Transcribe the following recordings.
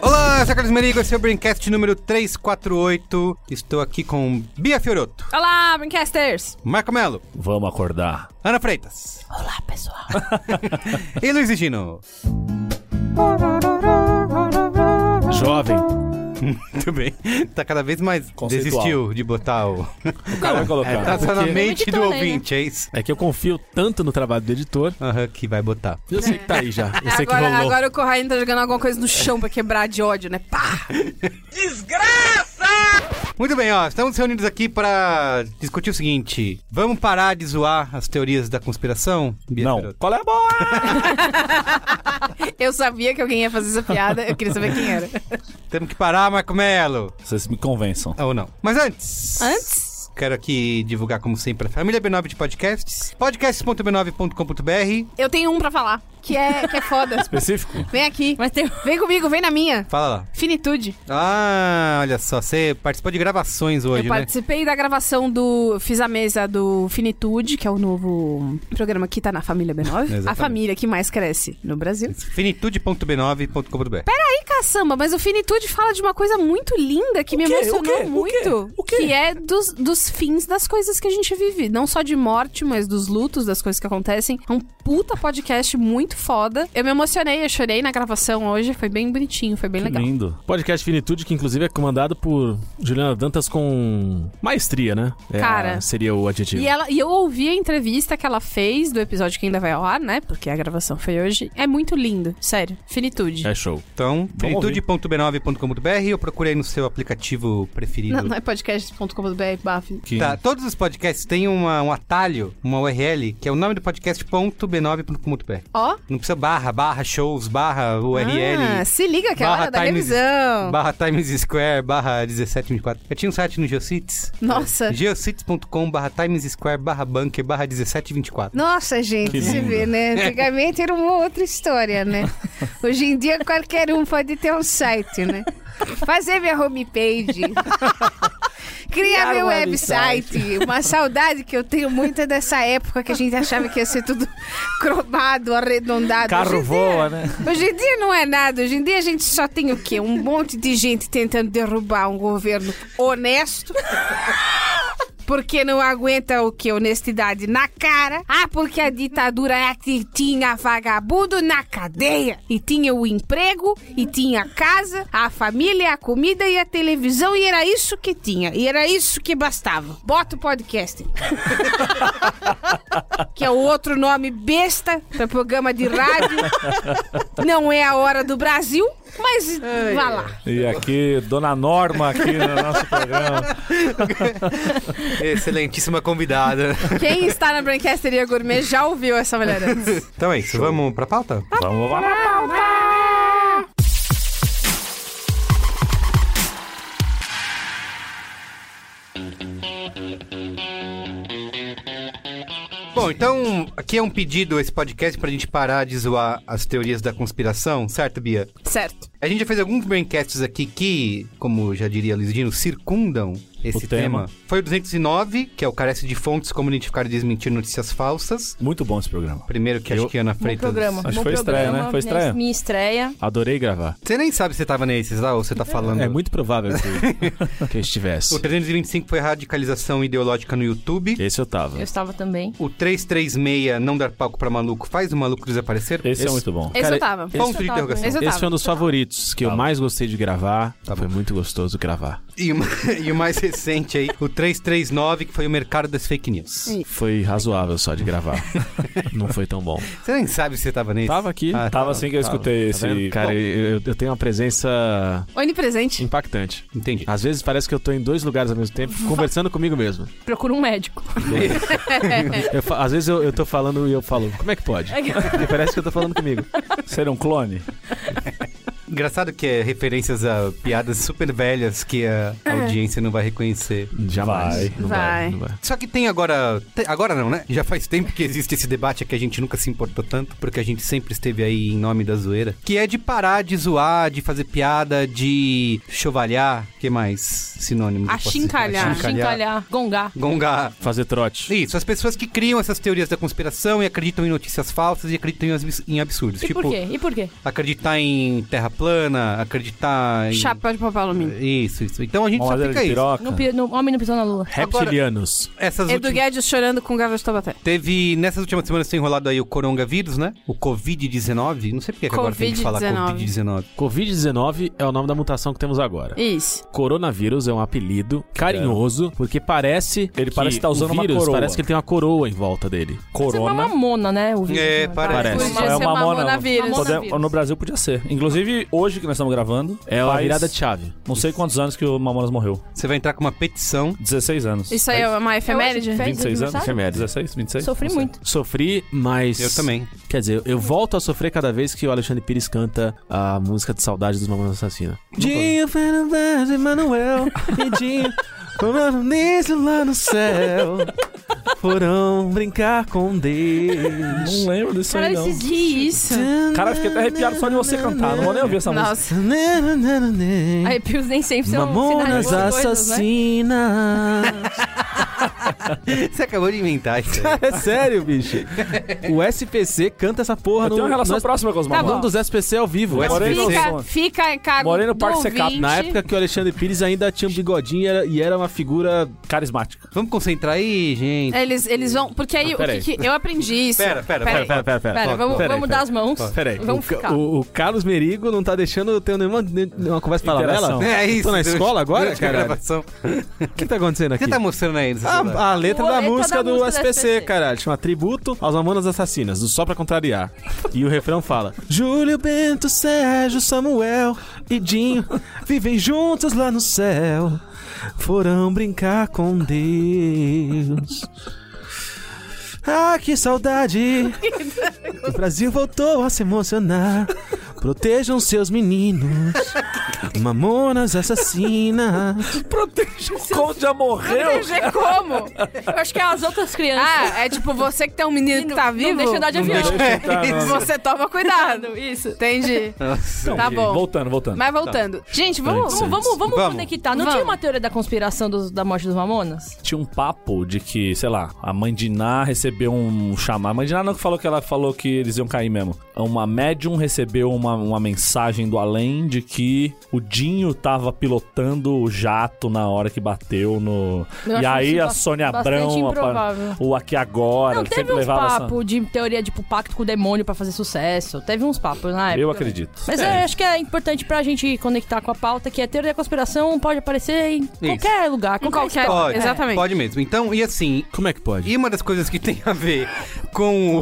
Olá, eu sou Carlos Merigo, esse é o Braincast número 348. Estou aqui com Bia Fiorotto, Olá, Brincasters! Marco Melo, Vamos acordar. Ana Freitas Olá, pessoal! e Luiz Gino. Jovem. Muito bem. Tá cada vez mais Conceitual. desistiu de botar o... O cara vai colocar. É, tá só na Porque- mente do Editor aí, né? ouvinte, é isso? É que eu confio tanto no trabalho do editor. Aham, que vai botar. Eu sei que tá aí já. Eu sei que Agora, rolou. agora o Corraine tá jogando alguma coisa no chão pra quebrar de ódio, né? Pá! Muito bem, ó, estamos reunidos aqui para discutir o seguinte. Vamos parar de zoar as teorias da conspiração? Bia Não. Fiorotto? Qual é a boa? Eu sabia que alguém ia fazer essa piada, eu queria saber quem era. Temos que parar, Marco Melo. Vocês me convençam. Ou não. Mas antes. Antes? Quero aqui divulgar, como sempre, a família B9 de podcasts. podcasts.b9.com.br. Eu tenho um pra falar, que é, que é foda. Específico? Vem aqui, vem comigo, vem na minha. Fala lá. Finitude. Ah, olha só, você participou de gravações hoje, eu né? participei da gravação do. Fiz a mesa do Finitude, que é o novo programa que tá na família B9. Exatamente. a família que mais cresce no Brasil. Finitude.b9.com.br. Peraí, caçamba, mas o Finitude fala de uma coisa muito linda que me quê? emocionou O quê? O quê? muito. O quê? Que é dos, dos fins das coisas que a gente vive. Não só de morte, mas dos lutos, das coisas que acontecem. É um puta podcast muito foda. Eu me emocionei, eu chorei na gravação hoje. Foi bem bonitinho, foi bem Que legal. lindo. Podcast Finitude, que inclusive é comandado por Juliana Dantas com maestria, né? É, Cara. Seria o adjetivo. E, ela, e eu ouvi a entrevista que ela fez do episódio que ainda vai ao ar, né? Porque a gravação foi hoje. É muito lindo, sério. Finitude. É show. Então, Vamos ouvir. finitude.b9.com.br ou procure aí no seu aplicativo preferido. Não, não é podcast.com.br, bafo. Que- Tá, todos os podcasts têm uma- um atalho, uma URL, que é o nome do podcast.b9.com.br. Ó. Não precisa barra, barra, shows, barra, URL. Ah, se liga que é a hora da Times- revisão. Barra Times Square, barra 1724. Eu tinha um site no Geocities. Ah. Nossa. Geocities.com, barra Times Square, barra Bunker, barra 1724. Nossa, gente, Que você lindo. vê, né? Antigamente era uma outra história, né? Hoje em dia qualquer um pode ter um site, né? Fazer minha homepage. Criar um meu website. Uma saudade que eu tenho muito é dessa época que a gente achava que ia ser tudo cromado, arredondado. Hoje Carro em voa, né? Hoje em dia não é nada. Hoje em dia a gente só tem o quê? Um monte de gente tentando derrubar um governo honesto. Porque não aguenta o que? Honestidade na cara. Ah, porque a ditadura é que tinha vagabundo na cadeia. E tinha o emprego, e tinha a casa, a família, a comida e a televisão. E era isso que tinha. E era isso que bastava. Bota o podcast que é o outro nome besta para programa de rádio. Não é a hora do Brasil, mas vá lá. E aqui, Dona Norma aqui no nosso programa. Excelentíssima convidada. Quem está na Brancasteria Gourmet já ouviu essa mulher antes. então é isso, vamos pra pauta? Vamos lá. Bom, então aqui é um pedido esse podcast pra gente parar de zoar as teorias da conspiração, certo, Bia? Certo. A gente já fez alguns braincasts aqui que, como já diria Luiz Dino, circundam esse O tema. Foi o 209, que é o carece de fontes, como identificar e desmentir notícias falsas. Muito bom esse programa. Primeiro que acho Eu- que Ana Bom Freitas... programa. Acho que bom foi estreia, programa, né? Foi estreia. Minha estreia. Adorei gravar. Você nem sabe se você tava nesses lá ou você tá falando... É muito provável que, que O eu estivesse. 325 foi radicalização ideológica no YouTube. Esse eu tava. Eu estava também. O 336, não dar palco pra maluco, faz o maluco desaparecer. um Esse, é muito bom. Esse eu tava. esse- Ponto de interrogação. Esse eu tava. Esse foi um dos favoritos que eu mais gostei de gravar. Tá foi bom. muito gostoso gravar. E, o, e o mais recente aí, o 339, que foi o mercado das fake news. Foi razoável só de gravar. Não foi tão bom. Você nem sabe se você tava nesse. Tava aqui. Ah, Tava assim que eu tava. escutei Tá esse. vendo? Cara, eu, eu tenho uma presença Onipresente. impactante. Entendi. Às vezes parece que eu tô em dois lugares ao mesmo tempo, conversando comigo mesmo. Procura um médico. Eu fa- às vezes eu, eu tô falando e eu falo, como é que pode? Porque parece que eu tô falando comigo. Ser um clone? Engraçado que é referências a piadas super velhas que a audiência não vai reconhecer. Jamais. Não Vai. vai. Não vai. Só que tem agora. te- Agora não, né? Já faz tempo que existe esse debate que a gente nunca se importou tanto, porque a gente sempre esteve aí em nome da zoeira. Que é de parar de zoar, de fazer piada, de chovalhar. que mais sinônimos? eu posso citar? Achincalhar. Chincalhar, gongar. Gongar. Fazer trote. Isso, as pessoas que criam essas teorias da conspiração e acreditam em notícias falsas e acreditam em abs- em absurdos. E tipo, por quê? E por quê? acreditar em terra plana, acreditar em. Chapa de papel alumínio. Isso, isso. Então a gente só Mamadeira fica de isso. piroca. No, pi- no- homem não pisou na lua. Reptilianos. Essas Edu últimas- Guedes chorando com gavas de Taubaté. Teve, nessas últimas semanas tem enrolado aí o coronavírus, né? O Covid-19. Não sei porque que agora tem que falar Covid-19. Covid-19. Covid-19 é o nome da mutação que temos agora. Isso. Coronavírus é um apelido carinhoso, porque parece. Ele parece que tá usando o uma vírus, coroa. Parece que ele tem uma coroa em volta dele. Isso é uma Corona. mamona, né? O vírus, É, né? parece. Parece. Não Podia é ser uma mona. mamonavírus. Pode, no Brasil podia ser. Inclusive, hoje que nós estamos gravando, É a faz virada de chave. Não sei quantos anos que o Mamonas morreu. Você vai entrar com uma petição. 16 anos. Isso aí é É uma hoje que efeméride? fez 26 anos? aniversário? Remédio. 16, É, 26? Sofri Não sei. muito. Sofri, mas. Eu também. Quer dizer, eu volto a sofrer cada vez que o Alexandre Pires canta a música de saudade dos Mamonas Assassina. Dinho, Fernandes, Manuel, Edinho, foram nisso lá no céu. Foram brincar com Deus. Não lembro disso Cara, aí, não. esses rios. Cara, eu fiquei até arrepiado só de você cantar. Não vou nem ouvir essa Nossa. música. Arrepios nem sempre é um são sinais Mamonas de coisas, né? assassinas. Você acabou de inventar isso. aí. É sério, bicho. O SPC canta essa porra Eu no. tenho uma relação nós- próxima com os Tá bom. Tá Mamonas. dos SPC ao vivo. O Agora ele SPC. não Fica, sou. fica em cargo Morei no Parque do Secap, ouvinte. Na época que o Alexandre Pires ainda tinha um bigodinho e era, e era uma figura. Carismática. Vamos concentrar aí, gente. Eles, eles vão... Porque aí, Ah, o que peraí. que... Eu aprendi isso. Pera, pera, Pera pera, aí. pera, pera. Pera, vamos, Pera aí, vamos pera dar as mãos. Peraí, Vamos o, ficar. o- o Carlos Merigo não tá deixando eu ter nenhuma, nenhuma conversa paralela? Interação. É isso. Tô na durante- escola agora, durante a caralho? gravação. O que tá acontecendo aqui? Você tá mostrando aí? no seu celular? a, a letra A da letra música da do música do SPC, SPC. caralho. Chama Tributo aos Mamonas Assassinas, do Só Pra Contrariar. E o refrão fala: Júlio, Bento, Sérgio, Samuel e Dinho vivem juntos lá no céu. Foram brincar com Deus. Ah, que saudade! O Brasil voltou a se emocionar. Protejam seus meninos. Mamonas assassinas. Protege o Conde já morreu. Não sei como. Eu acho que é as outras crianças. Ah, é tipo, você que tem um menino que tá vivo... Não deixa eu andar de avião. Tá, Você toma cuidado. Isso. Entendi. Nossa, Tá gente. bom. Voltando, voltando. Mas voltando. tá. Gente, Vamos, vamos... vamos, vamos, vamos Vamos. conectar. Não Vamos. tinha uma teoria da conspiração dos- da morte dos mamonas? Tinha um papo de que, sei lá, a mãe de Ná recebeu um chamado. A mãe de Ná não que falou que ela falou que eles iam cair mesmo. Uma médium recebeu uma, uma mensagem do além de que o Dinho tava pilotando o jato na hora que bateu no. Eu e acho aí isso a ba- Sônia bastante Abrão, a pa- improvável. o Aqui Agora, não, que teve sempre uns levava essa. papos de teoria, tipo, pacto com o demônio pra fazer sucesso. Teve uns papos na época. Eu acredito. Mas eu acho que é importante pra gente conectar com a pauta, que a teoria da conspiração pode aparecer em qualquer lugar, com qualquer... qualquer- história. ah, Pode, É. Exatamente. Pode mesmo. Então, e assim, Como é que pode? E uma das coisas que tem a ver com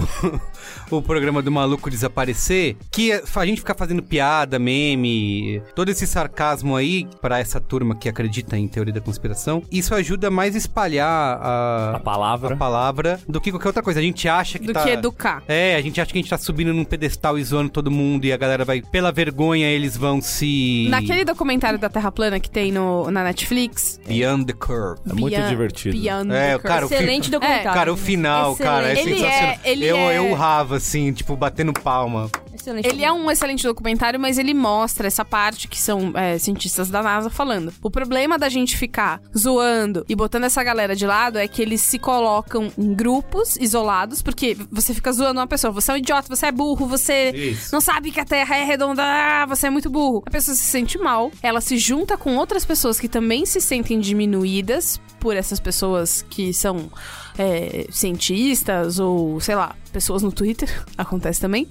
o, o programa do maluco desaparecer, que é a gente ficar fazendo piada, meme, todo esse sarcasmo aí pra essa turma que acredita em teoria da conspiração, isso ajuda mais a espalhar a, A palavra. a palavra do que qualquer outra coisa. A gente acha que Do tá... que educar. É, a gente acha que a gente tá subindo num pedestal e zoando todo mundo e a galera vai, pela vergonha, eles vão se... Naquele documentário da Terra Plana que tem no, na Netflix... Beyond the curve. É muito Beyond- divertido. Beyond É, the o cara, Curse. Excelente documentário. Cara, o final, cara, é Excelente. Ele é- sensacional. ele eu, é- eu urrava, assim, tipo, batendo palma. Excelente Ele é um excelente documentário, mas ele mostra essa parte que são é, cientistas da NASA falando. O problema da gente ficar zoando e botando essa galera de lado é que eles se colocam em grupos isolados, porque você fica zoando uma pessoa. Você é um idiota, você é burro, você Isso. não sabe que a Terra é redonda, ah, você é muito burro. A pessoa se sente mal, ela se junta com outras pessoas que também se sentem diminuídas por essas pessoas que são é, cientistas ou, sei lá, pessoas no Twitter, acontece também.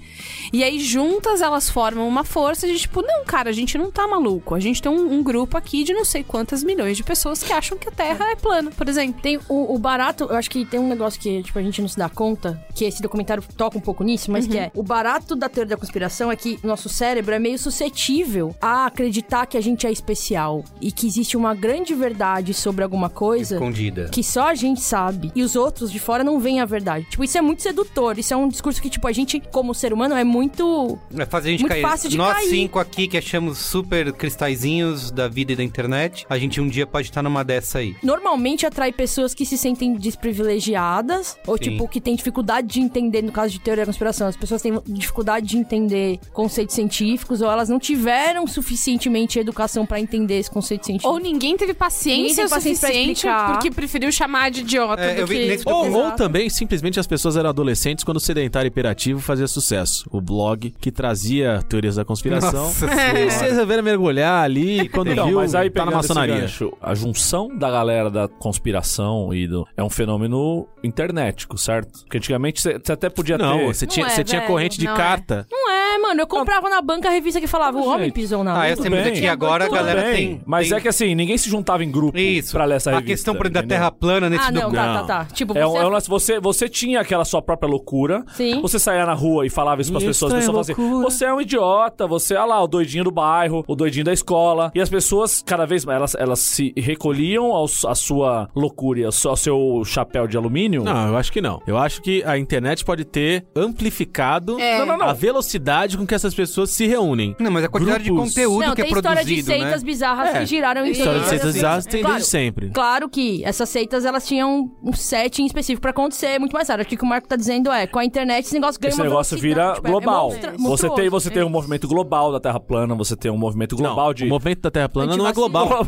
E aí, juntas, elas formam uma força de tipo, não, cara, a gente não tá maluco. A gente tem um, um grupo aqui de não sei quantas milhões de pessoas que acham que a Terra é plana, por exemplo. Tem o, o barato, eu acho que tem um negócio que tipo, a gente não se dá conta, que esse documentário toca um pouco nisso, mas Uhum. que é o barato da teoria da conspiração é que nosso cérebro é meio suscetível a acreditar que a gente é especial e que existe uma grande verdade sobre alguma coisa Escondida. que só a gente sabe e os outros de fora não veem a verdade. Tipo, isso é muito sedutor, amor. Isso é um discurso que, tipo, a gente, como ser humano, é muito. É fazer a gente Muito cair. fácil de Nós cair. cinco aqui que achamos super cristalzinhos da vida e da internet, a gente um dia pode estar numa dessa aí. Normalmente atrai pessoas que se sentem desprivilegiadas, ou Sim. tipo, que têm dificuldade de entender, no caso de teoria da conspiração, as pessoas têm dificuldade de entender conceitos científicos, ou elas não tiveram suficientemente educação pra entender esse conceito científico. Ou ninguém teve Ninguém paciência teve o paciência pra suficiente explicar. porque preferiu chamar de idiota É, do eu vi que... nesse Ou, ou Exato. também, simplesmente, as pessoas eram adolescentes quando o Sedentário Imperativo fazia sucesso. O blog que trazia teorias da conspiração. Nossa E senhora. vocês resolveram mergulhar ali e quando Então, viu, mas aí tá na pegando esse maçonaria. gancho, a junção da galera da conspiração e do é um fenômeno internetico, certo? Porque antigamente você você até podia Não, tipo ter você Não tinha, é, você tinha velho, corrente de não é. carta. Não é, mano. Eu comprava na banca a revista que falava o Gente. homem pisou na Ah, lua. essa Tá bem. muda aqui agora, a Tudo galera bem, tem. Mas tem- é que assim, ninguém se juntava em grupo Isso. pra ler essa a revista. questão por da entendeu? Terra plana nesse Ah, não, do tá, Não. tá, tá. Tipo, É um, você... é um lance- você, você tinha aquela sua própria loucura. Sim. Você saía na rua e falava isso pras Isso pessoas. é As pessoas falavam loucura. assim: você é um idiota, você é lá, o doidinho do bairro, o doidinho da escola. E as pessoas, cada vez mais, elas, elas se recolhiam ao, à sua loucura, e ao seu, ao seu chapéu de alumínio. Não, eu acho que não. Eu acho que a internet pode ter amplificado É. Não, não, a velocidade com que essas pessoas se reúnem. Não, mas a quantidade Grupos. de conteúdo Não, que é tem história produzido, de seitas né? bizarras É. que giraram em História de torno- ciências exatas tem Claro. desde sempre. Claro que essas seitas elas tinham um set em específico pra acontecer, é muito mais raro. Acho que o que o Marco tá dizendo é, com a internet esse negócio ganha Esse uma negócio vira velocidade, tipo, é- é global. monstra- você monstruoso. tem, você tem É. um movimento global da Terra plana, você tem um movimento global Não, de. O movimento da Terra plana não é global.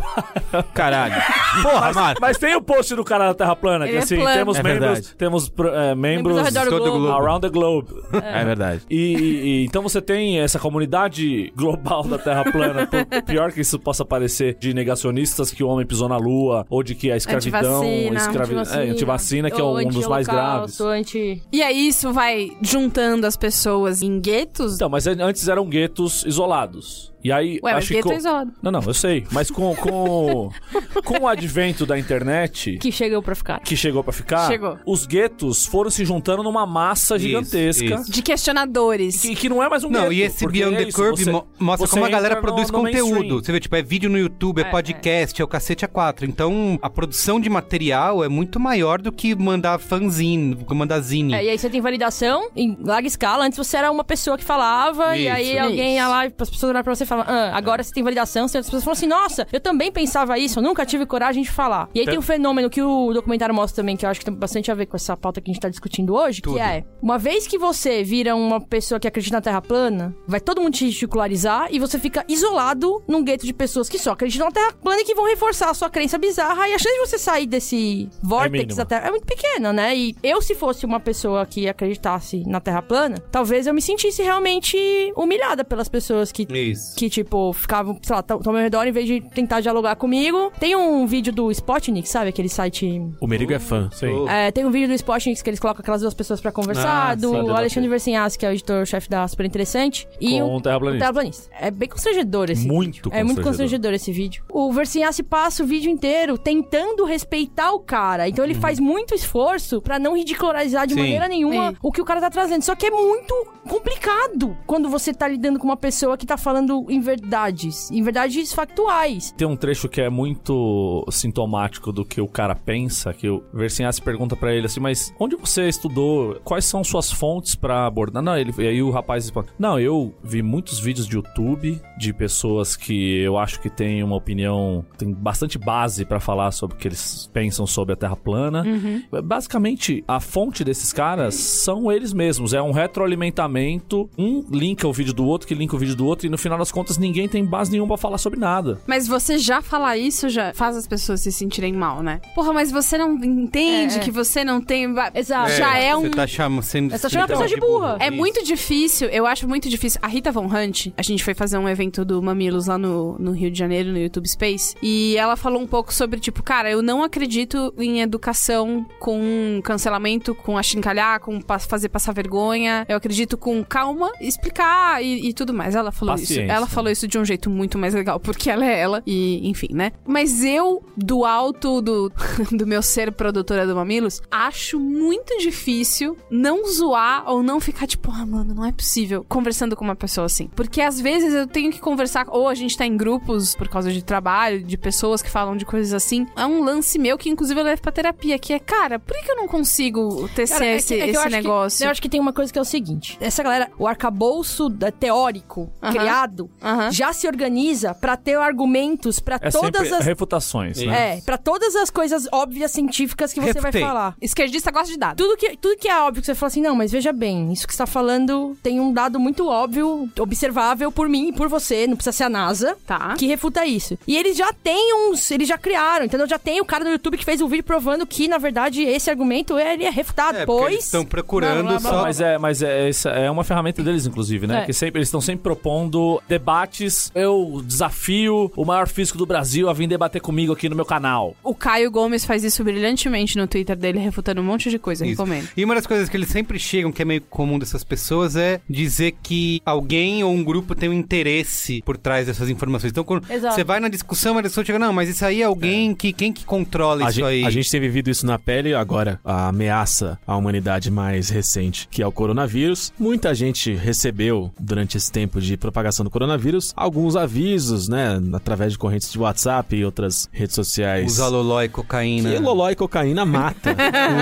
Caralho. Porra, Marco. Mas tem o post do cara da Terra plana, que Ele é assim, plano. temos É membros, verdade. temos eh, membros, Membros ao redor do todo globo. globo. around the globe. É verdade. E, e- e então você tem essa comunidade global da Terra plana, por pior que isso possa parecer, de negacionistas que o homem pisou na Lua, ou de que a escravidão, Antivacina, escravi- é, antivacina, que é Ou um dos mais graves. anti-holocausto, Anti... E aí isso vai juntando as pessoas em guetos? Então, mas an- antes eram guetos isolados. E aí, Ué, mas acho que. gueto co- é isolado. Não, não, eu sei. Mas com, com, com o advento da internet, Que chegou pra ficar. que chegou pra ficar, Chegou. os guetos foram se juntando numa massa Isso, gigantesca. isso. De questionadores. Que, que não é mais um Não, gueto, e esse porque Beyond é the isso, Curve você- mo- mostra você como a galera entra no- produz no mainstream. conteúdo. Você vê, tipo, é vídeo no YouTube, é, podcast, é. o cacete a quatro. Então, a produção de material é muito maior do que mandar fanzine, do que mandar zine. É, e aí você tem validação em larga escala. Antes você era uma pessoa que falava, e Isso. aí alguém ia Isso. lá, as pessoas olhavam pra você e falavam, ah, agora você tem validação. As pessoas falam assim, nossa, eu também pensava isso, eu nunca tive coragem de falar. E aí Tá. tem um fenômeno que o documentário mostra também, que eu acho que tem bastante a ver com essa pauta que a gente tá discutindo hoje, Tudo. que é, uma vez que você vira uma pessoa que acredita na Terra plana, vai todo mundo te ridicularizar e você fica isolado num gueto de pessoas que só acreditam na Terra plana e que vão reforçar a sua crença bizarra. E a chance de você sair desse vórtex mínima. da Terra é muito pequena, né? E eu, se fosse uma pessoa que acreditasse na Terra plana, talvez eu me sentisse realmente humilhada pelas pessoas que. Isso. Que, tipo, ficavam, sei lá, tão tão ao meu redor em vez de tentar dialogar comigo. Tem um vídeo do Spotnik, sabe? Aquele site O Merigo é fã. Sim. Oh. é, tem um vídeo do Spotnix que eles colocam aquelas duas pessoas pra conversar, Ah, do sim, do Alexandre Versinhas, que é o editor-chefe da Super Interessante, e Com o, um terraplanista. o terraplanista. É bem constrangedor esse Muito vídeo. É muito constrangedor. constrangedor esse vídeo. O Versinhas passa o vídeo inteiro tentando respeitar o cara, então ele Uhum. faz muito esforço pra não ridicularizar de Sim. maneira nenhuma Sim. o que o cara tá trazendo. Só que é muito complicado quando você tá lidando com uma pessoa que tá falando em verdades, em verdades factuais. Tem um trecho que é muito sintomático do que o cara pensa, que o Versinhas pergunta pra ele assim, mas onde você estudou? Quais são suas fontes pra abordar? Não, ele, e aí o rapaz responde, não, eu vi muitos vídeos de YouTube de pessoas que eu acho que têm uma opinião, tem bastante base pra falar sobre o que eles pensam sobre a Terra plana. Basicamente, a fonte desses caras são eles mesmos. É um retroalimentamento. Um linka o vídeo do outro, que linka o vídeo do outro, e no final das contas ninguém tem base nenhuma pra falar sobre nada. Mas você já falar isso já faz as pessoas se sentirem mal, né? Porra, mas você não entende É, é. que você não tem. va- Exato. Já é um. Você tá chamando, sendo Então, Você tá chamando a pessoa de burra. É Isso. muito difícil, eu acho muito difícil. A Rita Von Hunt, a gente foi fazer um evento do Mamilos lá no, no Rio de Janeiro, no YouTube Space, e ela falou um pouco sobre, tipo, cara, eu não acredito em educação com cancelamento, com achincalhar, com pa- fazer passar vergonha. Eu acredito com calma, explicar e, e tudo mais. Ela falou Paciência. isso. Ela falou isso de um jeito muito mais legal, porque ela é ela, e enfim, né? Mas eu, do alto do, do meu ser produtora do Mamilos, acho muito difícil não zoar ou não ficar tipo, ah, mano, não é possível, conversando com uma pessoa assim. Porque às vezes eu tenho que conversar, ou a gente tá em grupos por causa de trabalho, de pessoas que falam de coisas assim. É um lance meu que, inclusive, eu levo pra terapia, que é, cara, por que que eu não consigo tecer Cara, é que- esse, é que eu esse acho que- negócio? eu acho que tem uma coisa que é o seguinte: essa galera, o arcabouço da- teórico Aham. criado, Aham. já se organiza pra ter argumentos pra É todas sempre as. refutações, né? É, pra todas as coisas óbvias científicas que você Refutei. vai falar. Esquerdista gosta de dados. Tudo que, tudo que é óbvio que você fala assim, não, mas veja bem, isso que você tá falando tem um dado muito óbvio, observável por mim e por você, não precisa ser a NASA. Tá. Que refuta isso. E eles já têm uns. Eles já criaram, entendeu? Já tem o cara do YouTube que fez um vídeo provando que, na verdade, esse argumento ele é refutado. É, porque eles pois. estão procurando Blá, blá, blá, só... Mas é, mas é, essa é uma ferramenta deles, inclusive, né? É. Que sempre, eles estão sempre propondo debates. Eu desafio o maior físico do Brasil a vir debater comigo aqui no meu canal. O Caio Gomes faz isso brilhantemente no Twitter dele, refutando um monte de coisa, Isso. recomendo. E uma das coisas que eles sempre chegam, que é meio comum dessas pessoas, é dizer que alguém ou um grupo tem um interesse por trás dessas informações. Então, quando Exato. você vai na discussão, a pessoa chega, não, mas isso aí é alguém que... Quem que controla A isso gente, aí? a gente tem vivido isso na pele agora, a ameaça à humanidade mais recente, que é o coronavírus. Muita gente recebeu, durante esse tempo de propagação do coronavírus, alguns avisos, né? Através de correntes de WhatsApp e outras redes sociais. Usa loló e cocaína. Que loló e cocaína mata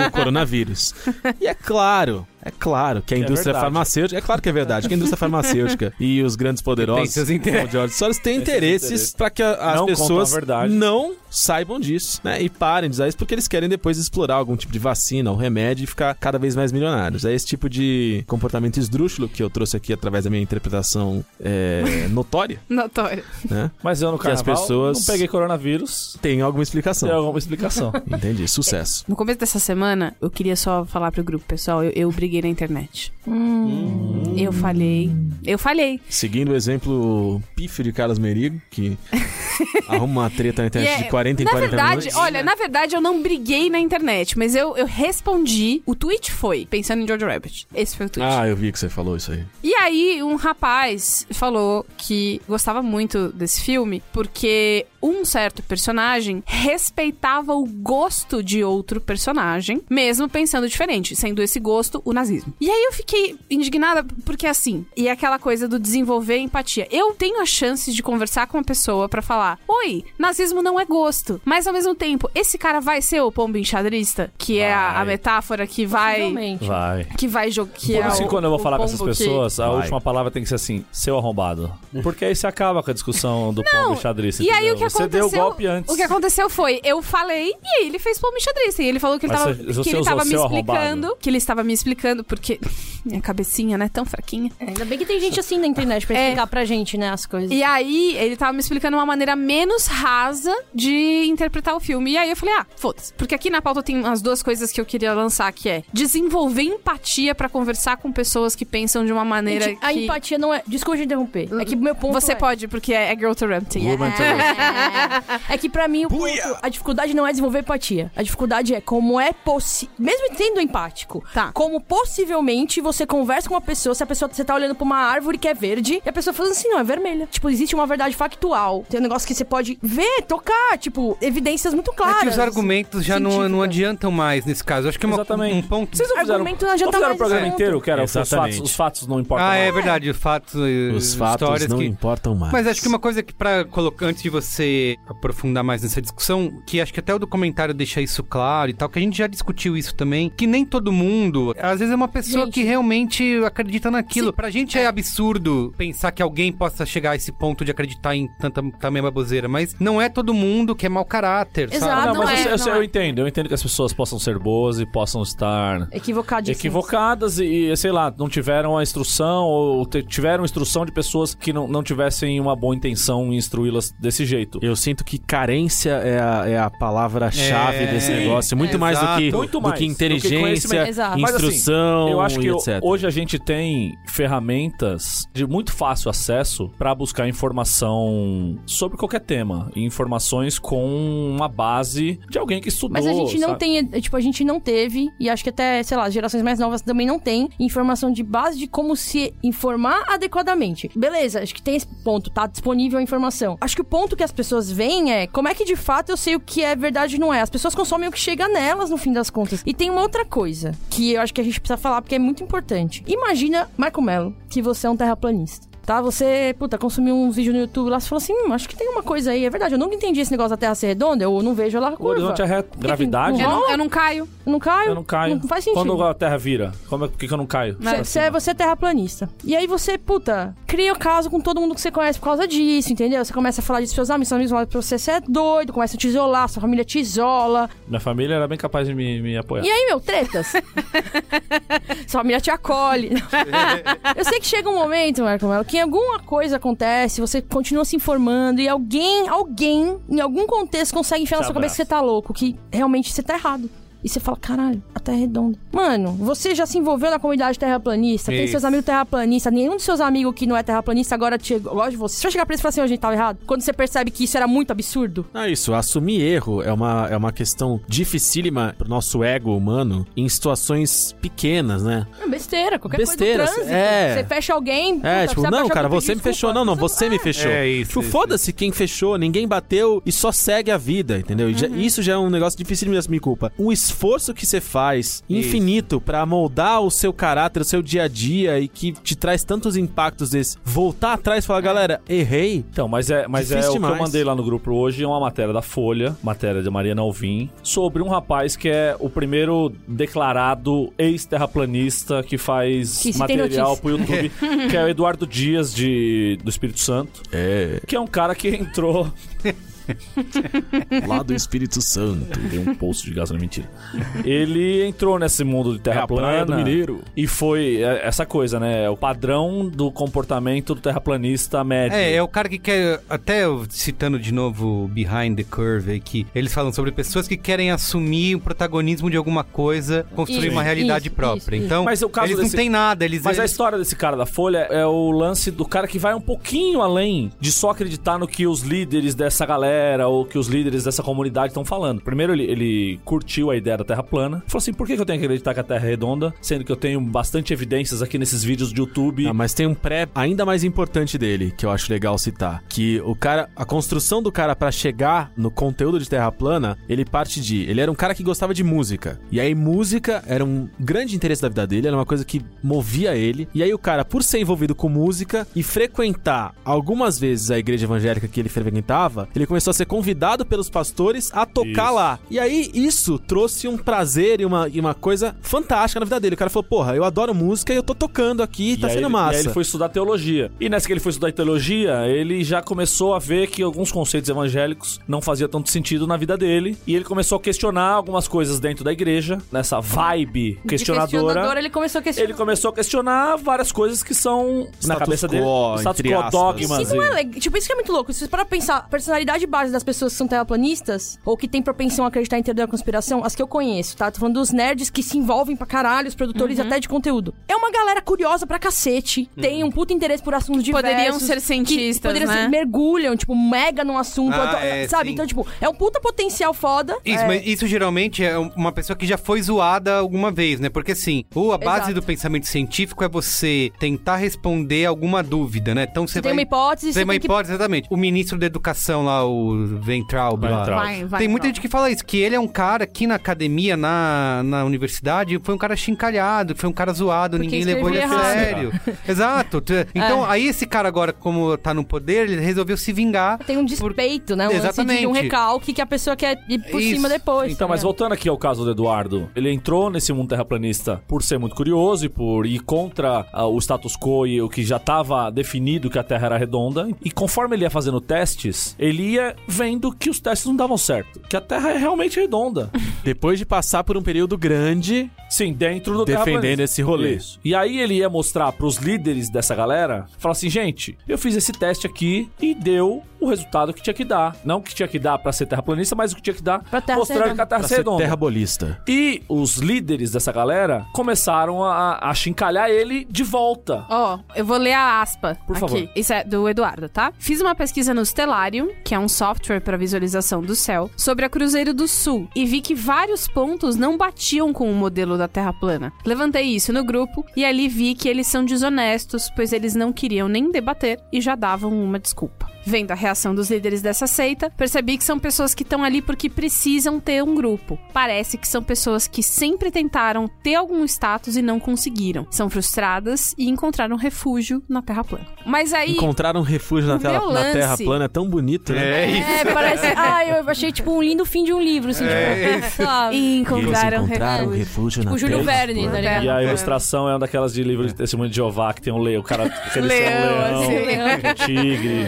o coronavírus. E é claro, é claro que a É indústria verdade. farmacêutica... É claro que é verdade, que a indústria farmacêutica e os grandes poderosos... Tem seus É interesses. como o George Soros têm seus interesses interesses. para que a- as Não contam pessoas a verdade. não saibam disso, né? E parem de usar isso porque eles querem depois explorar algum tipo de vacina ou remédio e ficar cada vez mais milionários. É esse tipo de comportamento esdrúxulo que eu trouxe aqui através da minha interpretação é, notória, Notório. né? Mas eu no Que as carnaval pessoas- não peguei coronavírus. Tem alguma Tem explicação. alguma explicação. Entendi. Sucesso. No começo dessa semana, eu queria só falar pro grupo, pessoal, eu, eu briguei na internet. Eu falhei. Eu falhei. Seguindo o exemplo pífio de Carlos Merigo, que arruma uma treta na internet E é- de 40 em na 40 verdade, minutos. olha, na verdade eu não briguei na internet, mas eu, eu respondi. O tweet foi, pensando em George Rabbit. Esse foi o tweet. Ah, eu vi que você falou isso aí. E aí, um rapaz falou que gostava muito desse filme porque um certo personagem respeitava o gosto de outro personagem, mesmo pensando diferente, sendo esse gosto o nazismo. E aí eu fiquei indignada porque assim, e aquela coisa do desenvolver empatia. Eu tenho a chance de conversar com uma pessoa pra falar: "Oi, nazismo não é gosto", mas ao mesmo tempo, esse cara vai ser o pombo enxadrista, que é a, a Vai. metáfora que vai Possivelmente. Vai. que vai jogar que é Por isso o- que assim quando eu vou o falar com essas pombo que- pessoas, a Vai. última palavra tem que ser assim, seu arrombado. Porque aí você acaba com a discussão do pombo e xadrez. E aí entendeu? o que Você aconteceu? deu o golpe antes. o que aconteceu foi, eu falei e aí ele fez pombo xadrez. E ele falou que ele Mas tava, você- você que ele usou tava me seu explicando. arrombado. Que ele estava me explicando, porque minha cabecinha, né, tão fraquinha. Ainda bem que tem gente assim na internet pra É. explicar pra gente, né, as coisas. E aí ele tava me explicando uma maneira menos rasa de interpretar o filme. E aí eu falei, ah, foda-se. Porque aqui na pauta tem as duas coisas que eu queria lançar, que é desenvolver empatia pra conversar com pessoas que pensam de uma maneira Gente, que... A empatia não é. Desculpa de interromper. É que meu ponto. Você é... pode, porque é, é girl parenting. Woman terrorist. É. É que pra mim o ponto- a dificuldade não é desenvolver empatia. A dificuldade é como é possível, mesmo sendo empático, Tá. como possivelmente você conversa com uma pessoa, se a pessoa você tá olhando pra uma árvore que é verde, e a pessoa falando assim, não, é vermelha. Tipo, existe uma verdade factual. Tem um negócio que você pode ver, tocar, tipo, evidências muito claras. É que os argumentos já não, não científica. adiantam mais nesse caso. Acho que é uma, Exatamente. um ponto... Vocês não fizeram, Argumento já não tá fizeram mais o programa pronto. inteiro, que era os fatos, Exatamente. os fatos não importam. Ah, é mais. verdade. Os fatos, eh, Os fatos histórias não que... importam mais. Mas acho que uma coisa que, pra colocar, antes de você aprofundar mais nessa discussão, que acho que até o documentário deixa isso claro e tal, que a gente já discutiu isso também, que nem todo mundo, às vezes é uma pessoa Gente. que realmente acredita naquilo. Pra gente é absurdo pensar que alguém possa chegar a esse ponto de acreditar em tanta também baboseira, mas não é todo mundo que é mau caráter, Exato. sabe? Ah, não, Não mas é, eu, eu- não eu é. entendo. Eu entendo que as pessoas possam ser boas e possam Ah, estar Equivocadíssimas. equivocadas e, e, sei lá, não tiveram a instrução ou te- tiveram instrução de pessoas que não, não tivessem uma boa intenção em instruí-las desse jeito. Eu sinto que carência é a, é a palavra-chave É, desse sim. negócio. Muito, É, mais, do exato. que, Muito mais do que do que inteligência, conhecimento. Exato. Mas, assim, instrução Eu acho que e o- etc. hoje a gente tem ferramentas de muito fácil acesso pra buscar informação sobre qualquer tema. E informações com uma base de alguém que estudou. Mas a gente não sabe? tem, eh, tipo, a gente não teve, e acho que até, sei lá, as gerações mais novas também não têm informação de base de como se informar adequadamente. Beleza, acho que tem esse ponto, tá disponível a informação. Acho que o ponto que as pessoas veem é como é que de fato eu sei o que é verdade e não é. As pessoas consomem o que chega nelas no fim das contas. E tem uma outra coisa que eu acho que a gente precisa falar porque é muito importante. Imagina, Marco Melo, que você é um terraplanista. Tá, você, puta, consumiu um vídeo no YouTube lá, você falou assim, hum, acho que tem uma coisa aí, é verdade, eu nunca entendi esse negócio da Terra ser redonda, eu não vejo ela O curva. horizonte é reto. Gravidade. Eu não, eu não caio. Eu não caio. Eu não caio. Não faz sentido. Quando a Terra vira, como é, por que, que eu não caio? Cê- cê- você é terraplanista. E aí você, puta, cria o caso com todo mundo que você conhece por causa disso, entendeu? Você começa a falar disso pros seus amigos, seus amigos falam pra você, você é doido, começa a te isolar, sua família te isola. Minha família era bem capaz de me, me apoiar. E é aí, meu, tretas. sua família te acolhe. Eu sei que chega um momento, Marco Melo, que alguma coisa acontece, você continua se informando e alguém, alguém, em algum contexto, consegue enfiar na Te sua cabeça que você tá louco, que realmente você tá errado. E você fala, caralho, a Terra é redonda. Mano, você já se envolveu na comunidade terraplanista, tem Isso. seus amigos terraplanistas, nenhum dos seus amigos que não é terraplanista agora te gosta de você. Você vai chegar pra eles e falar assim, "Ô, a gente tava errado. Quando você percebe que isso era muito absurdo. Não é isso, assumir erro é uma, é uma questão dificílima pro nosso ego humano em situações pequenas, né? É besteira, qualquer Besteira, coisa do trânsito. é. Você fecha alguém. É, puta, você tipo, não, abaixou cara, pra você pedir me fechou. desculpa, Não, não, pessoa- você me fechou. É isso, Tipo, isso, foda-se quem fechou, ninguém bateu e só segue a vida, entendeu? E já- isso já é um negócio difícil de me assumir culpa. O esforço que você faz, infinito, pra moldar o seu caráter, o seu dia a dia e que te traz tantos impactos desse. Voltar atrás e falar, galera, errei. Então, mas é, mas é Difícil o que eu demais. mandei lá no grupo hoje, é uma matéria da Folha, matéria de Mariana Alvim, sobre um rapaz que é o primeiro declarado ex-terraplanista que faz Que se tem material notícia. pro YouTube, que é o Eduardo Dias de, do Espírito Santo, É, que é um cara que entrou lá do Espírito Santo. Tem um poço de gasolina, mentira. Ele entrou nesse mundo de terra É a plana. praia do mineiro. E foi é, essa coisa, né? O padrão do comportamento do terraplanista médio. É, é o cara que quer, até eu citando de novo o Behind the Curve aí, que eles falam sobre pessoas que querem assumir o protagonismo de alguma coisa, construir Isso, uma realidade isso, própria. isso, então, Mas o caso eles desse- não têm nada, eles... Mas a eles... história desse cara da Folha é o lance do cara que vai um pouquinho além de só acreditar no que os líderes dessa galera ou que os líderes dessa comunidade estão falando. Primeiro, ele, ele curtiu a ideia da Terra plana. Falou assim, por que que eu tenho que acreditar que a Terra é redonda? Sendo que eu tenho bastante evidências aqui nesses vídeos do YouTube. Ah, mas tem um pré ainda mais importante dele, que eu acho legal citar, que o cara, a construção do cara pra chegar no conteúdo de Terra plana, ele parte de, ele era um cara que gostava de música. E aí música era um grande interesse da vida dele, era uma coisa que movia ele. E aí o cara, por ser envolvido com música e frequentar algumas vezes a igreja evangélica que ele frequentava, ele começou a ser convidado pelos pastores a tocar Isso. lá. E aí isso trouxe um prazer e uma, e uma coisa fantástica na vida dele. O cara falou: "Porra, eu adoro música e eu tô tocando aqui, E tá aí sendo ele- massa". E aí ele foi estudar teologia. E nessa que ele foi estudar teologia, ele já começou a ver que alguns conceitos evangélicos não faziam tanto sentido na vida dele. E ele começou a questionar algumas coisas dentro da igreja, nessa vibe De questionador, é questionadora. ele começou a questionar. Ele começou a questionar várias coisas que são na Status cabeça dele. quo, entre aspas. dogmas. Isso não e- é legal. Tipo, isso que é muito louco. Se você parar pra pensar, a personalidade base das pessoas que são terraplanistas, ou que tem propensão a acreditar em teoria da conspiração, as que eu conheço, tá? Tô falando dos nerds que se envolvem pra caralho, os produtores Uhum. até de conteúdo. É uma galera curiosa pra cacete, Uhum. tem um puto interesse por assuntos diversos. Poderiam ser que cientistas, poderiam né? ser, mergulham, tipo, mega num assunto. Ah, então- é, sabe? sim. Então, tipo, é um puta potencial foda. Isso, é, mas isso geralmente é uma pessoa que já foi zoada alguma vez, né? Porque assim, ou a base Exato. do pensamento científico é você tentar responder alguma dúvida, né? Então você Tem vai... uma hipótese, Tem você uma tem que- hipótese, exatamente. O ministro da educação lá, o Ventral, Weintraub. lá. Vai, Tem muita então. gente que fala isso, que ele é um cara que na academia, na, na universidade, foi um cara chincalhado, foi um cara zoado, ninguém levou ele a escrevia sério. Exato. É. Tu- Então, aí esse cara agora, como tá no poder, ele resolveu se vingar. Tem um por- despeito, né? Um lance de- Exatamente. um recalque que a pessoa quer ir por Isso. cima depois. Então, tá mas ligado? voltando aqui ao caso do Eduardo, ele entrou nesse mundo terraplanista por ser muito curioso e por ir contra ah, o status quo e o que já estava definido que a Terra era redonda. E conforme ele ia fazendo testes, ele ia vendo que os testes não davam certo, que a Terra é realmente redonda. Depois de passar por um período grande Sim, dentro do defendendo terraplanista. esse rolê. Isso. E aí ele ia mostrar pros líderes dessa galera, falar assim, gente, eu fiz esse teste aqui e deu o resultado que tinha que dar. Não o que tinha que dar pra ser terraplanista, mas o que tinha que dar Pra terra mostrando redonda. que a terra Pra é ser redonda. terrabolista. E os líderes dessa galera começaram a, a chincalhar ele de volta. Ó, eu vou ler a aspa Por aqui. favor. Isso é do Eduardo, tá? Fiz uma pesquisa no Stellarium, que é um software para visualização do céu, sobre a Cruzeiro do Sul e vi que vários pontos não batiam com o modelo da Terra plana. Levantei isso no grupo e ali vi que eles são desonestos, pois eles não queriam nem debater e já davam uma desculpa. Vendo a reação dos líderes dessa seita, percebi que são pessoas que estão ali porque precisam ter um grupo. Parece que são pessoas que sempre tentaram ter algum status e não conseguiram. São frustradas e encontraram refúgio na Terra plana. Mas aí. Encontraram um refúgio na, O tela- meu na terra lance- plana, é tão bonito, né? É isso. É, parece. Ah, eu achei tipo um lindo fim de um livro, assim, É tipo. Sei lá. Encontraram, um refúgio. um refúgio Tipo Júlio Verne, né, tá ligado? E a ilustração é uma daquelas de livro de testemunho de Jeová que tem um leão, o cara quer um leão, Leão, um tigre.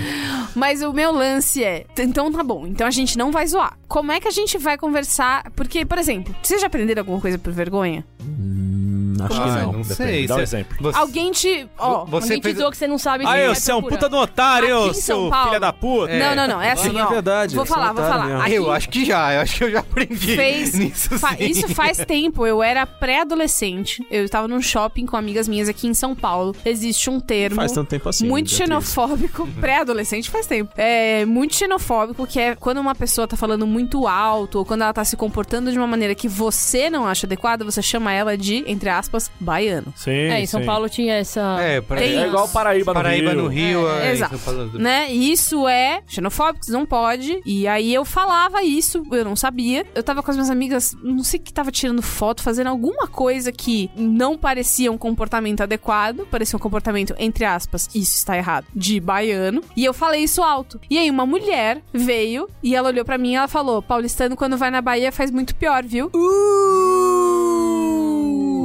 Mas o meu lance é. t- Então tá bom, então a gente não vai zoar. Como é que a gente vai conversar? Porque, por exemplo, vocês já aprenderam alguma coisa por vergonha? Hum, acho que Ah, não. não sei. Dá um você- exemplo. Você, Alguém te. Ó. você Alguém te fez... zoou que você não sabe Aí, vai ô, você é um procurar. puta de um otário, Aqui ô, em seu São Paulo. Ah, filho da puta. Não, não, não. É assim, na ó. verdade, vou são falar, vou otários falar. mesmo. Aqui- Eu acho que já, eu acho que eu já aprendi fez. nisso fa- sim. Isso faz tempo. Eu era pré-adolescente. Eu estava num shopping com amigas minhas aqui em São Paulo. Existe um termo. Faz tanto tempo assim. muito Beatriz. xenofóbico, pré-adolescente faz tempo. É muito xenofóbico, que é quando uma pessoa tá falando muito alto, ou quando ela tá se comportando de uma maneira que você não acha adequada, você chama ela de, entre aspas, baiano. Sim, É, em São sim. Paulo tinha essa. É, pra... Tem É igual Paraíba, Paraíba no no Rio. Rio. É, é, exato. São Paulo do- né? E Isso é xenofóbico, isso não pode. E aí eu falava isso, eu não sabia. Eu tava com as minhas amigas, não sei o que tava tirando foto, fazendo alguma coisa que não parecia um comportamento adequado, parecia um comportamento, entre aspas, isso está errado, de baiano. E eu falei isso alto. E aí uma mulher veio e ela olhou pra mim e ela falou: paulistano, quando vai na Bahia faz muito pior, viu?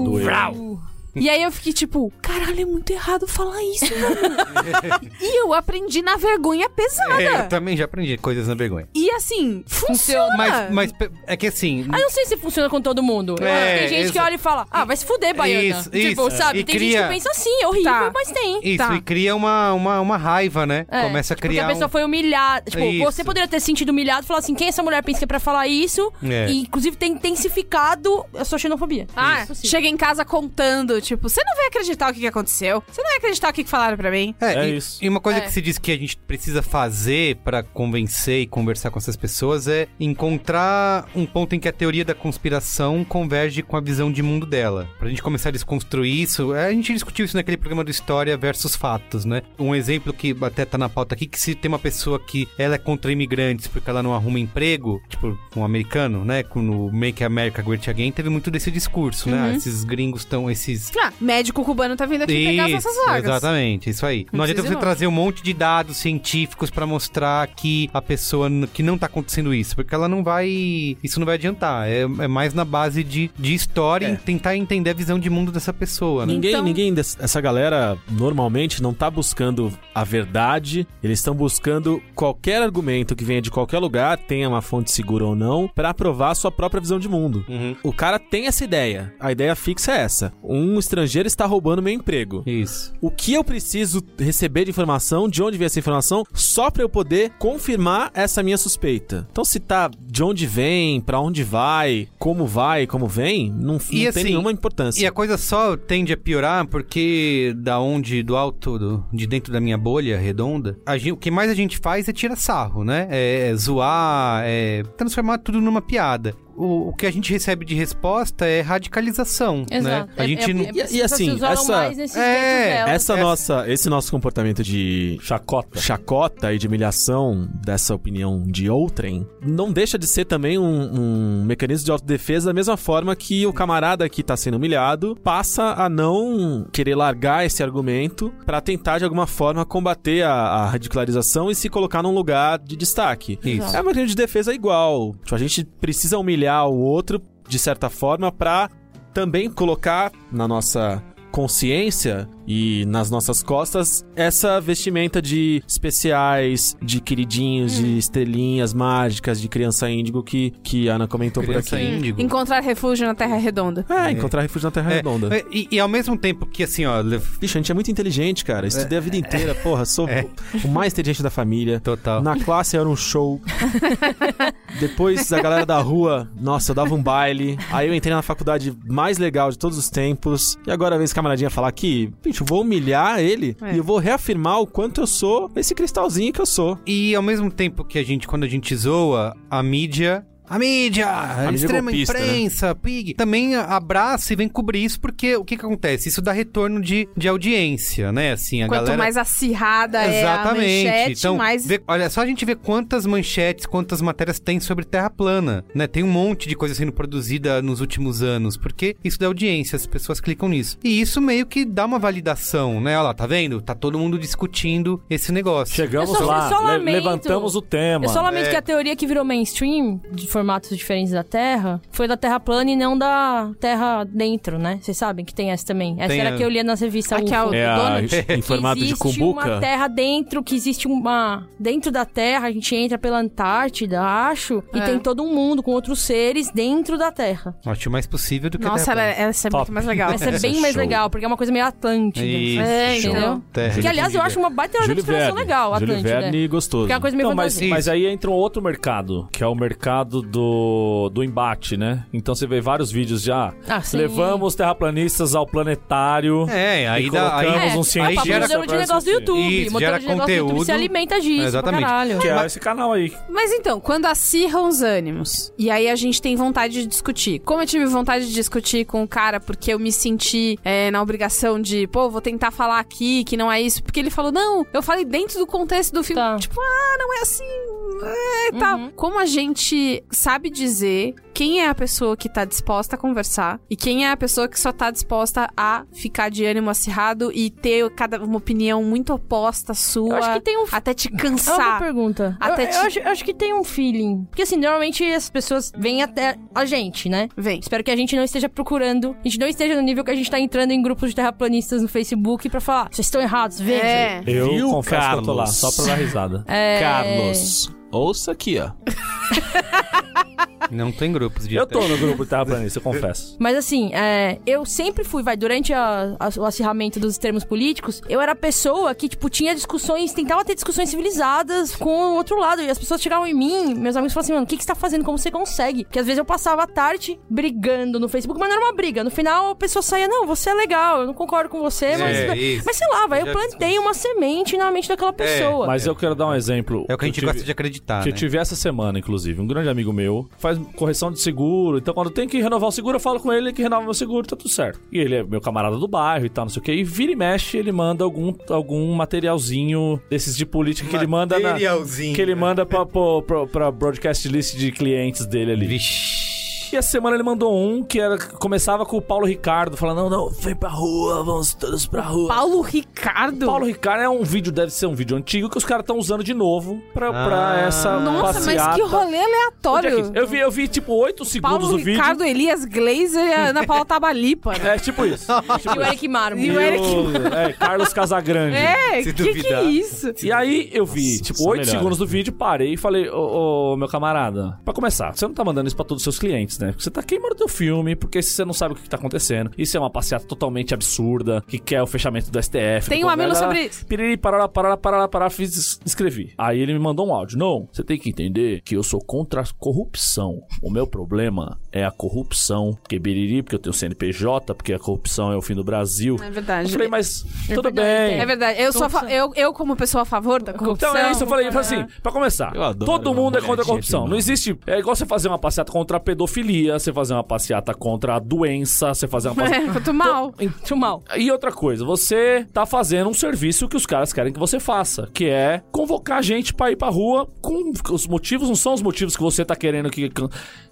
Doeu. E aí eu fiquei tipo, caralho, é muito errado falar isso, mano. e eu aprendi na vergonha pesada. É, eu também já aprendi coisas na vergonha. E assim, funciona. Mas, mas pe- é que assim. Ah, eu não sei se funciona com todo mundo. É, tem gente que exa- olha e fala, ah, vai se fuder, Baiana. Isso, tipo, isso. sabe? E tem cria- gente que pensa assim, é horrível, Tá. mas tem. Isso, tá. e cria uma, uma, uma raiva, né? É, Começa a porque criar. a pessoa um- foi humilhada. Tipo, Isso. você poderia ter se sentido humilhado e falar assim: quem essa mulher pensa que é pra falar isso? É. E, inclusive, tem intensificado a sua xenofobia. Ah, chega em casa contando, tipo, você não vai acreditar o que, que aconteceu. Você não vai acreditar o que, que falaram pra mim. É, É e, isso. e uma coisa que se diz que a gente precisa fazer pra convencer e conversar com essas pessoas é encontrar um ponto em que a teoria da conspiração converge com a visão de mundo dela. Pra gente começar a desconstruir isso, é, a gente discutiu isso naquele programa do História versus Fatos, né? Um exemplo que até tá na pauta aqui, que se tem uma pessoa que ela é contra imigrantes porque ela não arruma emprego, tipo um americano, né? Com o Make America Great Again, teve muito desse discurso, né? Ah, esses gringos estão, esses Ah, médico cubano tá vindo aqui pegar as nossas vagas. Exatamente, isso aí. Não, Não adianta precisa você ir longe. trazer um monte de dados científicos pra mostrar que a pessoa n- que não tá acontecendo isso, porque ela não vai. Isso não vai adiantar. É, é mais na base de, de história e tentar entender a visão de mundo dessa pessoa, né? Ninguém, Então- ninguém des- essa galera normalmente não tá buscando a verdade, eles estão buscando qualquer argumento que venha de qualquer lugar, tenha uma fonte segura ou não, pra provar a sua própria visão de mundo. Uhum. O cara tem essa ideia, a ideia fixa é essa: um estrangeiro está roubando meu emprego. Isso. O que eu preciso receber de informação, de onde vem essa informação, só pra eu poder confirmar essa minha suspeita. Então, se tá de onde vem, pra onde vai, como vai, como vem, não, não tem assim, nenhuma importância. E a coisa só tende a piorar porque da onde, do alto, do- de dentro da minha bolha redonda, a gen- o que mais a gente faz é tirar sarro, né? É, é zoar, é transformar tudo numa piada. O, o que a gente recebe de resposta é radicalização, Exato. É, né? A gente não... E- e assim, essa- mais nesses É, jeitos dela. Essa nossa, esse nosso comportamento de Chacota. chacota e de humilhação dessa opinião de outrem não deixa de ser também um, um mecanismo de autodefesa da mesma forma que o camarada que tá sendo humilhado passa a não querer largar esse argumento pra tentar de alguma forma combater a, a radicalização e se colocar num lugar de destaque. Isso. É um mecanismo de defesa igual. Tipo, a gente precisa humilhar o outro de certa forma pra também colocar na nossa consciência e nas nossas costas essa vestimenta de especiais, de queridinhos, Hum. de estrelinhas mágicas, de criança índigo que, que a Ana comentou por Criança aqui. índigo. Encontrar refúgio na Terra Redonda. É, encontrar refúgio na Terra Redonda. É, e, e ao mesmo tempo que, assim, ó, le- Bicho, a gente é muito inteligente, cara. Estudei a É. vida inteira, porra. Sou o mais inteligente da família. Total. Na classe era um show. Depois a galera da rua, nossa, eu dava um baile. Aí eu entrei na faculdade mais legal de todos os tempos. E agora vem esse camaradinha falar que, bicho, eu vou humilhar ele É. e eu vou reafirmar o quanto eu sou esse cristalzinho que eu sou. E ao mesmo tempo que a gente, quando a gente zoa, a mídia. A mídia! A mídia extrema golpista, né? imprensa, PIG, também abraça e vem cobrir isso, porque o que, que acontece? Isso dá retorno de, de audiência, né? Assim, a Quanto galera. mais acirrada Exatamente. é a manchete, então, mais... vê- olha, só a gente vê quantas manchetes, quantas matérias tem sobre terra plana, né? Tem um monte de coisa sendo produzida nos últimos anos, porque isso dá audiência, as pessoas clicam nisso. E isso meio que dá uma validação, né? Olha lá, tá vendo? Tá todo mundo discutindo esse negócio. Chegamos Eu só- lá, eu só le- lamento. levantamos o tema. Eu só lamento É. que a teoria que virou mainstream, de formatos diferentes da Terra, foi da Terra plana e não da Terra dentro, né? Vocês sabem que tem essa também. Essa Tem era a- a que eu lia nas revistas Aqui é UFO. o É a, Donald. em formato que de existe cumbuca. uma terra dentro, que existe uma... Dentro da terra, a gente entra pela Antártida, acho, e É. tem todo um mundo com outros seres dentro da terra. Acho mais possível do que Nossa, terra ela, plana. essa é Top. muito mais legal. Essa é Essa é bem mais show. legal, porque é uma coisa meio Atlântida. Isso, É, show. entendeu? Terra. Que, aliás, eu acho uma baita teoria da Júlio conspiração Verne. legal, Júlio Atlântida. Verne é. gostoso. Porque é uma coisa meio Não, mas, fantasia. mas aí entra um outro mercado, que é o mercado do, do embate, né? Então você vê vários vídeos já. Ah, sim. Levamos terraplanistas ao planetário. É, aí e dá. Aí, colocamos É, um o cientista próprio modelo de versus negócio do YouTube. Isso, modelo gera de negócio do YouTube se conteúdo. alimenta disso, Exatamente. pra caralho. Que é esse canal aí. Mas então, quando acirram os ânimos, e aí a gente tem vontade de discutir. Como eu tive vontade de discutir com o cara porque eu me senti é, na obrigação de, pô, vou tentar falar aqui que não é isso, porque ele falou, não, eu falei dentro do contexto do filme. Tá. Uhum. Tipo, ah, não é assim. É, e tal. Como a gente sabe dizer quem é a pessoa que tá disposta a conversar e quem é a pessoa que só tá disposta a ficar de ânimo acirrado e ter cada, uma opinião muito oposta à sua. Eu acho que tem um Até te É uma boa cansar. pergunta. Até eu, te- eu acho, eu acho que tem um feeling. Porque assim, normalmente as pessoas vêm até a gente, né? Vem. Espero que a gente não esteja procurando, a gente não esteja no nível que a gente tá entrando em grupos de terraplanistas no Facebook pra falar, vocês estão errados, veja. É. Eu Viu, confesso que eu tô lá, Carlos? só pra dar risada. É. Carlos, ouça aqui, ó. Não tem grupos de Eu tô no grupo de terraplanista, eu confesso. Mas assim, é, eu sempre fui, vai, durante a- a- o acirramento dos extremos políticos, eu era a pessoa que, tipo, tinha discussões, tentava ter discussões civilizadas com o outro lado. E as pessoas chegavam em mim, meus amigos falavam assim, mano, o que, que você tá fazendo? Como você consegue? Porque às vezes eu passava a tarde brigando no Facebook, mas não era uma briga. No final a pessoa saía, não, você é legal, eu não concordo com você, mas. É isso. Mas sei lá, vai, Já eu plantei uma semente na mente daquela pessoa. Mas eu quero dar um exemplo. É o que a gente Eu tive- gosta de acreditar. Que eu né? tive essa semana, inclusive. Um grande amigo meu faz correção de seguro. Então, quando tem que renovar o seguro, eu falo com ele que renova meu seguro, tá tudo certo. E ele é meu camarada do bairro e tal, não sei o quê. E vira e mexe, ele manda algum, algum materialzinho desses de política que ele manda na. Materialzinho. Que ele manda pra, pra, pra- pra broadcast list de clientes dele ali. Vixe. E essa semana ele mandou um que era, começava com o Paulo Ricardo, falando: Não, não, vem pra rua, vamos todos pra rua. Paulo Ricardo? Paulo Ricardo é um vídeo, deve ser um vídeo antigo que os caras estão usando de novo pra, pra Ah. essa Nossa, passeata. mas que rolê Onde é que- aleatório. Eu vi, eu vi tipo 8 segundos Paulo do vídeo. Ricardo, Elias Glazer e a Ana Paula Tabalipa. né? É tipo isso. E o Eric Marmo. E o Eric- Eu- é, Carlos Casagrande. É, Se que que é duvidar. isso? E aí eu vi, Nossa, tipo, só 8 melhora. segundos do vídeo, parei e falei, ô, ô, meu camarada, pra começar, você não tá mandando isso pra todos os seus clientes, né? Porque você tá queimando teu filme, porque você não sabe o que que tá acontecendo. Isso é uma passeata totalmente absurda, que quer o fechamento do STF. Tem do um Congresso, amigo lá, lá, sobre lá. isso. Piriri, parará, parará, parará, parará, fiz, es- escrevi. Aí ele me mandou um áudio. Não, você tem que entender que eu sou contra a corrupção. O meu problema é a corrupção. Porque biriri, porque eu tenho CNPJ, porque a corrupção é o fim do Brasil. É Eu verdade. falei, mas tudo verdade, bem. tem. É verdade. Eu, sou a fa- eu, eu, como pessoa a favor da corrupção... Então é isso, eu falei, eu falei assim, pra começar, Eu adoro todo uma mundo é contra mulherzinha a corrupção. assim, Não existe. É igual você fazer uma passeata contra a pedofilia, você fazer uma passeata contra a doença, você fazer uma passeata. É, quanto mal. Muito mal. E outra coisa, você tá fazendo um serviço que os caras querem que você faça, que é convocar gente pra ir pra rua com os motivos, não são os motivos que você tá querendo que.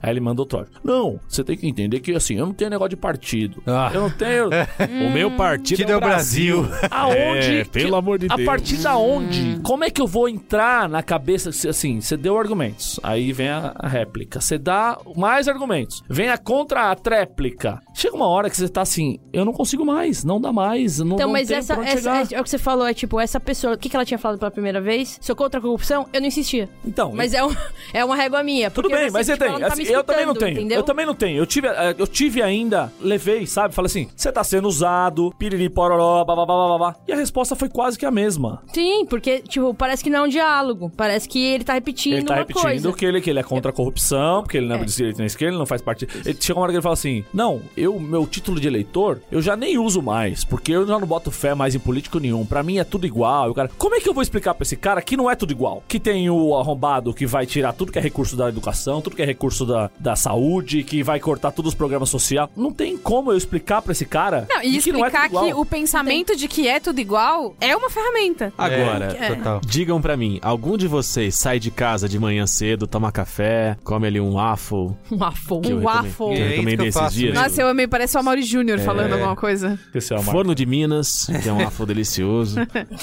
Aí ele manda outro áudio. Não, você tem que entender que assim, eu não tenho negócio de partido. Ah. Eu não tenho. O meu partido Tido é o Brasil. Aonde? É, pelo que- amor de a Deus. partir da onde? Hum. Como é que eu vou entrar na cabeça? se- Assim, você deu argumentos. Aí vem a, a réplica. Você dá mais momentos. Vem a contra a tréplica. Chega uma hora que você tá assim, eu não consigo mais, não dá mais, não, Então, não mas tenho essa, pra onde essa um chegar. é, o que você falou, é tipo, essa pessoa, o que, que ela tinha falado pela primeira vez? Sou contra a corrupção? Eu não insistia. Então, Mas é, um, é uma régua minha. Tudo porque eu bem, sei, mas você tipo, tem. ela não tá me Assim, eu também não escutando, tenho. Entendeu? Eu também não tenho. Eu tive, eh, eu tive ainda, levei, sabe? Falei assim, você tá sendo usado, piriri, pororó, babá, babá, babá. E a resposta foi quase que a mesma. Sim, porque, tipo, parece que não é um diálogo. Parece que ele tá repetindo Ele tá uma repetindo coisa. que ele, que ele é contra a corrupção, porque ele não é, de direita nem esquerda, ele não faz parte. Ele chega uma hora que ele fala assim: Não, eu, meu título de eleitor, eu já nem uso mais, porque eu já não boto fé mais em político nenhum. Pra mim é tudo igual. E O cara, como é que eu vou explicar pra esse cara que não é tudo igual? Que tem o arrombado que vai tirar tudo que é recurso da educação, tudo que é recurso da, da saúde, que vai cortar todos os programas sociais. Não tem como eu explicar pra esse cara. Não, e de que não é explicar tudo igual. que o pensamento de que é tudo igual é uma ferramenta. Agora, É, total. Digam pra mim, algum de vocês sai de casa de manhã cedo, toma café, come ali um waffle? Um afon. que eu Um recomendo- afon. É Que eu isso que recomendei eu esses faço dias. mesmo. Nossa, eu amei, parece o Amaury Júnior falando alguma coisa. Esse é o Marco. Forno de Minas, que é um afro delicioso.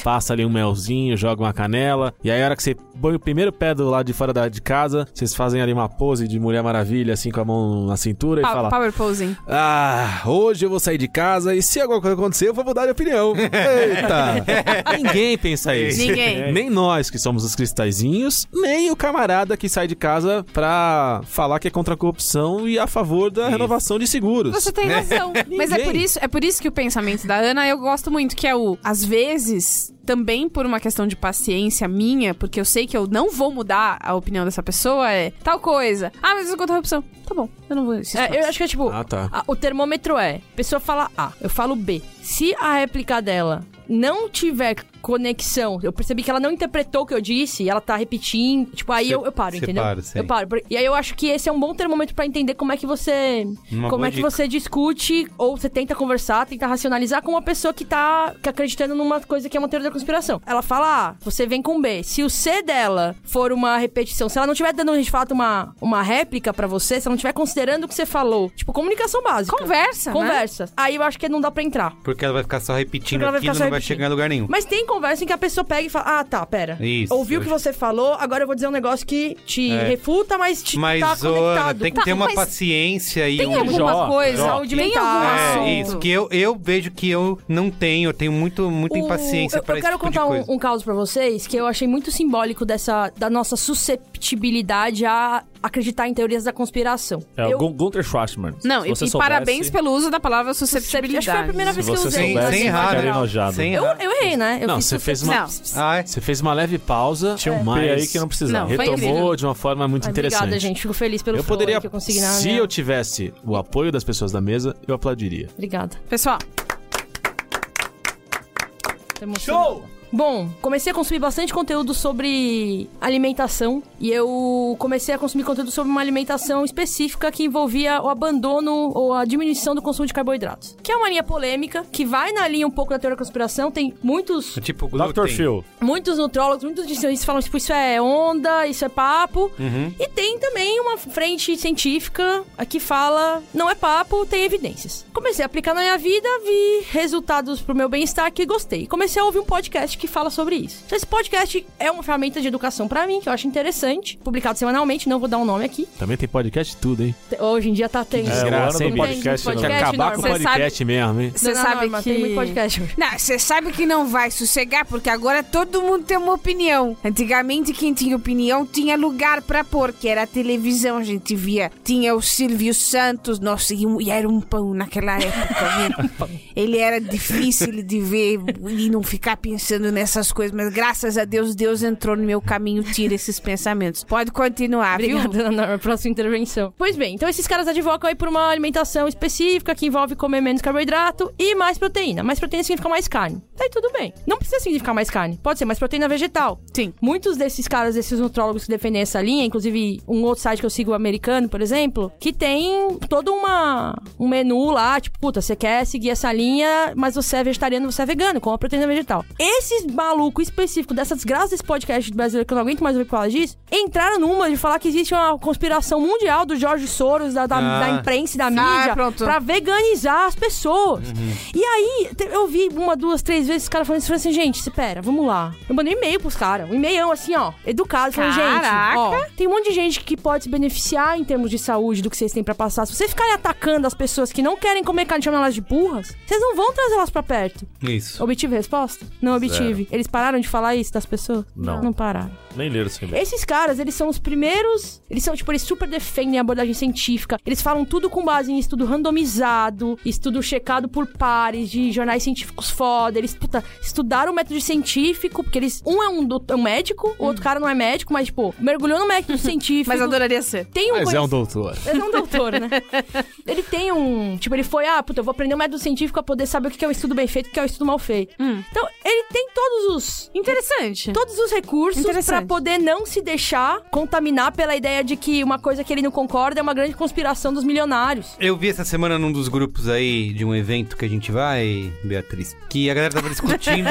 Passa ali um melzinho, joga uma canela. E aí, a hora que você põe o primeiro pé do lado de fora da, de casa, vocês fazem ali uma pose de Mulher Maravilha, assim, com a mão na cintura e Pa- fala: Power posing. Ah, hoje eu vou sair de casa e se alguma coisa acontecer, eu vou mudar de opinião. Eita! Ninguém pensa isso. Ninguém. Nem nós que somos os cristalzinhos, nem o camarada que sai de casa pra falar que é contra a corrupção e a favor da renovação de seguros. Você tá- tem razão. Mas é Ninguém. por, isso, é por isso que o pensamento da Ana eu gosto muito, que é o, às vezes, também por uma questão de paciência minha, porque eu sei que eu não vou mudar a opinião dessa pessoa, é tal coisa. Ah, mas eu contra a opção. Tá bom, eu não vou. insistir. É, eu acho que é tipo, Ah, tá. a- o termômetro é, a pessoa fala A, eu falo B. Se a réplica dela não tiver conexão, eu percebi que ela não interpretou o que eu disse, ela tá repetindo, tipo, aí Cê- eu, eu paro, cê entendeu? para, sim. eu paro. por- E aí eu acho que esse é um bom termômetro pra entender como é que você, Uma como boa é que dica. você discute ou você tenta conversar, tenta racionalizar com uma pessoa que tá que acreditando numa coisa que é uma teoria da conspiração. Ela fala A, você vem com B. Se o C dela for uma repetição, se ela não tiver dando de fato uma, uma réplica pra você, se ela não tiver considerando o que você falou, tipo comunicação básica. Conversa, né? Conversa. Aí eu acho que não dá pra entrar. Porque ela vai ficar só repetindo Porque ela vai aquilo ficar e só não vai repetindo. chegar em lugar nenhum. Mas tem conversa em que a pessoa pega e fala: Ah, tá, pera. Isso. É. Ouvi o que você falou, agora eu vou dizer um negócio que te refuta, mas te Mas, tá Ana, conectado. tem que Tá, ter uma mas paciência e Tem um alguma Jó, coisa? Jó. Saúde mental. Tem algum É, assunto? isso, que eu, eu vejo que eu não tenho, eu tenho muito, muita O- impaciência eu, para eu isso. quero tipo de contar um- coisa. um, caso pra vocês que eu achei muito simbólico dessa da nossa susceptibilidade a acreditar em teorias da conspiração. É o eu, Gun- Gunther Schwartzman. Não, Se e, você e soubesse- parabéns pelo uso da palavra Susceptibilidade. Acho susceptibilidade. que foi a primeira vez Se que eu você usei. sem, eu sem usei errar, pra ficaria né? geral. enojado. Sem Ah, é? Eu, errar. eu errei, né? Eu Não, fiz você fez susceptibilidade. uma. Não. Ai, Você fez uma leve pausa, Tinha um mas P aí que não precisava. Não, foi retomou incrível. de uma forma muito Mas interessante. Obrigada, gente. Fico feliz pelo Eu follow aí poderia, que eu consegui na se minha- eu tivesse o apoio das pessoas da mesa, eu aplaudiria. Obrigada. Pessoal, Tô emocionada. Tá Bom, comecei a consumir bastante conteúdo sobre alimentação e eu comecei a consumir conteúdo sobre uma alimentação específica que envolvia o abandono ou a diminuição do consumo de carboidratos. Que é uma linha polêmica, que vai na linha um pouco da teoria da conspiração, tem muitos Tipo glúten. Dr. Phil. muitos nutrólogos, muitos nutricionistas falam, tipo, isso é onda, isso é papo. E tem também uma frente científica que fala, não é papo, tem evidências. Comecei a aplicar na minha vida, vi resultados pro meu bem-estar que gostei. Comecei a ouvir um podcast que fala sobre isso. Esse podcast é uma ferramenta de educação pra mim, que eu acho interessante. Publicado semanalmente, não vou dar o nome aqui. Também tem podcast e tudo, hein? Hoje em dia tá tendo. É, o ano do hein, bicho? podcast, Tinha que né? acabar com o Você sabe- podcast mesmo, hein? você Dona sabe Norma, que... Tem muito podcast hoje. Não, você sabe que não vai sossegar, porque agora todo mundo tem uma opinião. Antigamente, quem tinha opinião tinha lugar pra pôr, que era a televisão, a gente via. Tinha o Silvio Santos, nossa, e, um- e era um pão naquela época, Um né? Ele era difícil de ver e não ficar pensando nessas coisas, mas graças a Deus, Deus entrou no meu caminho, tira esses pensamentos. Pode continuar, Obrigada, viu? Ana Norma, pela sua intervenção. Pois bem, então esses caras advocam aí por uma alimentação específica que envolve comer menos carboidrato e mais proteína. Mais proteína significa mais carne. Daí tudo bem. Não precisa significar mais carne. Pode ser mais proteína vegetal. Sim. Muitos desses caras, desses nutrólogos que defendem essa linha, inclusive um outro site que eu sigo, americano, por exemplo, que tem todo uma, um menu lá, tipo, puta, você quer seguir essa linha, mas você é vegetariano, você é vegano, com a proteína vegetal. Esses esse maluco específico dessa desgraça desse podcast brasileiro que eu não aguento mais ouvir por causa disso, entraram numa de falar que existe uma conspiração mundial do Jorge Soros, da, da, Ah. da imprensa e da mídia, é, pronto. Uhum. pra veganizar as pessoas. E aí, te- eu vi uma, duas, três vezes os caras falando isso, falei assim, gente, espera, vamos lá. Eu mandei um e-mail pros caras, um e-mailão assim, ó, educado, falando, gente, Caraca. ó, tem um monte de gente que pode se beneficiar em termos de saúde do que vocês têm pra passar. Se vocês ficarem atacando as pessoas que não querem comer carne, chamando elas de burras, vocês não vão trazer elas pra perto. Isso. Obtive resposta? Não obtive. Eles pararam de falar isso das pessoas? Não. Não pararam. Nem leram esse e-mail. Esses caras, eles são os primeiros. Eles são, tipo, eles super defendem a abordagem científica. Eles falam tudo com base em estudo randomizado, estudo checado por pares de jornais científicos foda. Eles, puta, estudaram o método científico, porque eles. Um é um, doutor, um médico, o outro cara não é médico, mas, tipo, mergulhou no método científico. Mas adoraria ser. Tem um Mas é conhecimento- um doutor. ele é um doutor, né? Ele tem um. Tipo, ele foi, ah, puta, eu vou aprender um método científico pra poder saber o que é um estudo bem feito e o que é um estudo mal feito. Então, ele tem todos os. Interessante. Todos os recursos pra É. Interessante. poder não se deixar contaminar pela ideia de que uma coisa que ele não concorda é uma grande conspiração dos milionários. Eu vi essa semana num dos grupos aí de um evento que a gente vai, Beatriz, que a galera tava discutindo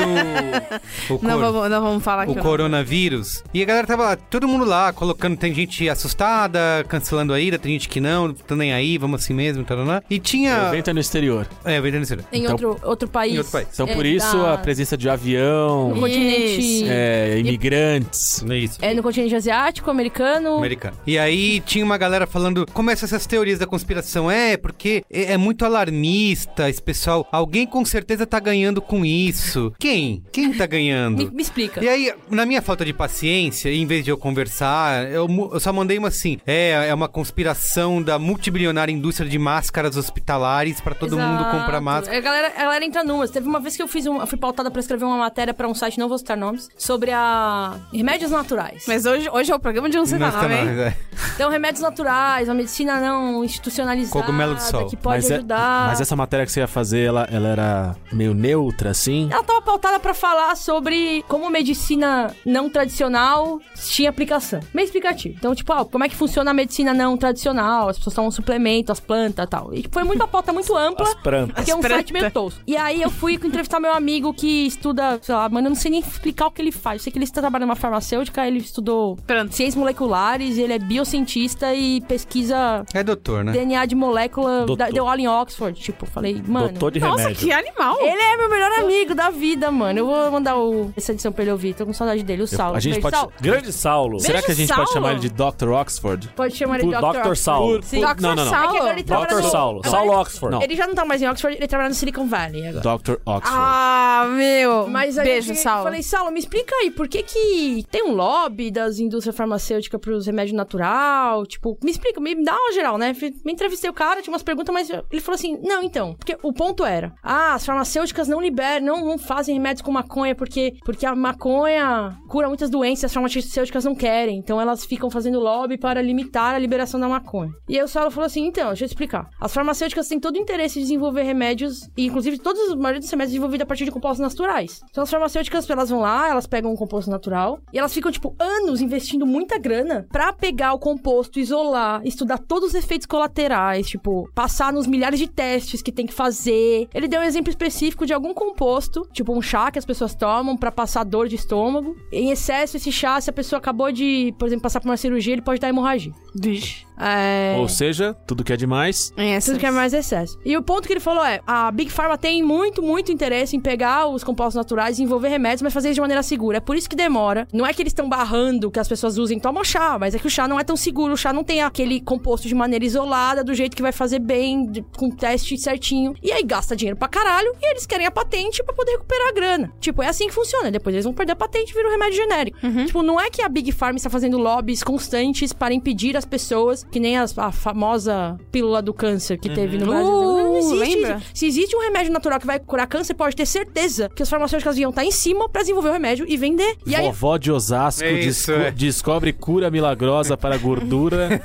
o, o cor- Não vamos, não vamos falar aqui. o coronavírus. E a galera tava lá, todo mundo lá, colocando, tem gente assustada, cancelando a ida, tem gente que não, tá nem aí, vamos assim mesmo, taraná. E O tinha... evento é no exterior. É, vendo isso. Em Então- outro, outro país. Em outro país. Então, É, por isso, da- a presença de avião, No continente. É. é, imigrantes. Isso. no continente asiático, americano. Americano. E aí tinha uma galera falando, começa essas teorias da conspiração. É, porque é, é muito alarmista esse pessoal. Alguém com certeza tá ganhando com isso. Quem? Quem tá Me, ganhando? me explica. E aí, na minha falta de paciência, em vez de eu conversar, eu, mu- eu só mandei uma assim: é, é uma conspiração da multibilionária indústria de máscaras hospitalares pra todo mundo Exato. comprar máscara. A galera, a galera entra numas. Teve uma vez que eu fiz um, eu fui pautada pra escrever uma matéria pra um site, não vou citar nomes, sobre a remédios naturais. Mas hoje, hoje é o programa de não ser Não nada, está hein? mais, é. Então, remédios naturais, uma medicina não institucionalizada, Cogumelo do sol. que pode é- ajudar. mas essa matéria que você ia fazer, ela, ela era meio neutra, assim? Ela tava pautada pra falar sobre como medicina não tradicional tinha aplicação. Meio explicativo. Então, tipo, ah, como é que funciona a medicina não tradicional? As pessoas tomam suplemento, as plantas e tal. E tipo, foi muito uma pauta muito ampla. As plantas. Porque é um As site meio tosco. E aí eu fui entrevistar meu amigo que estuda, sei lá, mano, eu não sei nem explicar o que ele faz. Eu sei que ele está trabalhando numa farmacêutica, ele estudou Pronto. ciências moleculares, ele é biocientista e pesquisa É doutor, né? DNA de molécula, Doutor. da- deu aula em Oxford. Tipo, falei, mano. Doutor de Nossa, remédio. que animal. Ele é meu melhor amigo da vida, mano. Eu vou mandar o... essa edição pra ele ouvir. Tô com saudade dele, o Saulo. a gente Beijo, pode- Saulo. Grande Saulo. Será que a gente pode Saulo? chamar ele de Dr. Oxford? Pode chamar ele Por de Dr. Saulo. Oxford. Sim. Por- Dr. não, não, não. Saulo. É que agora ele trabalha Dr. no- Saulo. agora Saulo ele- Oxford. Não. Ele já não tá mais em Oxford, ele trabalha no Silicon Valley agora. Dr. Oxford. Ah, meu. Mas aí Beijo, eu cheguei- Saulo. falei, Saulo, me explica aí, por que que tem um lobby das indústrias farmacêuticas pros remédios natural? Tipo, me explica, me dá uma geral, né? Fui- Me entrevistei o cara, tinha umas perguntas, mas ele falou assim, não, então, porque o ponto era, ah, as farmacêuticas não liberam, não, não fazem remédios com maconha porque, porque a maconha cura muitas doenças, as farmacêuticas não querem, então elas ficam fazendo lobby para limitar a liberação da maconha. E aí o Saulo falou assim, então, deixa eu te explicar. As farmacêuticas têm todo o interesse em desenvolver remédios, e inclusive todos os maioria dos remédios desenvolvidos a partir de compostos naturais. Então as farmacêuticas, elas vão lá, elas pegam um composto natural e elas ficam, tipo, anos investindo muita grana pra pegar o composto, isolar, estudar todos os efeitos colaterais, tipo, passar nos milhares de testes que tem que fazer. Ele deu um exemplo específico de algum composto, tipo um chá que as pessoas tomam pra passar dor de estômago. Em excesso, esse chá, se a pessoa acabou de, por exemplo, passar por uma cirurgia, ele pode dar hemorragia. Vixe. É... Ou seja, tudo que é demais. Tudo que é mais excesso. E o ponto que ele falou é: a Big Pharma tem muito, muito interesse em pegar os compostos naturais e envolver remédios, mas fazer isso de maneira segura. É por isso que demora. Não é que eles estão barrando que as pessoas usem, toma chá, mas é que o chá não é tão seguro. O chá não tem aquele composto de maneira isolada, do jeito que vai fazer bem, de- com teste certinho. E aí gasta dinheiro pra caralho e eles querem a patente pra poder recuperar a grana. Tipo, é assim que funciona. Depois eles vão perder a patente e vira um remédio genérico. Uhum. Tipo, não é que a Big Pharma está fazendo lobbies constantes para impedir as pessoas, que nem as- a famosa pílula do câncer que teve no Uh, Brasil. Não, não existe. lembra? Se existe um remédio natural que vai curar câncer, pode ter certeza que as farmacêuticas iam estar em cima pra desenvolver o remédio e vender. E aí, Vovó de Osasco É isso, desco- é. descobre cura milagrosa para gordura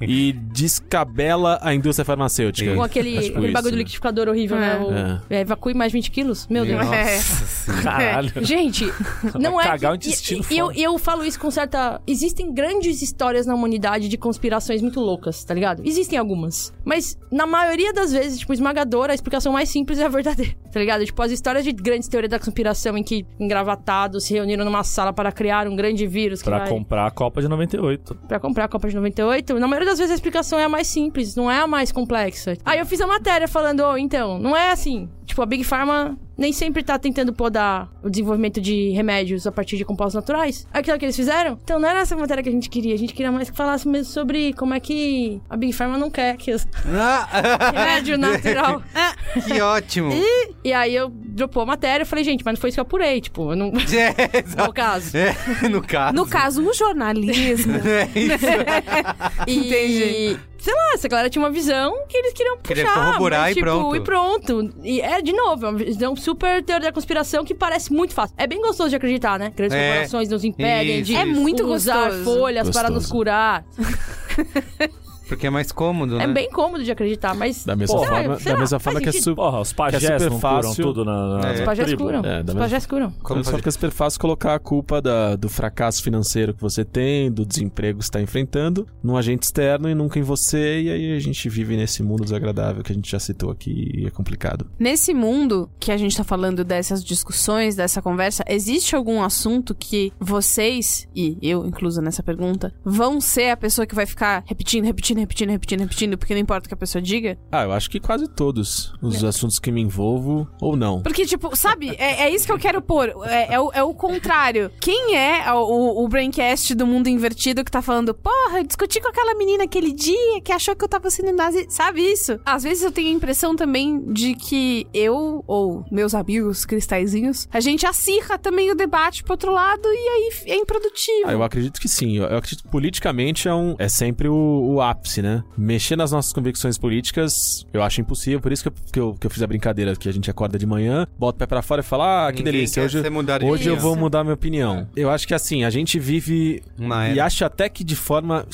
e descabela a indústria farmacêutica. com aquele, É tipo aquele isso, bagulho do né? liquidificador horrível, né? O- é, evacue mais 20 quilos? Meu Deus. Nossa senhora. Caralho. Gente, não é. cagar o que- intestino e, e eu, fora. e eu falo isso com certa. Existem grandes histórias na humanidade de conspirações muito loucas, tá ligado? Existem algumas. Mas na maioria das vezes, tipo, esmagadora, a explicação mais simples é a verdadeira. Tá ligado? Tipo, as histórias de grandes teorias da conspiração em que engravatados se reuniram numa sala para criar um grande vírus. que Pra vai- comprar a Copa de 98. Pra comprar a Copa de 98, na maioria das vezes a explicação é a mais simples, não é a mais complexa. Aí eu fiz a matéria falando, oh, então, não é assim. Tipo, a Big Pharma nem sempre tá tentando podar o desenvolvimento de remédios a partir de compostos naturais. Aquilo que eles fizeram? Então não era essa matéria que a gente queria. A gente queria mais que falasse mesmo sobre como é que a Big Pharma não quer que os Ah, remédio natural. que ótimo. e aí eu dropou a matéria e falei, gente, mas não foi isso que eu apurei, tipo, eu não. É, exato. No caso. É, no caso. No caso, o jornalismo. É isso. E, Entendi. Sei lá, essa galera tinha uma visão que eles queriam puxar. Queria corroborar mas, e tipo, pronto. E pronto. E é, de novo, é uma visão super teoria da conspiração que parece muito fácil. É bem gostoso de acreditar, né? Grandes É. corporações nos impedem Isso, de É muito usar gostoso. folhas para Gostoso. nos curar. Porque é mais cômodo, É né? bem cômodo de acreditar, mas... Da mesma Pô, forma, sei da lá, mesma faz forma que é sentido. super. Porra, os Que é pajés super não curam fácil. tudo na, na, É. Os na pajés tribo. curam. É, da Os mesma- pajés curam. Da Como mesma forma fazer? que é super fácil colocar a culpa da- do fracasso financeiro que você tem, do desemprego que você está enfrentando, num agente externo e nunca em você, e aí a gente vive nesse mundo desagradável que a gente já citou aqui e é complicado. Nesse mundo que a gente tá falando dessas discussões, dessa conversa, existe algum assunto que vocês, e eu inclusa nessa pergunta, vão ser a pessoa que vai ficar repetindo, repetindo, repetindo, repetindo, repetindo, porque não importa o que a pessoa diga? Ah, eu acho que quase todos os É. assuntos que me envolvo, ou não. Porque, tipo, sabe? É, é isso que eu quero pôr. É, é o, é o contrário. Quem é o- o, o braincast do mundo invertido que tá falando, porra, eu discuti com aquela menina aquele dia que achou que eu tava sendo nazi. Sabe isso? Às vezes eu tenho a impressão também de que eu ou meus amigos cristalzinhos, a gente acirra também o debate pro outro lado e aí é improdutivo. Ah, eu acredito que sim. Eu eu acredito que politicamente é, um, é sempre o, o ápice, né? Mexer nas nossas convicções políticas, eu acho impossível. Por isso que eu, que eu, que eu fiz a brincadeira, que a gente acorda de manhã, bota o pé pra fora e fala, ah, que Ninguém delícia, quer hoje, ser É. mudar de hoje eu opinião. vou mudar minha opinião. Eu acho que assim, a gente vive Uma e era. acho até que de forma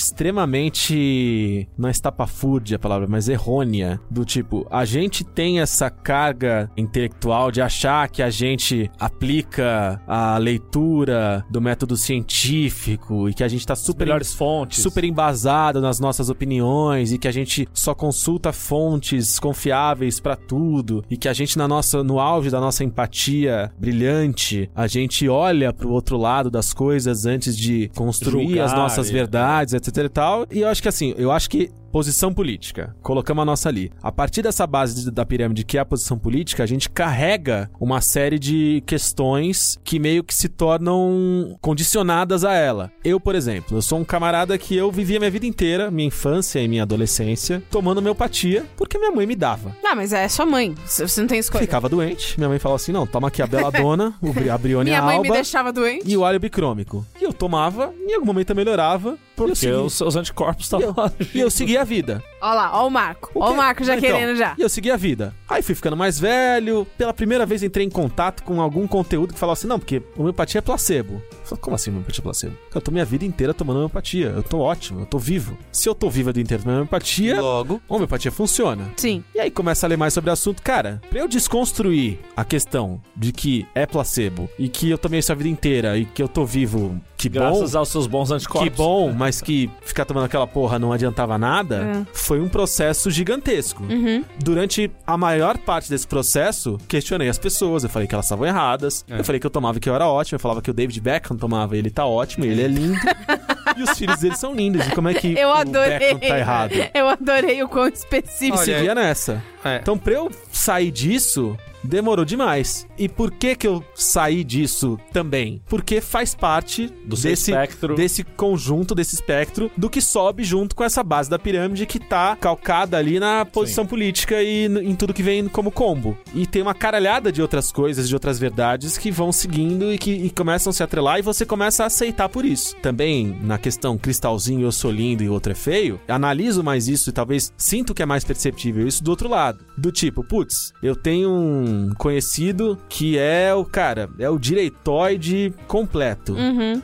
extremamente. Não é estapafúrdia a palavra, mas errônea. Do tipo, a gente tem essa carga intelectual de achar que a gente aplica a leitura do método científico e que a gente tá super Melhores fontes. super embasado nas nossas opiniões e que a gente só consulta fontes confiáveis pra tudo e que a gente na nossa no auge da nossa empatia brilhante, a gente olha pro outro lado das coisas antes de construir Julgar, as nossas é. verdades, etc e tal. E eu acho que assim, eu acho que Posição política. Colocamos a nossa ali. A partir dessa base de- da pirâmide, que é a posição política, a gente carrega uma série de questões que meio que se tornam condicionadas a ela. Eu, por exemplo, eu sou um camarada que eu vivia minha vida inteira, minha infância e minha adolescência, tomando homeopatia porque minha mãe me dava. Não, mas é sua mãe. Você você não tem escolha. Ficava doente, minha mãe falava assim: não, toma aqui a Beladona, o Bri- a Brione Minha mãe Alba me deixava doente. e o alho bicrômico. E eu tomava, e em algum momento eu melhorava, porque eu Porque segui- os seus anticorpos estavam lá. assim. e eu seguia a vida. Ó lá, ó o Marco. O Ó quê? o Marco já Então, querendo já. E eu segui a vida. Aí fui ficando mais velho. Pela primeira vez entrei em contato com algum conteúdo que falava assim: não, porque homeopatia é placebo. Eu falei, como assim homeopatia é placebo? Eu tô minha vida inteira tomando homeopatia. Eu tô ótimo, eu tô vivo. Se eu tô vivo a vida inteira tomando homeopatia, Logo, homeopatia funciona. Sim. E aí começa a ler mais sobre o assunto. Cara, pra eu desconstruir a questão de que é placebo e que eu tomei isso a vida inteira e que eu tô vivo, que bom. Graças aos seus bons anticorpos. Que bom, mas que ficar tomando aquela porra não adiantava nada. É. Foi um processo gigantesco. Uhum. Durante a maior parte desse processo, questionei as pessoas. Eu falei que elas estavam erradas. É. Eu falei que eu tomava e que eu era ótimo. Eu falava que o David Beckham tomava e ele tá ótimo, e ele é lindo. e os filhos dele são lindos. E como é que Eu o adorei. Beckham tá errado? Eu adorei o quão E específico. Olha, seguia nessa. é. Então, pra eu sair disso, demorou demais. E por que que eu saí disso também? Porque faz parte Do seu desse, espectro. desse conjunto, desse espectro, do que sobe junto com essa base da pirâmide que tá calcada ali na posição política e n- em tudo que vem como combo. E tem uma caralhada de outras coisas, de outras verdades que vão seguindo e que e começam a se atrelar e você começa a aceitar por isso. Também na questão cristalzinho, eu sou lindo e o outro é feio, analiso mais isso e talvez sinto que é mais perceptível isso do outro lado. Do tipo, putz, eu tenho um conhecido que é o cara, é o direitoide completo.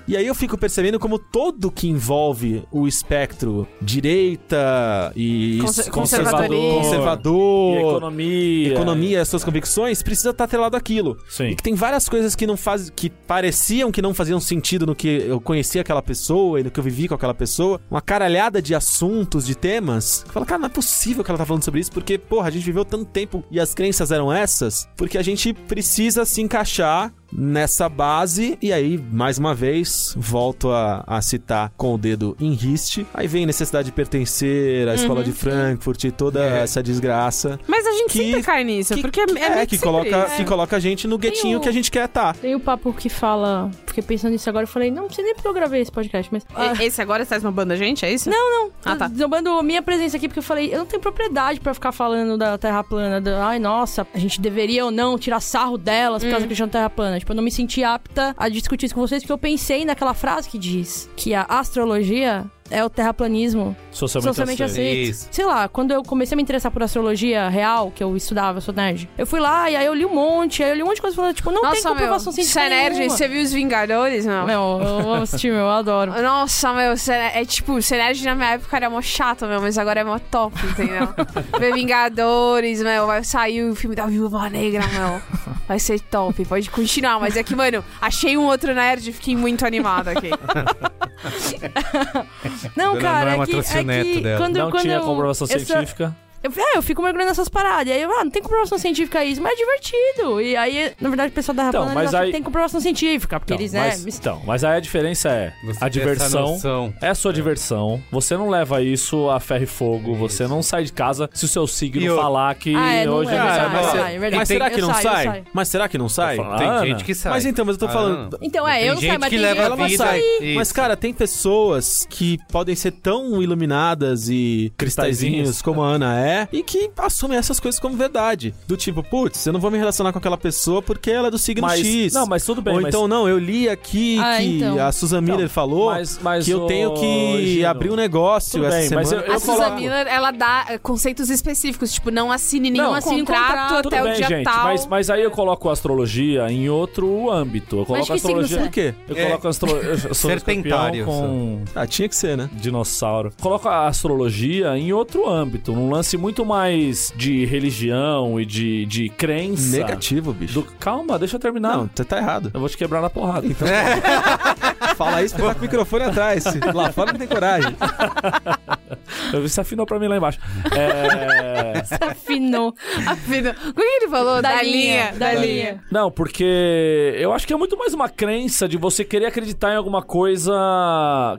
E aí eu fico percebendo como todo que envolve o espectro direita e Conser- conservadorismo. conservador, E a economia. economia, suas convicções, precisa estar atrelado àquilo. Sim. E que tem várias coisas que não faz, que pareciam que não faziam sentido no que eu conhecia aquela pessoa e no que eu vivi com aquela pessoa. Uma caralhada de assuntos, de temas. Que fala, cara, não é possível que ela tá falando sobre isso, porque, porra, a gente viveu tanto tempo e as crenças eram essas, porque a gente precisa se encaixar nessa base. E aí, mais uma vez, volto a, a citar com o dedo em riste. Aí vem necessidade de pertencer à escola de Frankfurt e toda É. essa desgraça. Uhum. Mas a gente Que- sempre cai nisso, porque é, é, meio que sempre coloca, isso. que coloca a gente no guetinho o- que a gente quer tá. estar. Tem o papo que fala. Fiquei pensando nisso agora e falei, não, não sei nem porque eu gravei esse podcast, mas. Ah, E- Esse agora traz uma banda, gente? É isso? Não, não. Ah, tá. Zombando minha presença aqui, porque eu falei, eu não tenho propriedade pra ficar falando da Terra plana. da- Ai, nossa, a gente deveria ou não tirar sarro delas por Hum. causa da questão da Terra plana. Tipo, eu não me senti apta a discutir isso com vocês, porque eu pensei naquela frase que diz que a astrologia é o terraplanismo Socialmente, socialmente aceito. aceito. Isso. Sei lá, quando eu comecei a me interessar por astrologia real, que eu estudava, eu sou nerd, eu fui lá e aí eu li um monte, aí eu li um monte de coisa falando, tipo, não tem Nossa, meu. comprovação científica Você é nerd, nenhuma. você viu os Vingadores? Não. Meu, eu amo esse time, eu adoro. Nossa, meu, cê- é tipo, ser nerd na minha época era mó chato, meu, mas agora é mó top, entendeu? Ver Vingadores, meu, vai sair o filme da Viúva Negra, meu. Vai ser top, pode continuar, mas é que, mano, achei um outro nerd e fiquei muito animada aqui. Não, Dona cara, Norma é que, trouxe o é neto que dela. quando, Não quando tinha eu- comprovação eu sou- científica. Eu, é, eu fico mergulhando nessas paradas. E aí, eu, ah, não tem comprovação científica isso, mas é divertido. E aí, na verdade, o pessoal da Então, Rapana mas eles acham aí- que tem comprovação científica, porque Então, eles, né, mas, mis- então, mas aí a diferença é Você tem a essa diversão. noção. É a sua diversão. Você não leva isso a ferro e fogo. Você não sai de casa se o seu signo E outra- falar que Ah, é, não hoje é é verdade, aniversário. é mas, verdade, é verdade. mas será Eu que não saio, eu sai? saio. mas será que não sai? falando. Tem Ah, gente não. que sai. Mas então, mas eu tô Ah, falando. não. Então, é, Tem eu não sei, gente mas que tem leva gente- assim, a Ela não vida. sai. Isso. Mas, cara, tem pessoas que podem ser tão iluminadas e cristalzinhos Cristalzinhos. como a Ana é e que assumem essas coisas como verdade. Do tipo, putz, eu não vou me relacionar com aquela pessoa porque ela é do signo Ah, Mas- X. não, mas tudo bem, Ou mas- então, não, eu li aqui Ah, que então. a Susan Miller Então, falou mas- mas que eu o tenho que Gino, abrir um negócio tudo essa bem, semana. mas eu- a eu Susan coloco- Miller, ela dá eh, conceitos específicos, tipo, não assine nenhum Não, um assine assim, contrato, contrato Tudo até bem, o dia gente, tal. mas, mas aí eu coloco a astrologia em outro âmbito. Eu coloco que a signo astrologia. você é? Por quê? Eu É. coloco a astrologia. Serpentário, com Ah, tinha que ser, né? dinossauro. Coloco a astrologia em outro âmbito, num lance muito mais de religião e de, de crença. Negativo, bicho. Do... Calma, deixa eu terminar. Não, você tá errado. Eu vou te quebrar na porrada. então, É. Fala isso porque tá com o microfone atrás. Lá fora não tem coragem. Eu vi se então. afinou pra mim lá embaixo. É... afinou. Vida- O que ele falou? Da linha, da da linha. Não, porque eu acho que é muito mais uma crença de você querer acreditar em alguma coisa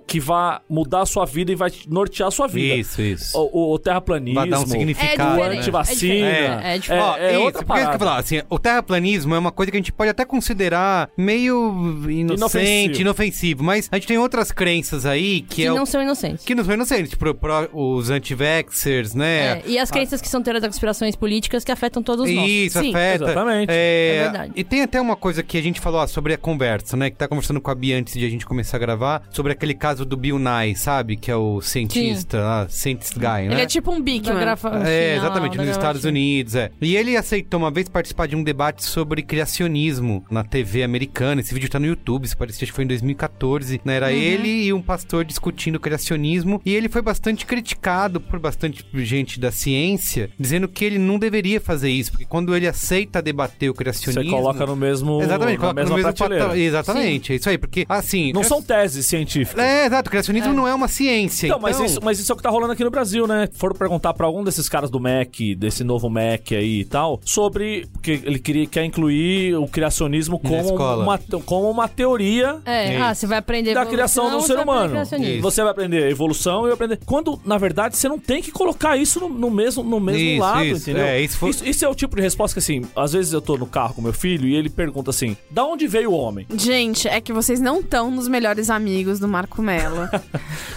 que vá mudar a sua vida e vai te nortear a sua vida. Isso, isso. O, o, o terraplanismo. Vai dar um significado. diferente. né? Antivacina. É, é diferente. Ó, é isso, outra porque isso que eu parada. falava, assim, o terraplanismo é uma coisa que a gente pode até considerar meio inocente, Inofensivo. inofensivo, mas a gente tem outras crenças aí que, Que é o- não são inocentes. que não são inocentes, pro, pro- os anti-vaxxers, né? É, e as crenças que são teoria das conspirações políticas que afetam todos nós. Isso, Sim. afeta. exatamente. É, É verdade. E tem até uma coisa que a gente falou ó, sobre a conversa, né? Que tá conversando com a Bia antes de a gente começar a gravar, sobre aquele caso do Bill Nye, sabe? Que é o cientista, lá, Scientist Guy, né? Ele é tipo um Big, Da mano. grafa- É, enfim, exatamente, ah, nos da Estados gravatinha. Unidos, é. E ele aceitou uma vez participar de um debate sobre criacionismo na TV americana. Esse vídeo tá no YouTube, se parecia que foi em 2014, né? Uhum. Era ele e um pastor discutindo criacionismo. E ele foi bastante criticado por bastante gente da ciência, dizendo que ele não deveria fazer isso, porque quando ele aceita debater o Você criacionismo. coloca no mesmo. Exatamente, na coloca mesma no mesmo prateleira. patamar. Exatamente, é isso aí, porque assim. Não cria- são teses científicas. É, exato, criacionismo não é uma ciência. Então, mas, isso, mas isso é o que tá rolando aqui no Brasil, né? Foram perguntar pra algum desses caras do Mac, desse novo Mac aí e tal, sobre. Porque ele queria, quer incluir o criacionismo Na como escola. uma, como uma teoria. É, Isso. ah, você vai aprender Da evolução, criação do você ser vai aprender humano. criacionismo. Isso. Você vai aprender a evolução e vai aprender. Quando, na verdade, você não tem que colocar isso no, no mesmo, no mesmo Isso, lado, isso. entendeu? É, isso foi- isso é o tipo de resposta que, assim, às vezes eu tô no carro com meu filho e ele pergunta assim: da onde veio o homem? Gente, é que vocês não estão nos melhores amigos do Marco Mello.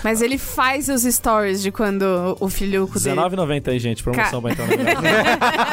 Mas ele faz os stories de quando o filhuco dele... R$19,90 aí, gente. Ca- Promoção pra entrar no mercado.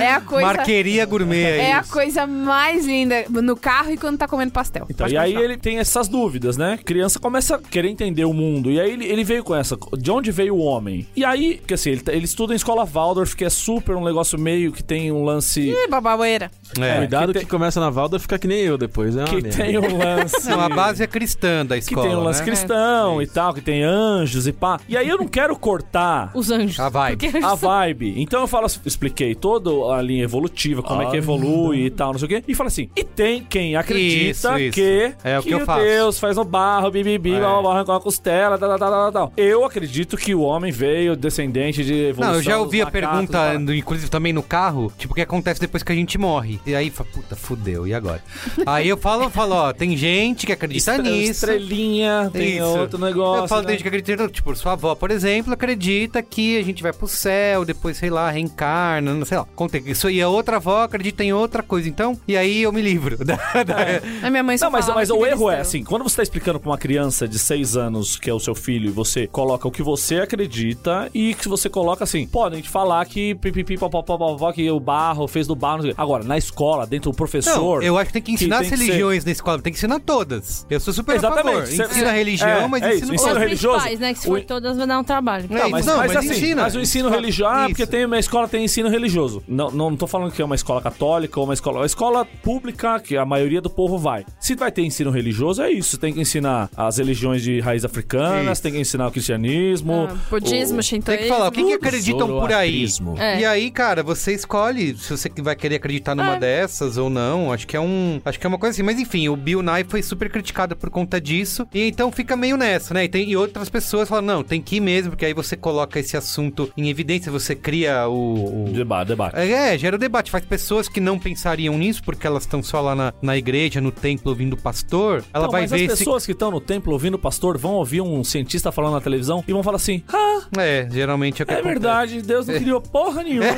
É a coisa... Marqueria gourmet É a isso. coisa mais linda no carro e quando tá comendo pastel. Então, Pode e aí continuar. ele tem essas dúvidas, né? Criança começa a querer entender o mundo. E aí ele, ele veio com essa. De onde veio o homem? E aí, porque assim, ele, tá- ele estuda em escola Waldorf, que é super um negócio meio que tem um lance. Ih, bababoeira. É. Cuidado que, que tem- começa na Valda fica que nem eu depois. É uma que merda. tem um lance. Não, a base é cristã da Que escola. tem um lance né? cristão e tal, que tem anjos e pá. E aí eu não quero cortar Os anjos. A vibe. Porque- a vibe. Então eu falo, assim, expliquei toda a linha evolutiva, como Ah. é que evolui e tal, não sei o quê. E fala assim: e tem quem acredita Isso, isso. que É o que eu o faço. Deus faz no barro, bibibi, É. é. barro com a costela, tal, tal, tal, tal, tal. Eu acredito acredito que o homem veio descendente de evolução. Não, eu já dos ouvi a macacos, pergunta, tá? no- inclusive também no carro, tipo, o que acontece depois que a gente morre? E aí, fala, puta, fudeu, e agora? aí eu falo, eu falo, ó, tem gente que acredita Estre- nisso. Estrelinha, tem Isso. outro negócio. Eu falo né? desde que acredita, tipo, sua avó, por exemplo, acredita que a gente vai pro céu, depois, sei lá, reencarna, não sei lá. Conta isso. E a outra avó acredita em outra coisa, então, e aí eu me livro. da- da- A minha mãe só Não, mas, falava mas que o eles erro é eram. assim, quando você tá explicando pra uma criança de 6 anos que é o seu filho e você coloca o que você acredita e que você coloca assim, podem te falar que pipipi, popopó, popopó, que o barro fez do barro. não sei o quê. Agora, na escola, dentro do Não, professor. eu acho que tem que ensinar tem as que ser- religiões na escola, tem que ensinar todas. Eu sou super a favor. Exatamente. Cê- Ensina cê- a religião, é, mas é ensina isso, todas. ensina- Os religioso? principais, né? Que se O- for todas, vai dar um trabalho. Então, Não, mas, não, mas mas assim, ensina. mas o ensino Isso. religioso. Ah, porque tem uma escola tem ensino religioso. Não, não tô falando que é uma escola católica ou uma escola. A escola pública, que a maioria do povo vai. Se vai ter ensino religioso, é isso. Tem que ensinar as religiões de raiz africanas, Isso. tem que ensinar o cristianismo. Ah, budismo, Tem shintoísmo. que falar, o que, que acreditam por aí? Zoroastrismo. É. E aí, cara, você escolhe se você vai querer acreditar numa dessas ou não. Acho que é um. Acho que é uma coisa assim. Mas enfim, o Bill Nye foi super criticado por conta disso. E então fica meio nessa, né? E, tem, e outras pessoas falam, não, tem que ir mesmo, porque aí você coloca esse assunto em evidência, você cria o- o Debate, debate. é, gera o debate. Faz pessoas que não pensariam nisso, porque elas estão só lá na, na igreja, no templo, ouvindo o pastor. Ela Não, vai Então, mas ver as se. pessoas que estão no templo ouvindo o pastor vão ouvir um cientista falando na televisão e vão falar assim: ah, É, geralmente é o que é acontece. verdade, Deus não criou porra nenhuma.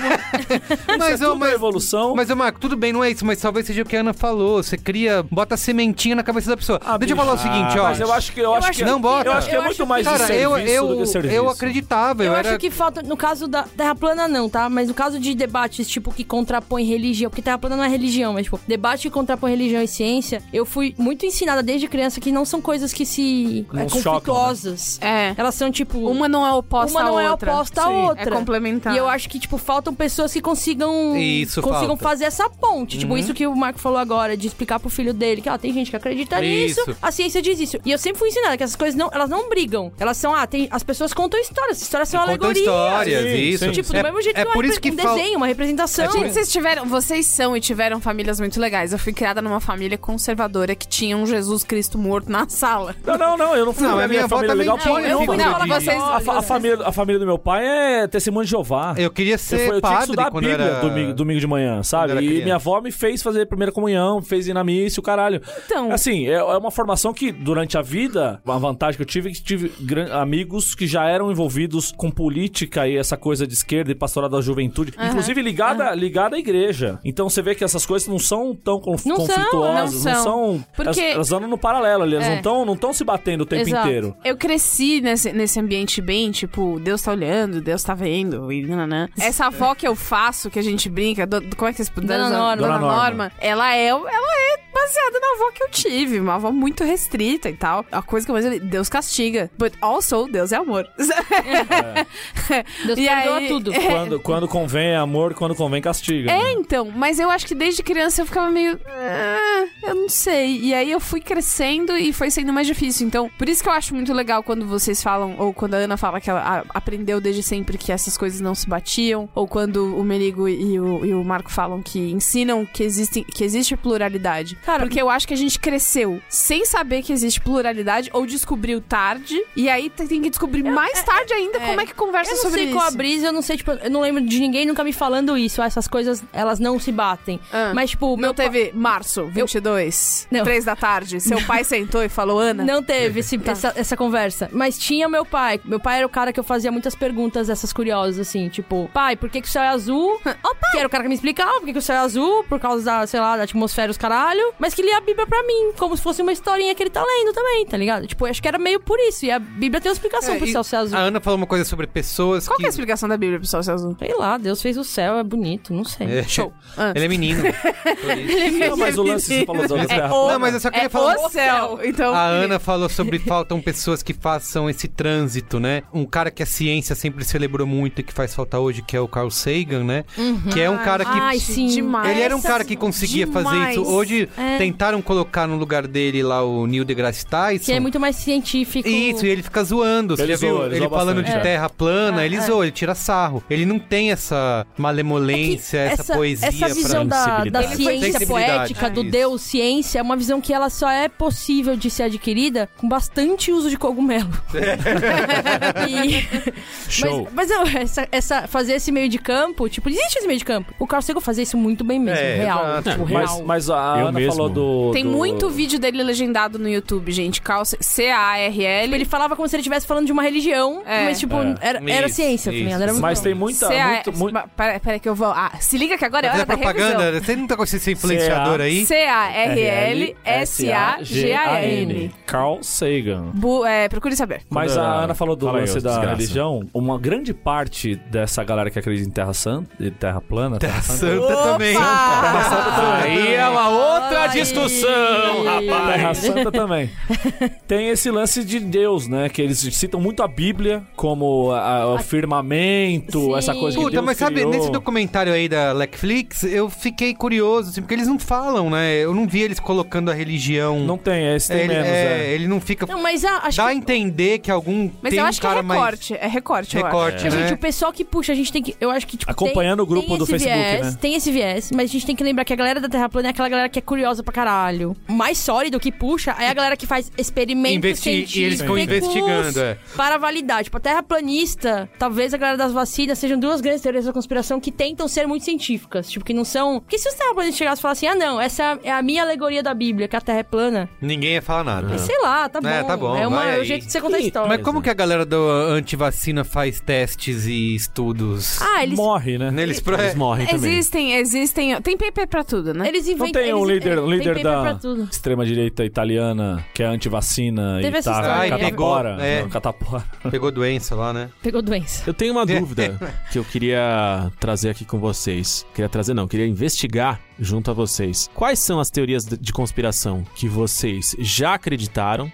Mas, Tudo ô, é mas, evolução. mas, ô, Marco, tudo bem, não é isso, mas talvez seja o que a Ana falou. Você cria, bota a sementinha na cabeça da pessoa. Ah, Deixa eu bicho. falar o seguinte, ó. Mas eu acho que eu acho acho que Não bota. Eu acho que é eu muito acho mais de Cara, eu, serviço eu, do que serviço. eu acreditava, eu, Eu era. acho que falta, no caso da Terra plana, não, tá? Mas no caso de debates, tipo, que contrapõe religião, porque Terra plana não é religião, mas, tipo, debate que contrapõe religião e ciência, eu fui muito ensinada desde criança que não são coisas que se. Não é, se chocam, né? conflituosas. É. Elas são, tipo. Uma não é oposta uma não à é outra. oposta à Sim. outra. É complementar. E eu acho que, tipo, faltam pessoas que consigam Isso, consigam falta. Uhum. fazer essa ponte. Tipo, isso que o Marco falou agora, de explicar pro filho dele que, ó, tem gente que acredita Isso. nisso, a ciência diz isso. E eu sempre fui ensinada que essas coisas não, elas não brigam. Elas são, ah, tem, as pessoas contam histórias, essas histórias são É, Contam alegorias. histórias, Sim, isso. sim. Tipo, do é, mesmo jeito é que, uma por isso repre- que um fal- desenho, uma representação. tipo- É por Gente, vocês tiveram, vocês são e tiveram famílias muito legais. Eu fui criada numa família conservadora que tinha um Jesus Cristo morto na sala. Não, não, não, eu não fui Não, na a minha é avó família também legal. tinha porra eu não, fui nenhuma. na não, família. vocês A, fa- a família, a família do meu pai é testemunho de Jeová. Eu queria Eu ser fui- eu tinha que padre estudar a quando Bíblia era. domingo, domingo de manhã, sabe? era E criança. minha avó me fez fazer primeira comunhão, fez ir na missa, o caralho. Então. Assim, é, é uma formação que, durante a vida, uma vantagem que eu tive é que tive gran- amigos que já eram envolvidos com política e essa coisa de esquerda e pastorado da juventude, inclusive ligada, ligada à igreja. Então você vê que essas coisas não são tão conf- Não são, conflituosas, não não são. são. Porque- Elas, elas andam no paralelo ali, elas É. não estão não tão se batendo o tempo Exato. inteiro. Eu cresci nesse, nesse ambiente bem, tipo, Deus tá olhando, Deus tá vendo, e nananã. É. Essa avó que eu faço, que a gente brinca, do- do- como é que vocês Dona Norma. Dona Dona Norma. Norma, ela é, ela é baseada na avó que eu tive, uma avó muito restrita e tal. A coisa que eu mais li, Deus castiga, but also Deus é amor. É. Deus E perdoa aí- tudo. Quando, quando convém é amor, quando convém castiga. É, né? então, mas eu acho que desde criança eu ficava meio. "Ah, eu não sei. E aí eu fui crescendo e foi sendo mais difícil. Então, por isso que eu acho muito legal quando vocês falam, ou quando a Ana fala que ela a- aprendeu desde sempre que essas coisas não se batiam, ou quando o Merigo e o, e o Marco falam que ensinam que, existem, que existe pluralidade. Cara, Porque eu acho que a gente cresceu sem saber que existe pluralidade, ou descobriu tarde, e aí t- tem que descobrir mais tarde ainda como é que conversa Eu não sobre sei isso. qual a brisa, eu não sei, tipo, eu não lembro de ninguém nunca me falando isso. ah, Essas coisas, elas não se batem. Ah. Mas, tipo, Não meu pai- teve março, 22, Não. 3 da tarde. Seu pai sentou e falou, Ana. Não teve esse- Tá. essa, essa conversa. Mas tinha meu pai. Meu pai era o cara que eu fazia muitas perguntas essas curiosas, assim, tipo, pai, por que, que o céu é azul? Opa! Que era o cara que me explicava por que, que o céu é azul, por causa da, sei lá, da atmosfera, os caralho. Mas que lia a Bíblia pra mim, como se fosse uma historinha que ele tá lendo também, tá ligado? Tipo, eu acho que era meio por isso. E a Bíblia tem uma explicação É, pro e céu ser azul. A Ana falou uma coisa sobre pessoas Qual que que. é a explicação da Bíblia, pessoal, Celso? Sei lá, Deus fez o céu, é bonito, não sei. É. Show. Ah. Ele é menino. Por isso. Não, mas o lance que você falou da É terra o, Não, mas eu só queria é falar- o céu. Então, A Ana falou sobre faltam pessoas que façam esse trânsito, né? Um cara que a ciência sempre celebrou muito e que faz falta hoje, que é o Carl Sagan, né? Que é um cara que. Uhum. Ai, sim. demais. Ele era um cara que conseguia fazer Demais. isso. Hoje, É. Tentaram colocar no lugar dele lá o Neil deGrasse Tyson. Que é muito mais científico. Isso, e ele fica zoando. Você Ele já viu? zoa, ele ele zoa falando bastante, de é. terra plana, ele é. zoa, ele tira sarro. Ele não tem essa malemolência, essa, poesia essa visão da, pra... da sensibilidade. ciência Sensibilidade, poética, é do isso. Deus ciência, é uma visão que ela só é possível de ser adquirida com bastante uso de cogumelo. É. E- Show. Mas, mas não, essa, essa- fazer esse meio de campo, tipo, existe esse meio de campo. O Carl Sagan fazia isso muito bem mesmo, É, real. exato. Tipo, Mas, real. mas a Eu Ana mesmo. falou do. Tem do- muito vídeo dele legendado no YouTube, gente. Cal- Tipo, C-A-R-L. ele falava como se ele estivesse falando de uma religião, É. mas, tipo, É. era, era Isso, ciência isso. também. Era muito Mas bom. tem muita. C-A- muito, muito... Ma- Pera, pera que eu vou. Ah, se liga que agora é Fazer hora da revisão. propaganda, né? você não tá com esse influenciador é aí? C-A-R-L-S-A-G-A-N. Carl Sagan. Bu- é, procure saber. Mas Quando a era- Ana falou do Fala aí, lance ô da desgraça. religião. Uma grande parte dessa galera que acredita em Terra Santa, e Terra Plana, Terra, É Santa também. Aí é uma outra Olha aí. discussão, rapaz. Terra Santa também. Tem esse lance de Deus, né? Que eles citam muito a Bíblia como a- a- o firmamento, Sim. essa coisa que Puta, Deus mas sabe, criou. nesse documentário aí da Netflix, eu fiquei curioso, assim, porque eles não falam, né? Eu não vi eles colocando a religião. Não tem, esse tem ele, menos, é, é. ele não fica. Não, mas a- acho Dá a que... entender que algum. Mas tem eu um acho que é cara mais recorte. É recorte, eu acho. recorte, né? Gente, o pessoal que puxa, a gente tem que. Eu acho que, tipo. É. tem- Acompanhando o grupo tem do esse Facebook, viés, né? Tem esse viés, mas a gente tem que lembrar que a galera da Terra Plana é aquela galera que é curiosa pra caralho. O Mais sólido que puxa é a galera que faz experimentos Investi- científicos. e eles ficam investigando, é. Para validar. Tipo, a terraplanista, talvez a galera das vacinas sejam duas grandes teorias da conspiração que tentam ser muito científicas. Tipo, que não são. Porque se os terraplanistas chegassem e falassem, ah, não, essa é a minha alegoria da Bíblia, que a Terra é plana. Ninguém ia falar nada. Sei lá, tá bom. É, tá bom, É, uma, vai é o aí. jeito de você contar a Ih, história. Mas como que a galera do uh, antivacina faz testes e estudos? Ah, eles. Morre, né? Neles pro... Eles morrem também. Existem, existem. Tem paper pra tudo, né? Eles Não inventam. tem um eles- líder, um tem líder paper pra da tudo. extrema-direita italiana que é antivacina Teve e essa tá história né? aí. catapora. Pegou, é. não, catapora. Pegou doença lá, né? Pegou doença. Eu tenho uma dúvida que eu queria trazer aqui com vocês. Queria trazer, não, queria investigar junto a vocês. Quais são as teorias de de conspiração que vocês já acreditaram?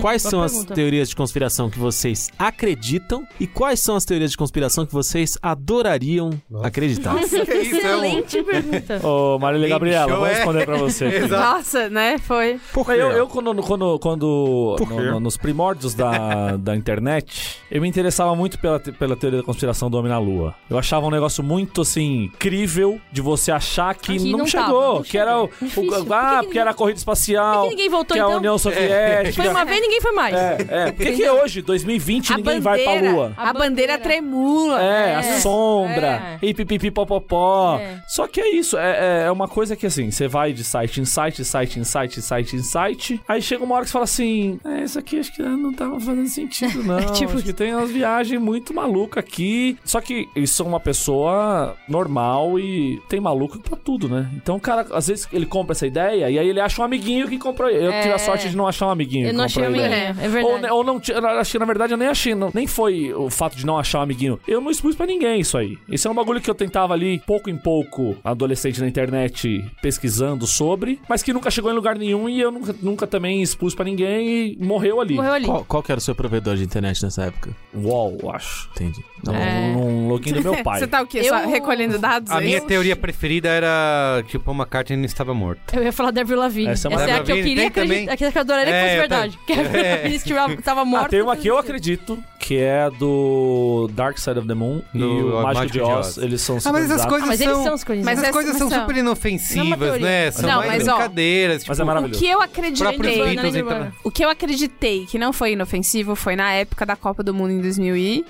quais boa são pergunta. as teorias de conspiração que vocês acreditam? E quais são as teorias de conspiração que vocês adorariam acreditar? Que isso, é um- então. Excelente pergunta. Ô, Marília Game Gabriela, show, vou é. responder pra você. Exato. Nossa, né? Foi. Por Eu, eu quando, quando, quando Por no- quê? no- nos primórdios da, da internet, eu me interessava muito pela, te- pela teoria da conspiração do homem na lua. Eu achava um negócio muito, assim, incrível de você achar que, Que não, não tava, chegou. não que era chegou. o, Difícil. o- Por que Ah, que porque era a corrida espacial. que ninguém voltou, que a então? É. União Soviética. Foi uma vez ninguém foi mais. É, é. Por que, que hoje, 2020, ninguém vai pra lua? A, bandeira tremula. É, a É. sombra, e pipipi popopó. É. Só que é isso, é, é- é uma coisa que assim, você vai de site em site, site em site, site em site, aí chega uma hora que você fala assim: é, isso aqui acho que não tava fazendo sentido, não. Tipo- acho que tem umas viagens muito malucas aqui. Só que eles são uma pessoa normal e tem maluco pra tudo, né? Então o cara, às vezes, ele compra essa ideia e aí ele acha um amiguinho que comprou. Eu tive a sorte de não achar um amiguinho. É. Eu que não comprou achei a o ideia. menino. É Ou, verdade. ne- ou não, ti- eu acho que na verdade eu nem achei, não- nem foi o fato de não achar um amiguinho. Eu não expus pra ninguém isso aí. Isso é um bagulho que eu tentava ali, pouco em pouco, adolescente na internet, pesquisando sobre, mas que nunca chegou em lugar nenhum e eu nunca, nunca também expus pra ninguém e morreu ali. Morreu ali. Qual, qual que era o seu provedor de internet nessa época? Uol, eu acho. Entendi. Não, É. Um login do meu pai. Você tá o quê? Eu- Só recolhendo dados? A aí? minha teoria preferida era que o Paul McCartney não estava morto. Eu ia falar da Avril Lavigne. Essa Essa, é uma- é a Avril que eu Lavigne queria tem também. acreditar. Que eu adoraria que É, fosse eu verdade. Que a Avril É. Lavigne estiva- tava morta. tá. Ah, tem uma que eu acredito, que é a do Dark Side of the Moon e Do o Mágico de Oz. Eles são Ah, mas essas sincronizados. coisas Mas são... eles são os coisas. Mas Mas essas essa- coisas são mas são- super Não é uma inofensivas, teoria. né? São Não, mais mas, ó, brincadeiras. Mas tipo, é O maravilhoso. que eu acreditei. próprios Nirvana, Beatles então. Nirvana. entraram- O que eu acreditei que não foi inofensivo foi na época da Copa do Mundo em 2000 e...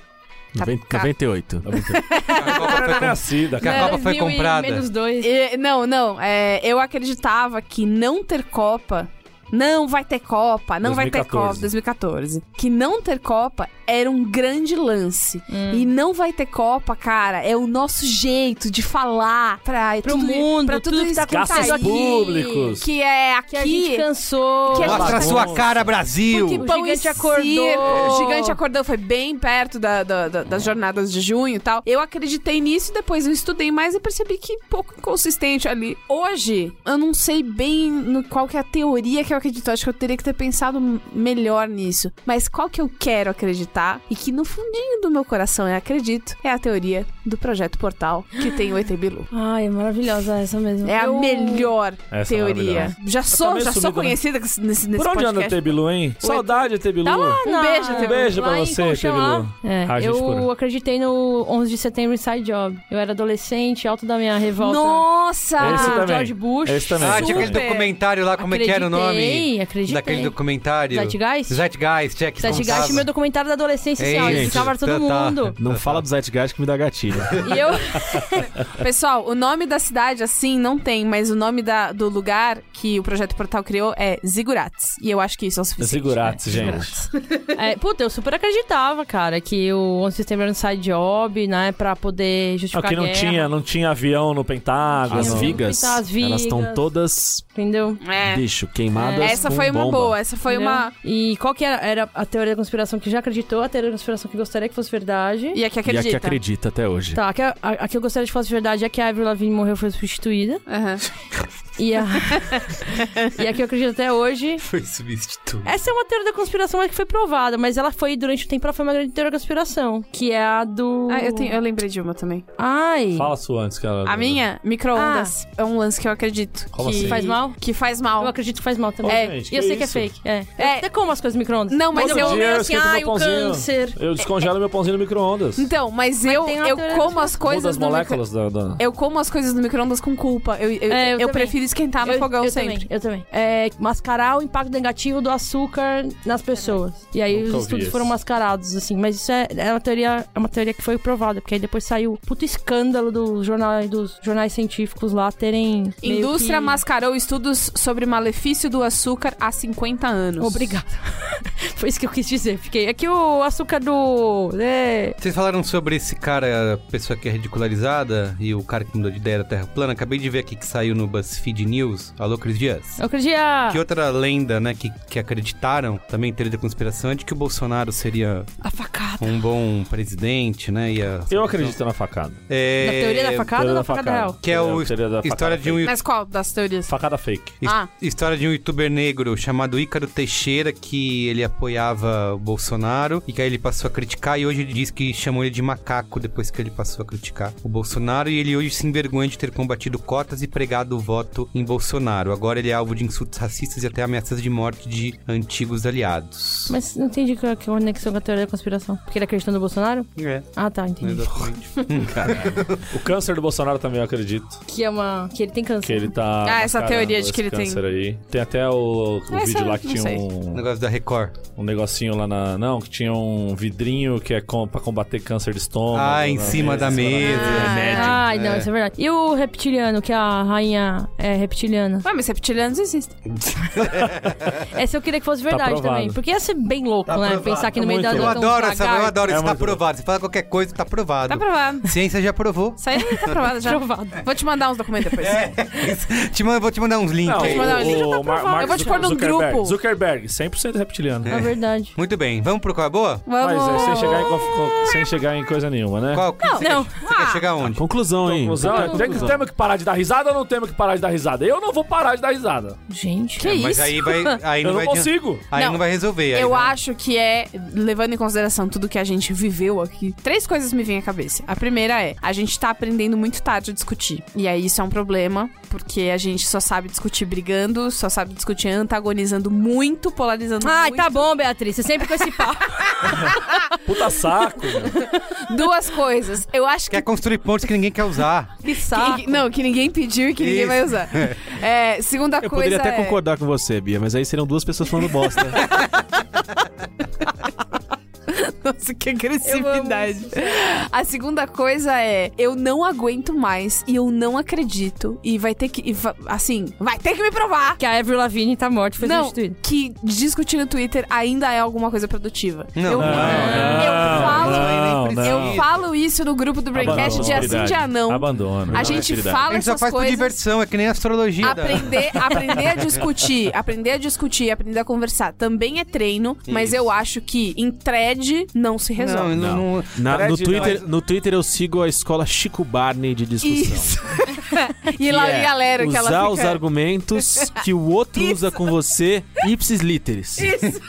Noven- Tá- 98. A Copa foi com- Nascida, que a Copa foi comprada. Menos dois. E- não, não. é, eu acreditava que não ter Copa. Não vai ter Copa, não vai ter 2014. Copa 2014. Que não ter Copa era um grande lance. Hum. E não vai ter Copa, cara, é o nosso jeito de falar pra Pro tudo, mundo, pra tudo, tudo que isso tá que tá acontecendo aí, aqui. públicos. Que é aqui. Que é- a gente cansou. Que a gente Mostra a sua Nossa. cara, Brasil! Porque O Tipo, pão gigante e acordou. circo, O gigante acordou, foi bem perto da- da- da- das jornadas de junho e tal. Eu acreditei nisso, depois eu estudei mais e percebi que pouco inconsistente ali. Hoje, eu não sei bem no qual que é a teoria que eu acredito, eu acho que eu teria que ter pensado m- melhor nisso. Mas qual que eu quero acreditar e que no fundinho do meu coração eu acredito é a teoria do projeto Portal que tem o ET Bilu. Ai, é maravilhosa essa mesmo. É a Eu- melhor Essa é teoria. maravilhosa. já sou, meio já sumida, sou né? conhecida nesse, nesse Por onde anda o podcast. Tebilu, hein? Saudade, Tebilu. Tá lá, Um na- beijo, Um beijo pra lá em você, Conchão, lá. Tebilu. É, Ah, gente eu pura. acreditei no 11 de setembro Inside Job. Eu era adolescente, alto da minha revolta. Ah, Nossa! Esse também. George Bush. Esse também. Ah, tinha aquele Super. documentário lá, como é que era o nome? Acreditei, acreditei. Daquele documentário. Zeitgeist? Zeitgeist, é que Zeitgeist, contava. meu documentário da adolescência, Ei, assim, ó, eu gente, explicava pra todo tá, tá. mundo. Não fala do Zeitgeist que me dá gatilho. E eu... Pessoal, o nome da cidade, assim, não tem, mas o nome da- do lugar que o Projeto Portal criou é Zigurates. E eu acho que isso é o suficiente. Segurates, gente. É, puta, eu super acreditava, cara, que o 11 de setembro era um side job, né, pra poder Ah, justificar que a não guerra, né? tinha, não tinha avião no Pentágono. As Eu- vigas, Então, as elas estão vigas. todas, Entendeu? É. bicho, queimadas Essa com foi uma bomba. boa, essa foi Entendeu? uma. E qual que era, era a teoria da conspiração que já acreditou, a teoria da conspiração que gostaria que fosse verdade. E a que E a acredita. que acredita até hoje. Tá, a que, a, a que eu gostaria que fosse verdade é que a Avril Lavigne morreu e foi substituída. Aham. Tipo- E a... e a que eu acredito até hoje... Foi substituto. Essa é uma teoria da conspiração mas que foi provada, mas ela foi, durante o tempo, ela foi uma grande teoria da conspiração. Que é a do... Ah, eu, tenho- eu lembrei de uma também. Tá Ai... Fala sua antes que ela. A minha, micro-ondas, é um lance que eu acredito. Como que assim? Ah. Faz mal? Que faz Eu mal. acredito que faz mal também. Ô, é, gente, e eu que sei que é isso? fake. É. É. Eu até como as coisas no micro-ondas. Não, mas Todo eu. dia eu assim, esquento ai, meu o pãozinho. câncer. Eu descongelo meu pãozinho no micro-ondas. Então, mas eu, tem uma eu teoria como as Muda coisas as no micro... moléculas da. da- Eu como as coisas no micro-ondas com culpa. Eu, eu, É, eu eu também. prefiro esquentar Tá no eu, fogão eu sempre. Também, eu também. É, mascarar o impacto negativo do açúcar É nas pessoas. E aí Nunca ouvi os estudos esse. foram mascarados, assim. Mas isso é, é uma teoria, é uma teoria que foi provada, porque aí depois saiu o puto escândalo do jornal, dos jornais científicos lá terem. meio Indústria que... mascarou estudos sobre malefício do açúcar há 50 anos. Obrigada. Foi isso que eu quis dizer. Fiquei. É que o açúcar do. É, Vocês falaram sobre esse cara, a pessoa que é ridicularizada e o cara que mudou de ideia da Terra plana. Acabei de ver aqui que saiu no BuzzFeed News. Alô, Cris Dias. eu acredito. Que outra lenda, né, que, que acreditaram, também teoria da conspiração, é de que o Bolsonaro seria A facada. um bom presidente, né? Ia... Eu acredito na facada. É... Na teoria da facada ou teoria da na facada facada. real? Que é o Teoria- teoria da história facada de um Mas qual das teorias? Facada fake. His- Ah. História de um youtuber negro chamado Ícaro Teixeira, que ele apoiava o Bolsonaro e que aí ele passou a criticar. E hoje ele diz que chamou ele de macaco depois que ele passou a criticar o Bolsonaro. E ele hoje se envergonha de ter combatido cotas e pregado o voto em Bolsonaro. Agora ele é alvo de insultos racistas e até ameaças de morte de antigos aliados. Mas não entendi é que, que conexão com a teoria da conspiração. Porque ele acreditando no Bolsonaro? É, Ah, tá, entendi. exatamente. O câncer do Bolsonaro também eu acredito. Que é uma. Que ele tem câncer. Que ele tá. Ah, essa mascarando teoria de que esse ele tem. câncer Aí. Tem até o, o Essa vídeo lá eu que não tinha sei. O um, negócio da Record. um negocinho lá na. Não, que tinha um vidrinho que é com, pra combater câncer de estômago. né? ah, em na cima da mesa. Ai, não, É. isso é verdade. E o reptiliano, que a rainha é reptiliana? Ué, mas reptilianos existem. Essa eu queria que fosse verdade aprovado. também. Porque ia ser bem louco, Tá né? aprovado, Pensar que no meio muito. da Eu da- adoro um essa, eu lagarto. adoro. É Isso tá muito bom. provado. Você fala qualquer coisa, tá provado. Tá provado. Ciência já provou. Isso aí tá provado já. Provado. Vou te mandar uns documentos É. depois. É. Te manda- vou te mandar uns links Não, aí. Mas não, ele já tá o, o Mar- aprovado. Mark Eu vou te pôr num Zuckerberg. grupo. Zuckerberg, 100% reptiliano. É verdade. Muito bem, vamos pro qual é a boa? Vamos. Mas é sem chegar, em, conf- co- sem chegar em coisa nenhuma, né? Qual? Não, você não. ah, Quer, você quer chegar onde? Conclusão, hein? Conclusão, é, tem- Conclusão. temos que parar de dar risada ou não temos que parar de dar risada? Eu não vou parar de dar risada. Gente, é Que Mas isso? aí vai. Aí eu não não vai adian- consigo. Aí não, Não, vai resolver. aí né? Eu vai- acho que é, levando em consideração tudo que a gente viveu aqui, três coisas me vêm à cabeça. A primeira é, a gente tá aprendendo muito tarde a discutir. E aí isso é um problema, porque a gente só sabe discutir brigando, só sabe discutir antagonizando muito, polarizando Ai, muito. tá bom, Beatriz. Você sempre com esse papo. Puta saco. mano. Duas coisas. Eu acho que Quer construir pontos que ninguém quer usar. Que Que- que- não, que ninguém pediu e que ninguém Isso. vai usar. É, segunda Eu coisa. poderia até é- concordar com você, Bia, mas aí seriam duas pessoas falando bosta. Nossa, que é agressividade. A segunda coisa é: eu não aguento mais e eu não acredito. E vai ter que. e va- assim, vai ter que me provar. Que a Avril Lavigne tá morta, foi não, substituída. que discutir no Twitter ainda é alguma coisa produtiva. Não, eu, não, eu não, falo, não, não. eu falo isso no grupo do Braincast Abandono, dia sim, dia não. Abandona. assim A gente atividade. a fala gente só essas faz por coisas. diversão, é que nem astrologia. da- Aprender, aprender a discutir, aprender a discutir, aprender a conversar também é treino, mas Isso. eu acho que em thread não se Não, resolve. não, não. Na- no, Fred, Twitter, mas- no Twitter eu sigo a escola Chico Barney de discussão. Isso. E lá é e galera que ela usar fica... os argumentos que o outro usa com você, ipsis literis.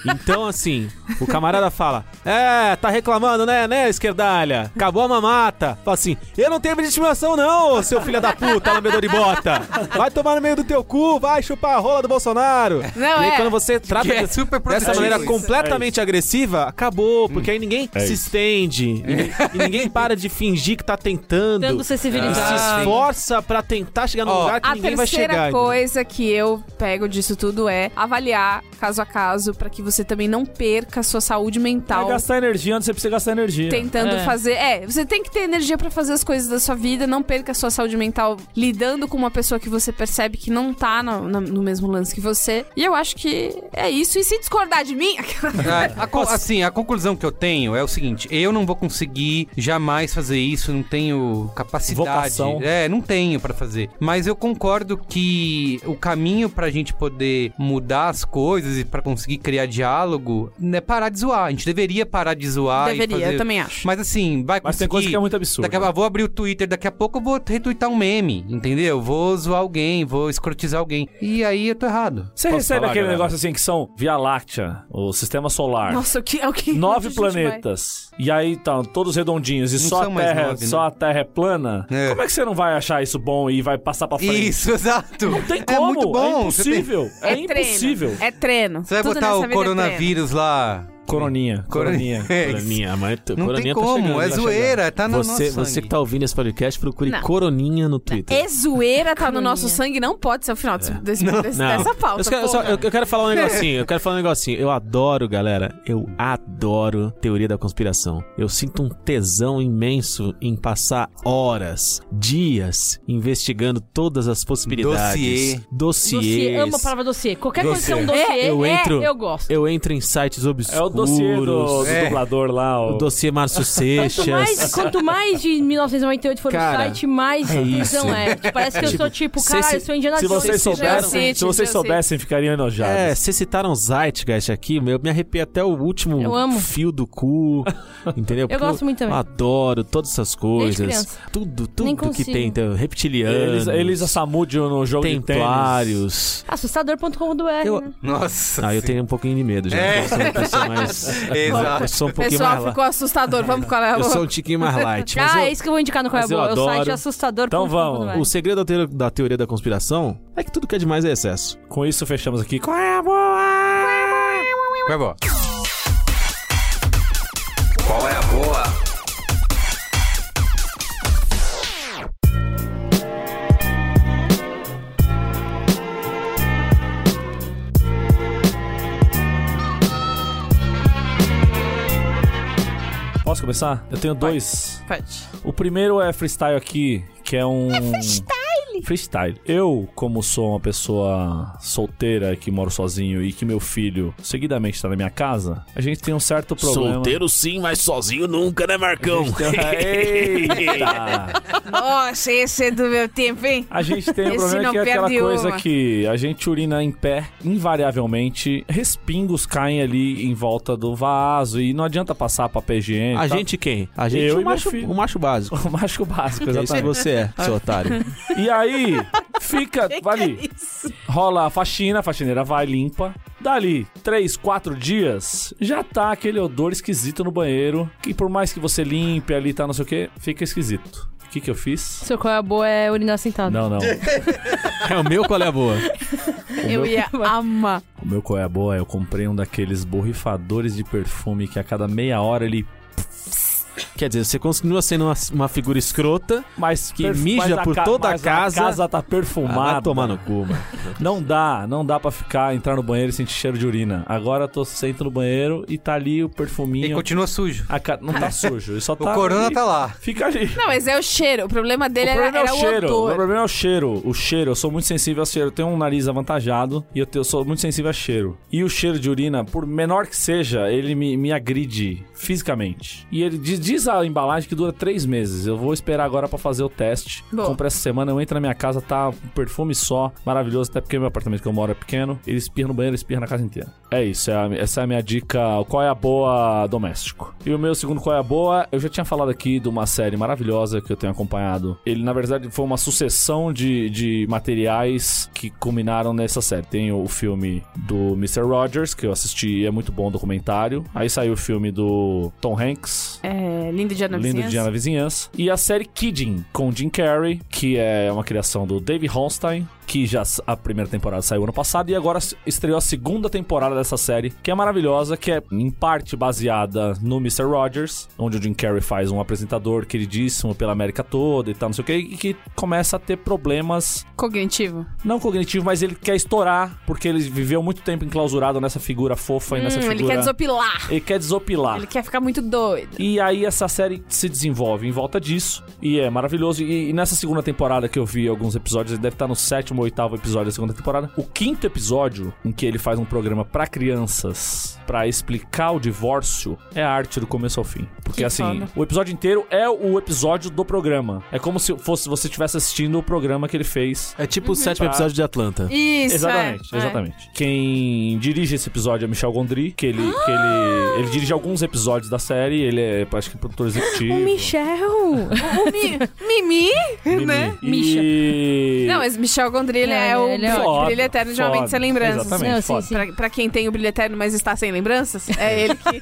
Então, assim, o camarada fala, é, tá reclamando, né, né, esquerdalha? Acabou a mamata. Fala assim, eu não tenho legitimação não, ô, seu filho da puta, lambedor de bota. Vai tomar no meio do teu cu, vai chupar a rola do Bolsonaro. Não, e aí, é. quando você trata Que é dessa- super dessa produtivo maneira isso. completamente agressiva, acabou, porque aí ninguém É se isso. estende. E, ni- É. e ninguém para de fingir que tá tentando. Tentando ser E civilizado. Ah, se sim. esforça pra tentar chegar num Ó, lugar que A ninguém vai terceira chegar. né? entendeu? coisa que eu pego disso tudo é avaliar caso a caso pra que você também não perca a sua saúde Vai mental. gastar energia antes de você precisa gastar energia. Tentando É. fazer. É, você tem que ter energia pra fazer as coisas da sua vida, não perca a sua saúde mental lidando com uma pessoa que você percebe que não tá no, na- no mesmo lance que você. E eu acho que é isso. E se discordar de mim, A- a co- assim, a conclusão que eu tenho é o seguinte: eu não vou conseguir jamais fazer isso, não tenho capacidade. Vocação. É, não tenho pra fazer. Mas eu concordo que o caminho pra gente poder mudar as coisas e pra conseguir criar diálogo é parar de zoar. A gente deveria parar de zoar. e deveria, fazer... eu também acho. Mas assim, vai Mas tem conseguir- coisa que é muito absurda. Daqui a, pouco eu vou abrir o Twitter, daqui a pouco eu vou retweetar um meme, entendeu? Vou zoar alguém, vou escrotizar alguém. E aí eu tô errado. Você Posso recebe falar, aquele galera? negócio assim que são Via Láctea, o sistema solar. Nossa, o que é o que? onde Nove a gente vai? planetas. E aí estão todos redondinhos. E Não só a, são mais terra, nove, né? só a Terra é plana. É. Como é que você não vai achar isso bom e vai passar pra frente? Isso, exato. Não tem É como. muito bom. É você tem- impossível. É, impossível. Treino. É treino. Você vai Tudo botar nessa o vida é coronavírus lá. Coroninha. Coroninha. É, Coroninha, tá mas Não tem como, é zoeira, tá no você, nosso Você sangue. que tá ouvindo esse podcast, procure Não. Coroninha no é Twitter. treino. É zoeira, tá no nosso Coroninha. sangue, não pode ser o final desse, desse- desse- dessa pauta. É. eu, só quero, eu, só- porra. eu- eu quero falar um negocinho, eu quero falar um negocinho. Eu adoro, galera, eu adoro teoria da conspiração. Eu sinto um tesão imenso em passar horas, dias, investigando todas as possibilidades. Dossiê. Dossiês. Dossiê, amo a palavra dossiê. Qualquer coisa que é um Dossiê. dossiê, Eu é, entro- eu gosto. Eu entro em sites obscuros. É o dossiê do, do É. dublador lá. O... O dossiê Márcio Seixas. Quanto mais, quanto mais de 1998 for Cara, o site, mais é visão é. Tipo, Parece que eu sou tipo, se- cara, eu se- sou Indiana Se Jones. vocês entendeu? soubessem, Jones. se Jones. vocês soubessem, ficariam enojados. É, vocês citaram Zeitgeist aqui, eu me arrepiei até o último Eu amo. fio do cu, entendeu? Porque gosto muito também. Eu adoro todas essas coisas. criança. Tudo, Nem tudo que consigo. tem. Então, É, reptilianos, Eles, eles a Samúdio no jogo de tênis. templários. Assustador.com.br. Eu- né? Nossa. Ah, eu tenho um pouquinho de medo já. É. Eu sou uma pessoa mais... Exato. Eu sou um O pouquinho pessoal mais... ficou assustador, vamos com a Eu sou um tiquinho mais light. Mas Ah, eu- é isso que eu vou indicar no Qual é mas eu Boa. É o site adoro. assustador.com.br. Então vamos. O segredo da teoria, da teoria da conspiração é que tudo que é demais é excesso. Com isso, fechamos aqui. Qual é a Vai, bom. Posso começar? Eu tenho dois. O primeiro é freestyle aqui, que é um. É freestyle! Freestyle. Eu, como sou uma pessoa solteira que moro sozinho e que meu filho seguidamente tá na minha casa, a gente tem um certo problema. sim, mas sozinho nunca, né, Marcão? Eita! Nossa, esse é do meu tempo, hein? A gente tem um Esse problema não que é aquela perde coisa uma. que a gente urina em pé, invariavelmente, respingos caem ali em volta do vaso e não adianta passar papel higiênico. A e tal. gente quem? A gente Eu o e meu macho, filho. o macho básico. O mágico básico, É isso que exatamente. você é, seu otário. E aí, fica. ali. rola a faxina, a faxineira vai, limpa. Dali, três, quatro dias, já tá aquele odor esquisito no banheiro. Que por mais que você limpe ali e tá, não sei o que, fica esquisito. O que, que eu fiz? Seu Qual é a Boa é urinar sentado. Não, não. O É o meu qual é a boa? Eu ia amar. meu qual é a boa? Eu comprei um daqueles borrifadores de perfume que a cada meia hora ele. Quer dizer, você continua sendo uma, uma figura escrota, Mas Que perf- mija mas por toda a mas casa. A casa tá ah, perfumada. vai tomar no cu, mano. Não dá, não dá pra ficar, entrar no banheiro e sentir cheiro de urina. Agora eu tô sento no banheiro e tá ali o E perfuminho. continua sujo. A ca- Não tá sujo, ele só O tá. corona ali. tá lá. Fica ali. Não, mas é o cheiro. O problema dele o era, problema é era o o, cheiro. o odor. problema é o cheiro. O cheiro, eu sou muito sensível ao cheiro. Eu tenho um nariz avantajado e eu, te- eu sou muito sensível a cheiro. E o cheiro de urina, por menor que seja, ele me, me agride fisicamente. E ele diz, diz essa embalagem que dura três meses. Eu vou esperar agora pra fazer o teste. Boa. Comprei essa semana, eu entro na minha casa, tá um perfume só, maravilhoso, até porque meu apartamento que eu moro é pequeno. Ele espirra no banheiro, ele espirra na casa inteira. É isso, é a- essa é a minha dica. o Qual é a boa doméstico? E o meu segundo qual é a boa, eu já tinha falado aqui de uma série maravilhosa que eu tenho acompanhado. Ele, na verdade, foi uma sucessão de, de materiais que culminaram nessa série. Tem o filme do Mr. Rogers, que eu assisti e é muito bom o documentário. Aí saiu o filme do Tom Hanks, É, lindo dia na Lindo vizinhança. Dia na Vizinhança. E a série Kidding, com Jim Carrey, que é uma criação do Dave Holstein, que já s- a primeira temporada saiu ano passado, e agora s- estreou a segunda temporada dessa série, que é maravilhosa, que é em parte baseada no Mr. Rogers, onde o Jim Carrey faz um apresentador queridíssimo pela América toda e tal, não sei o que, e que começa a ter problemas Cognitivo. não cognitivo, mas ele quer estourar, porque ele viveu muito tempo enclausurado nessa figura fofa e nessa Hum, figura... ele quer desopilar. Ele quer desopilar. Ele quer ficar muito doido. E aí essa série se desenvolve em volta disso. E é maravilhoso. E, e nessa segunda temporada que eu vi alguns episódios, ele deve estar no sétimo ou oitavo episódio da segunda temporada. O quinto episódio, em que ele faz um programa pra crianças pra explicar o divórcio, é a arte do começo ao fim. Porque Que assim, foda. o episódio inteiro é o episódio do programa. É como se fosse você estivesse assistindo o programa que ele fez É tipo o sétimo Tá. episódio de Atlanta. Isso, Exatamente, é, é. exatamente. Quem dirige esse episódio é Michel Gondry, que ele, que ele, ele dirige alguns episódios da série, ele é, acho que, produtor executivo. Michel! Mimi? Mimi. né? E... Não, mas Michel Gondry ele é, É, o ele é ótimo. brilho eterno de um Foda, momento sem lembranças. exatamente, Não, sim, foda. sim. Pra, pra quem tem o brilho eterno, mas está sem lembranças, é ele que.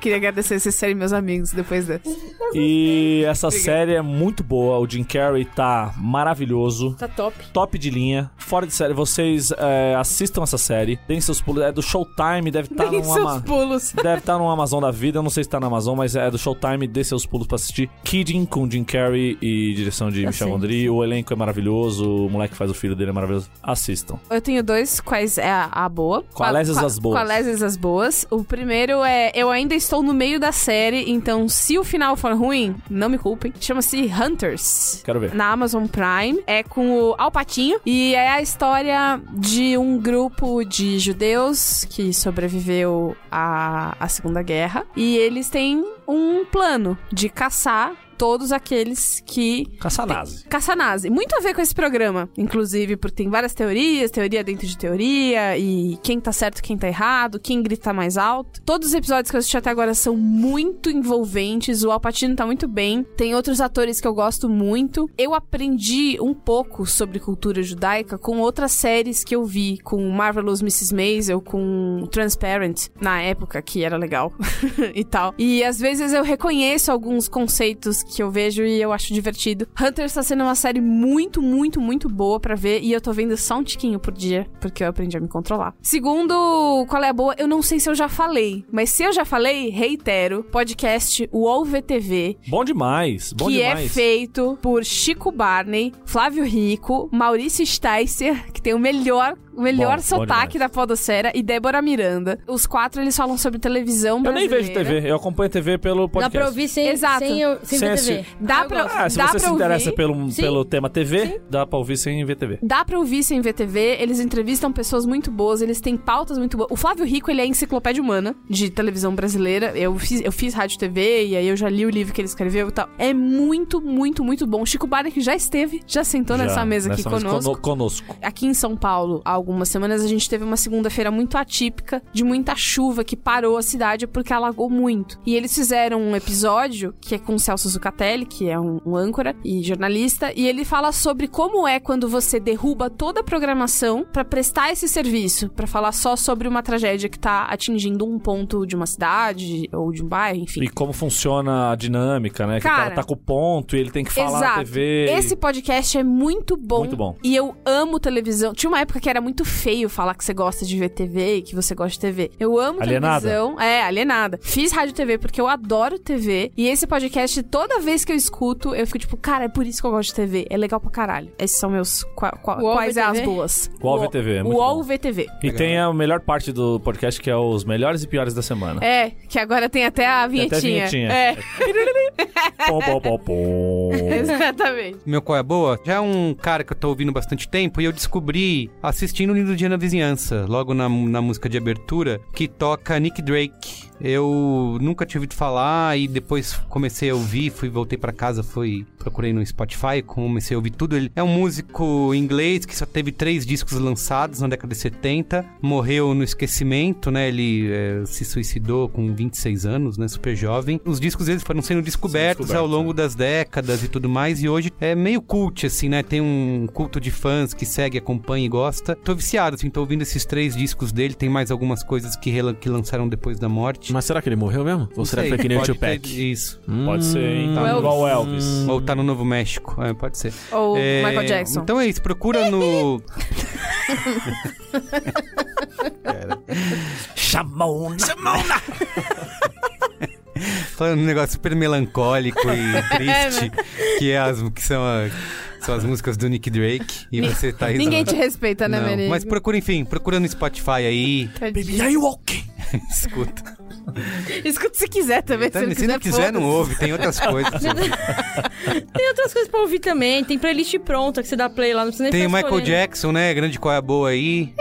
Queria agradecer vocês serem meus amigos depois dessa. E essa série é muito boa, o Jim Carrey tá maravilhoso. Tá top. Top de linha, fora de série. Vocês é, assistam essa série, deem seus pulos. É do Showtime, deve estar Deem numa. seus pulos. Deve estar no Amazon da vida, eu não sei se tá no Amazon, mas é do Showtime, dê seus pulos pra assistir. Kidding com Jim Carrey e direção de Michel sim, Gondry. O elenco é maravilhoso, o moleque que faz o filho dele é maravilhoso. Assistam. Eu tenho dois, quais é a, a boa. Qualésias Qua- as boas. Qualésias as boas. O primeiro é Eu ainda estou no meio da série, então se o final for ruim, não me culpem. Chama-se Hunters. Quero ver. Na Amazon Prime. É com o Alpatinho. E é a história de um grupo de judeus que sobreviveu à, à Segunda Guerra. E eles têm um plano de caçar todos aqueles que Caçanase. Caçanase. Muito a ver com esse programa, inclusive, porque tem várias teorias, teoria dentro de teoria, e quem tá certo, quem tá errado, quem grita mais alto. Todos os episódios que eu assisti até agora são muito envolventes, o Alpatino tá muito bem, tem outros atores que eu gosto muito. Eu aprendi um pouco sobre cultura judaica com outras séries que eu vi, com Marvelous Mrs. Maisel, com Transparent, na época, que era legal e tal. E às vezes eu reconheço alguns conceitos que eu vejo e eu acho divertido. Hunter está sendo uma série muito, muito, muito boa pra ver e eu tô vendo só um tiquinho por dia, porque eu aprendi a me controlar. Segundo, qual é a boa? Eu não sei se eu já falei, mas se eu já falei, reitero, podcast UOL VTV, Bom demais. Bom que é demais. feito por Chico Barney, Flávio Rico, Maurício Steiser, que tem o melhor, o melhor Bom, bom sotaque demais. da podosfera, e Débora Miranda. Os quatro, eles falam sobre televisão eu nem brasileira. vejo TV, eu acompanho TV pelo Dá podcast. pra ouvir sem, Exato. sem, eu- sem, Sem ver assistir. TV. Dá Eu pra, gosto. Ah, se dá você pra se ouvir, interessa pelo, um, Sim. pelo tema TV, dá pra ouvir sem ver TV. Dá pra ouvir sem ver TV, eles entrevistam pessoas muito boas, eles têm pautas muito boas. O Flávio Rico, ele é enciclopédia humana de televisão brasileira. Eu fiz, eu fiz rádio e TV e aí eu já li o livro que ele escreveu e tal. É muito, muito, muito bom. Chico Barney, que já esteve, já sentou Já, nessa mesa aqui mesa conosco. cono- conosco. Aqui em São Paulo, há algumas semanas, a gente teve uma segunda-feira muito atípica, de muita chuva que parou a cidade porque alagou muito. E eles fizeram um episódio que é com o Celso Zucatelli, que é um, um âncora e jornalista, e ele fala sobre como é quando você derruba toda a programação pra prestar esse serviço, pra falar só sobre uma tragédia que tá atingindo um ponto de uma cidade ou de um bairro, enfim. E como funciona a dinâmica, né? Que o cara Cara. tá com o ponto e ele tem que falar Exato. na TV. e- Esse podcast é muito bom. Muito bom. E eu amo televisão. Tinha uma época que era muito feio falar que você gosta de ver TV e que você gosta de TV. Eu amo Alienada. televisão. É, alienada. Fiz rádio e TV porque eu adoro TV. E esse podcast, toda vez que eu escuto, eu fico tipo, cara, é por isso que eu gosto de TV. É legal pra caralho. Esses são meus. qua- qua- UOL quais é as VTV? boas? UOL VTV, é muito bom. UOL VTV. E tem a melhor parte do podcast que é os melhores e piores da semana. É, que agora tem até a Tem até vinhetinha. vinhetinha. É, Pom, pom, pom, pom. exatamente. Meu qual é boa? Já é um cara que eu tô ouvindo bastante tempo e eu descobri assistindo o Lindo Dia na Vizinhança, logo na, na música de abertura, que toca Nick Drake. Eu nunca tinha ouvido falar e depois comecei a ouvir, fui voltei pra casa, fui procurei no Spotify, comecei a ouvir tudo. Ele é um músico inglês que só teve três discos lançados na década de 70, morreu no esquecimento, né? Ele eh, se suicidou com 26 anos, né? Super jovem. Os discos eles foram sendo descobertos é. ao descobertos, longo das décadas e tudo mais, e hoje é meio cult, assim, né? Tem um culto de fãs que segue, acompanha e gosta. Tô viciado, assim, tô ouvindo esses três discos dele, tem mais algumas coisas que, relan- que lançaram depois da morte. Mas será que ele morreu mesmo? Ou Não será que sei, foi que nem o pode Tupac? Hum. ter- Isso. Pode ser, Hum, hein? Tá. Igual o Elvis. Ou tá no Novo México. É, pode ser. Ou É, Michael Jackson. Então é isso, procura no. Chamou, Falando um negócio super melancólico e triste, que, é as, que são, a- são as músicas do Nick Drake. E você tá aí. Ninguém te respeita, né, não. Merigo? Mas procura, enfim, procura no Spotify aí, Baby, are you okay? escuta. Escuta se quiser também, Tá, se não se quiser, não quiser, não foda-se. ouve, tem outras coisas. Tem outras coisas pra ouvir também. Tem playlist pronta que você dá play lá, não precisa nem Tem o ficar Michael escolhendo. Jackson, né? Grande qual é a boa aí.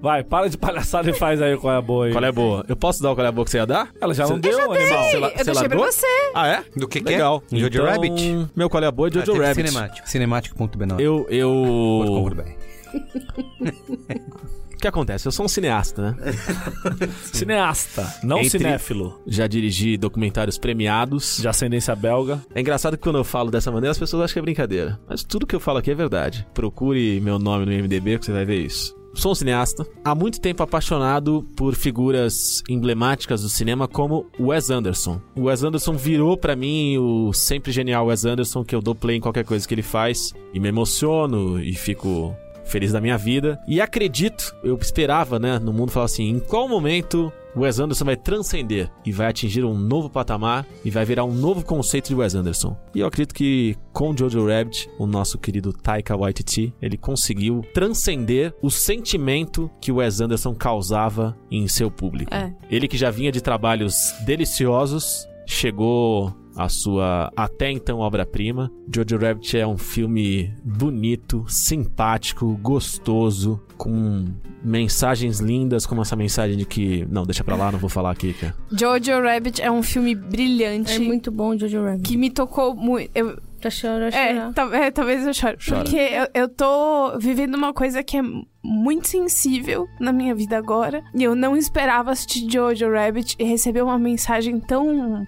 Vai, para de palhaçada e faz aí qual é a boa aí. Qual é a boa? Eu posso dar o qual é a boa que você ia dar? Ela já Cê- não deu, animal. Sei lá- Eu sei lá, deixei pra doa? você. Ah, é? Do que que é? Legal. Jojo Então, Rabbit? Meu qual é a boa é Ah, Jojo teve Rabbit. Cinemático. Cinemático.b9. Eu, eu... Ponto com, bem. O que acontece? Eu sou um cineasta, né? Cineasta, não Entre- cinéfilo. Já dirigi documentários premiados. De ascendência belga. É engraçado que quando eu falo dessa maneira, as pessoas acham que é brincadeira. Mas tudo que eu falo aqui é verdade. Procure meu nome no IMDB que você vai ver isso. Sou um cineasta, há muito tempo apaixonado por figuras emblemáticas do cinema como Wes Anderson. O Wes Anderson virou pra mim o sempre genial Wes Anderson que eu dou play em qualquer coisa que ele faz e me emociono e fico feliz da minha vida. E acredito, eu esperava, né, no mundo falar assim, em qual momento o Wes Anderson vai transcender e vai atingir um novo patamar e vai virar um novo conceito de Wes Anderson. E eu acredito que com Jojo Rabbit, o nosso querido Taika Waititi, ele conseguiu transcender o sentimento que o Wes Anderson causava em seu público. É. Ele que já vinha de trabalhos deliciosos, chegou à sua até então obra-prima. Jojo Rabbit é um filme bonito, simpático, gostoso, com mensagens lindas, como essa mensagem de que não, deixa pra lá, não vou falar aqui, cara. Jojo Rabbit é um filme brilhante. É muito bom o Jojo Rabbit. Que me tocou muito. Eu- Tá chorando, é, chorando. tal- é, talvez eu chore. Chora. Porque eu, eu tô vivendo uma coisa que é muito sensível na minha vida agora. E eu não esperava assistir Jojo Rabbit e receber uma mensagem tão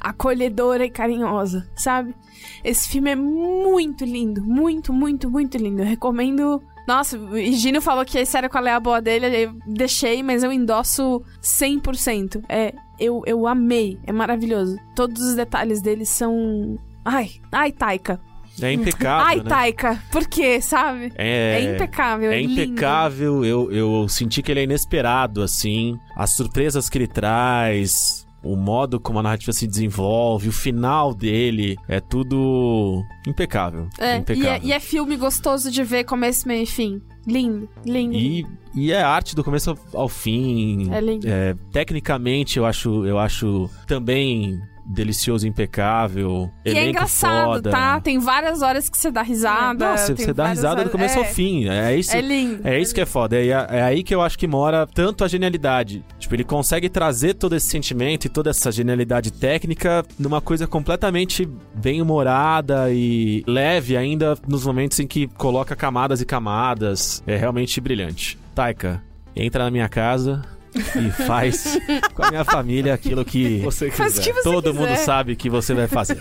acolhedora e carinhosa, sabe? Esse filme é muito lindo. Muito, muito, muito lindo. Eu recomendo. Nossa, e Gino falou que esse era qual é a boa dele, eu deixei, mas eu endosso 100%. É, eu, eu amei, é maravilhoso. Todos os detalhes dele são... Ai, ai, Taika. É impecável, ai, né? Taika, por quê, sabe? É, impecável, é, É lindo. impecável, eu, eu senti que ele é inesperado, assim. As surpresas que ele traz, o modo como a narrativa se desenvolve, o final dele, é tudo impecável. É, e, é, impecável. e é filme gostoso de ver, começo, meio e fim. Lindo, lindo. E, e é arte do começo ao- ao fim. Uhum. É lindo. É, tecnicamente, eu acho, eu acho também delicioso, impecável. E é elenco engraçado, foda. tá? Tem várias horas que você dá risada. Nossa, tem você dá várias risada do horas- começo é, ao fim. É isso, É lindo. É isso que é foda. É, é aí que eu acho que mora tanto a genialidade. Tipo, ele consegue trazer todo esse sentimento e toda essa genialidade técnica numa coisa completamente bem humorada e leve, ainda nos momentos em que coloca camadas e camadas. É realmente brilhante. Taika, entra na minha casa e faz com a minha família aquilo que Você que Faz o que você todo quiser. mundo sabe que você vai fazer.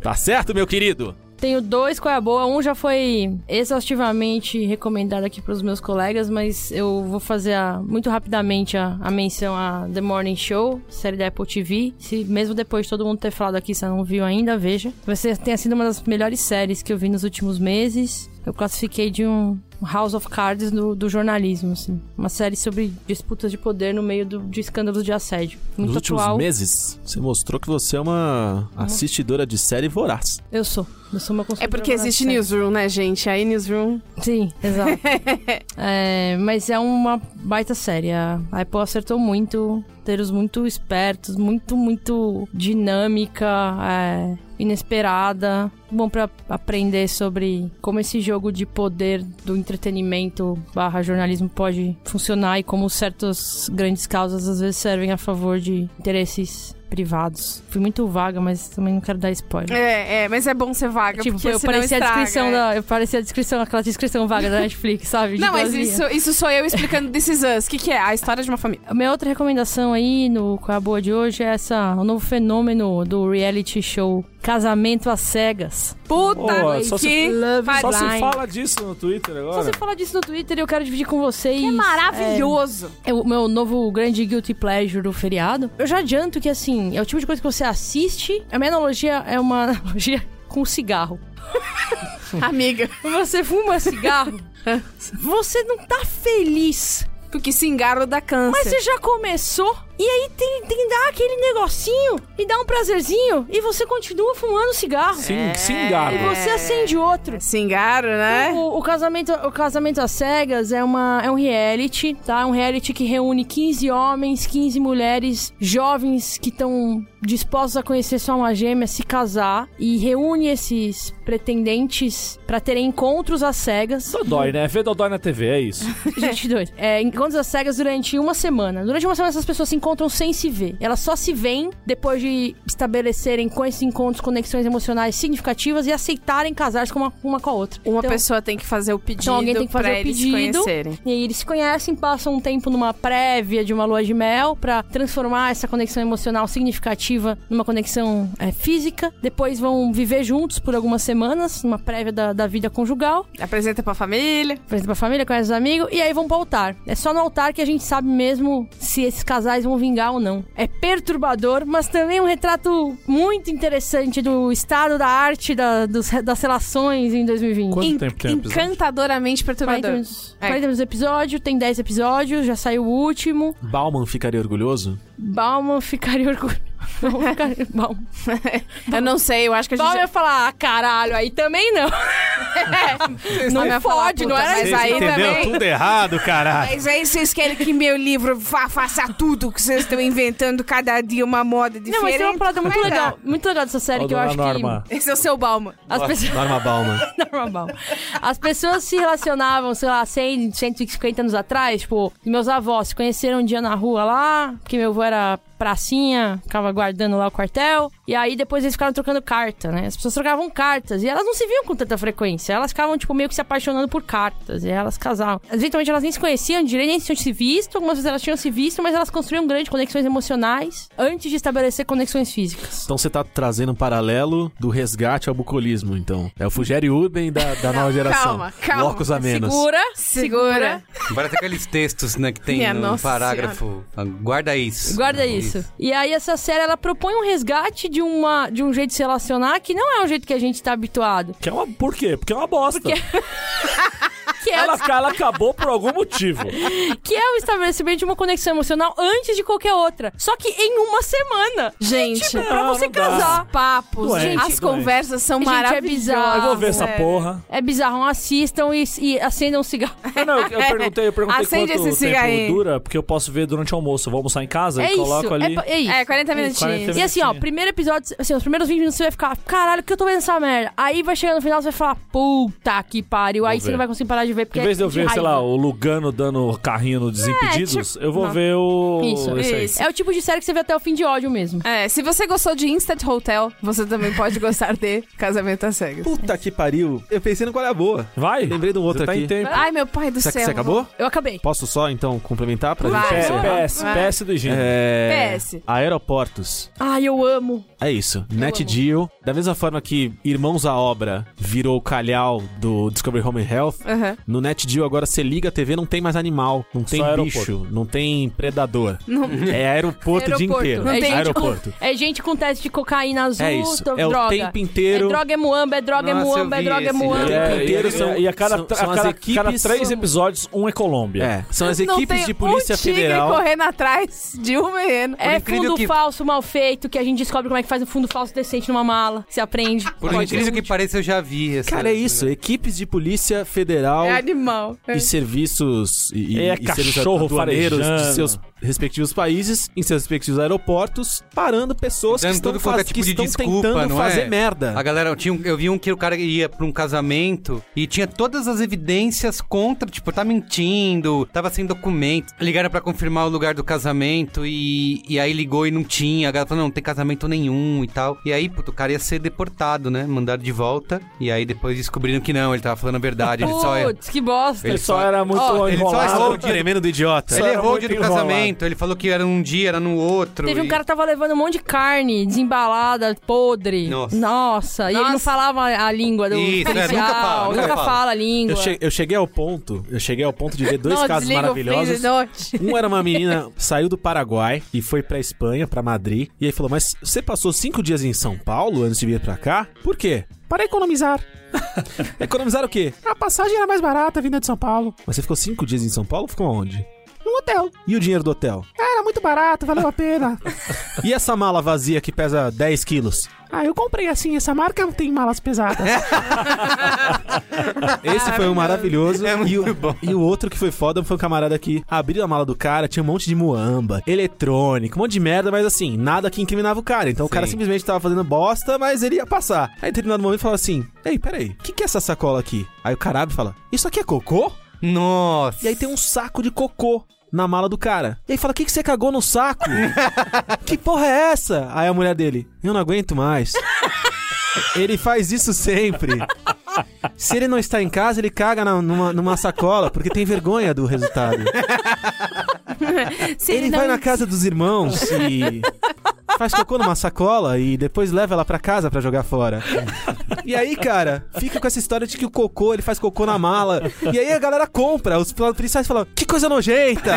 tá certo, meu querido? Tenho dois qual é a boa. Um já foi exaustivamente recomendado aqui pros meus colegas, mas eu vou fazer a- muito rapidamente a, a menção a The Morning Show, série da Apple TV. Se mesmo depois de todo mundo ter falado aqui, você não viu ainda, veja. Vai ser tenha sido uma das melhores séries que eu vi nos últimos meses. Eu classifiquei de um House of Cards do, do jornalismo, assim. Uma série sobre disputas de poder no meio do- de escândalos de assédio. Muito Nos últimos atual. meses, você mostrou que você é uma assistidora de série voraz. Eu sou. Eu sou uma É porque consumidora existe séria. Newsroom, né, gente? Aí Newsroom... Sim, exato. É, mas é uma baita série. A a Apple acertou muito, roteiros muito espertos, muito, muito dinâmica. é, inesperada. Bom pra aprender sobre como esse jogo de poder do entretenimento barra jornalismo pode funcionar e como certas grandes causas às vezes servem a favor de interesses privados. Fui muito vaga, mas também não quero dar spoiler. É, é, mas é bom ser vaga, tipo, porque eu senão parecia estraga, a descrição é. da. Eu parecia a descrição, aquela descrição vaga da Netflix, sabe? Tipo, assim, De Não, mas boazinha. isso, isso sou eu explicando This Is Us. O que, que é? A história de uma família. A minha outra recomendação aí no Qual é a Boa de hoje é essa, o novo fenômeno do reality show Casamento às Cegas. Puta Boa, só se- que Só se pariu. fala disso no Twitter Só agora. você fala disso no Twitter e eu quero dividir com vocês. É maravilhoso. é o meu novo grande guilty pleasure do feriado. Eu já adianto que, assim, é o tipo de coisa que você assiste. A minha analogia é uma analogia com um cigarro. Amiga. Quando você fuma cigarro, você não tá feliz. Porque cigarro dá câncer. Mas você já começou? E aí tem, tem que dar aquele negocinho e dá um prazerzinho e você continua fumando cigarro. É. É. Sim, sim, E garoto. você acende outro. Cingaro, né? O, o casamento, o casamento às cegas é, uma, é um reality, tá? É um reality que reúne 15 homens, 15 mulheres jovens que estão dispostos a conhecer sua alma gêmea, se casar e reúne esses pretendentes pra terem encontros às cegas. Dodói, né? Vê Dodói na TV, é isso. Gente doida. É, encontros às cegas durante uma semana. Durante uma semana essas pessoas se encontram sem se ver. Elas só se veem depois de estabelecerem com esses encontros conexões emocionais significativas e aceitarem casar-se com uma, uma com a outra. Uma Então- pessoa tem que fazer o pedido Então alguém tem que fazer pra o eles pedido. se conhecerem. E aí eles se conhecem, passam um tempo numa prévia de uma lua de mel pra transformar essa conexão emocional significativa numa conexão é, física. Depois vão viver juntos por algumas semanas, numa prévia da, da vida conjugal. Apresenta pra família. Apresenta pra família, conhece os amigos e aí vão pro altar. É só no altar que a gente sabe mesmo se esses casais vão vingar ou não. É perturbador, mas também um retrato muito interessante do estado da arte da- dos- das relações em 2020. Quanto En- tempo tem é o episódio? encantadoramente 40 perturbador. minutos, É. 40 minutos do episódio, tem 10 episódios, já saiu o último. Bauman ficaria orgulhoso? Bauman ficaria orgulhoso. Bauman ficaria- Bauman. Eu não sei, eu acho que a gente. Bauman ia falar, ah, caralho, aí também não. não É. Eu ia falar, fode, não puta, era mas isso. aí Entendeu? também. Tudo errado, caralho. Mas aí vocês querem que meu livro fa- faça tudo que vocês estão inventando cada dia uma moda Não, mas diferente? tem uma parada muito é Vai lá. legal, muito legal dessa série Ó, que eu dona acho Norma. Esse é o seu Balma. que as pessoas... Norma Bauman. normal. As pessoas se relacionavam, sei lá, 100, 150 anos atrás, tipo, meus avós se conheceram um dia na rua lá, porque meu avô era pracinha, ficava guardando lá o quartel, e aí depois eles ficaram trocando carta, né? As pessoas trocavam cartas, e elas não se viam com tanta frequência, elas ficavam, tipo, meio que se apaixonando por cartas, e elas casavam. Eventualmente elas nem se conheciam direito, nem tinham se visto, algumas vezes elas tinham se visto, mas elas construíam grandes conexões emocionais antes de estabelecer conexões físicas. Então você tá trazendo um paralelo do resgate ao bucolismo, então. É o Fugério Urban da, da nova geração. Calma, calma. Locos a menos. Segura, segura. Parece aqueles textos, né, que tem Minha no nossa parágrafo. Ah, Guarda isso. Guarda isso. E aí essa série ela propõe um resgate de uma de um jeito de se relacionar que não é o jeito que a gente tá habituado. Que é uma... Por quê? Porque é uma bosta. Que é, Ela, ela acabou por algum motivo. que é o estabelecimento de uma conexão emocional antes de qualquer outra. Só que em uma semana. Gente, Tipo, pra não, você não dá. casar. papos, Doente, gente, as doente. conversas são Gente, é maravilhosas. bizarro. Eu vou ver essa É. porra. É bizarro, assistam e, e acendam um cigarro. Ah, não, eu eu perguntei, eu perguntei Acende quanto esse tempo cigarrinho. dura, porque eu posso ver durante o almoço. Eu vou almoçar em casa É e isso, coloco é, ali. pa- é isso. É, 40 minutinhos. 40 E assim, ó, primeiro episódio, assim, os primeiros 20 minutos você vai ficar, caralho, o que eu tô vendo essa merda? Aí vai chegar no final, você vai falar, puta que pariu. aí Vou você ver. não vai conseguir parar de ver. Porque Em vez de eu ver, sei lá, raiva. É, tipo, o Lugano dando carrinho no Desimpedidos, eu vou não. ver o. Isso, esse aí. isso. É o tipo de série que você vê até o fim de ódio mesmo. É, se você gostou de Instant Hotel, você também pode gostar de Casamento às Cegas. Puta que pariu. Eu pensei no qual é a boa. Vai. Lembrei de um outro Você tá aqui. em tempo. Ai, meu pai do Será que céu. você acabou? Eu acabei. Posso só, então, complementar pra é Ah, Vai. gente? encerrar? Vai. PS, PS do Gino. É... PS. Aeroportos. Ai, Ah, eu amo. É isso. NetGeo. Da mesma forma que Irmãos à Obra virou o calhau do Discovery Home and Health, Aham. no NetGeo agora você liga a TV, não tem mais animal, não tem aeroporto. bicho, não tem predador. É aeroporto o Aeroporto. dia inteiro. Não tem- aeroporto. É gente com teste de cocaína azul, É isso. do- É o droga. tempo inteiro. É droga é muamba, é droga Nossa, é muamba, eu é vi droga é esse, muamba. E né? é- tempo inteiro e- são- e a cada, são- a são as cada, equipes- cada três são- episódios, um é Colômbia. É, são as Não equipes tem de Polícia um tigre Federal. correndo atrás de um menino. É incrível fundo que- falso mal feito, que a gente descobre como é que faz um fundo falso decente numa mala. que Você aprende. Por Pode incrível ser que útil. pareça, eu já vi essa. Cara, é isso. Equipes de Polícia Federal É animal. É. e serviços e, e- É e serviços cachorro aduaneiros de farejando. seus respectivos países, em seus respectivos aeroportos, parando pessoas que Dando estão, todo quanto faz- é tipo que de estão desculpa, tentando não fazer é? merda. A galera, eu, tinha, um- eu vi um que o cara ia pra um casamento e tinha todas as evidências contra, tipo, tá mentindo, tava sem documento. Ligaram pra confirmar o lugar do casamento e, e aí ligou e não tinha. A galera falou, não, não tem casamento nenhum e tal. E aí, puto, o cara ia ser deportado, né? Mandaram de volta. E aí depois descobriram que não, ele tava falando a verdade. Ele só é. Putz, que bosta. Ele só era muito Ó, ele só é enrolado. esconde- tremendo do idiota. Ele era errou o muito dia do enrolado. casamento, ele falou que era um dia, era no outro. Teve um e- cara que tava levando um monte de carne desembalada, podre. Nossa. Nossa, E ele não Nossa. falava a língua do Isso, é, nunca policial, fala, nunca nunca fala. a língua. Eu, che- eu cheguei ao ponto, eu cheguei ao ponto de ver dois Não, casos desliga o maravilhosos. freezer, note. Um era uma menina, saiu do Paraguai e foi pra Espanha, pra Madrid. E aí falou: Mas você passou cinco dias em São Paulo antes de vir pra cá? Por quê? Para economizar. economizar o quê? A passagem era mais barata vinda de São Paulo. Mas você ficou cinco dias em São Paulo? Ficou onde? Num hotel. E o dinheiro do hotel? Era muito barato, valeu a pena. e essa mala vazia que pesa 10 quilos? Ah, eu comprei assim, essa marca tem malas pesadas. Esse foi o maravilhoso. e, o, e o outro que foi foda foi um camarada que abriu a mala do cara, tinha um monte de muamba, eletrônico, um monte de merda, mas assim, nada que incriminava o cara. Então o cara Sim. simplesmente tava fazendo bosta, mas ele ia passar. Aí em determinado momento falou assim: Ei, peraí, o que, que é essa sacola aqui? Aí o cara abre e fala: Isso aqui é cocô? Nossa. E aí tem um saco de cocô na mala do cara. E aí fala: O que, que você cagou no saco? que porra é essa? Aí a mulher dele: Eu não aguento mais. Ele faz isso sempre. Se ele não está em casa, ele caga na- numa, numa sacola, porque tem vergonha do resultado. Se Ele não- vai na casa dos irmãos e faz cocô numa sacola e depois leva ela pra casa pra jogar fora. E aí, cara, fica com essa história de que o cocô, ele faz cocô na mala. E aí a galera compra, os policiais falam: "Que coisa nojenta!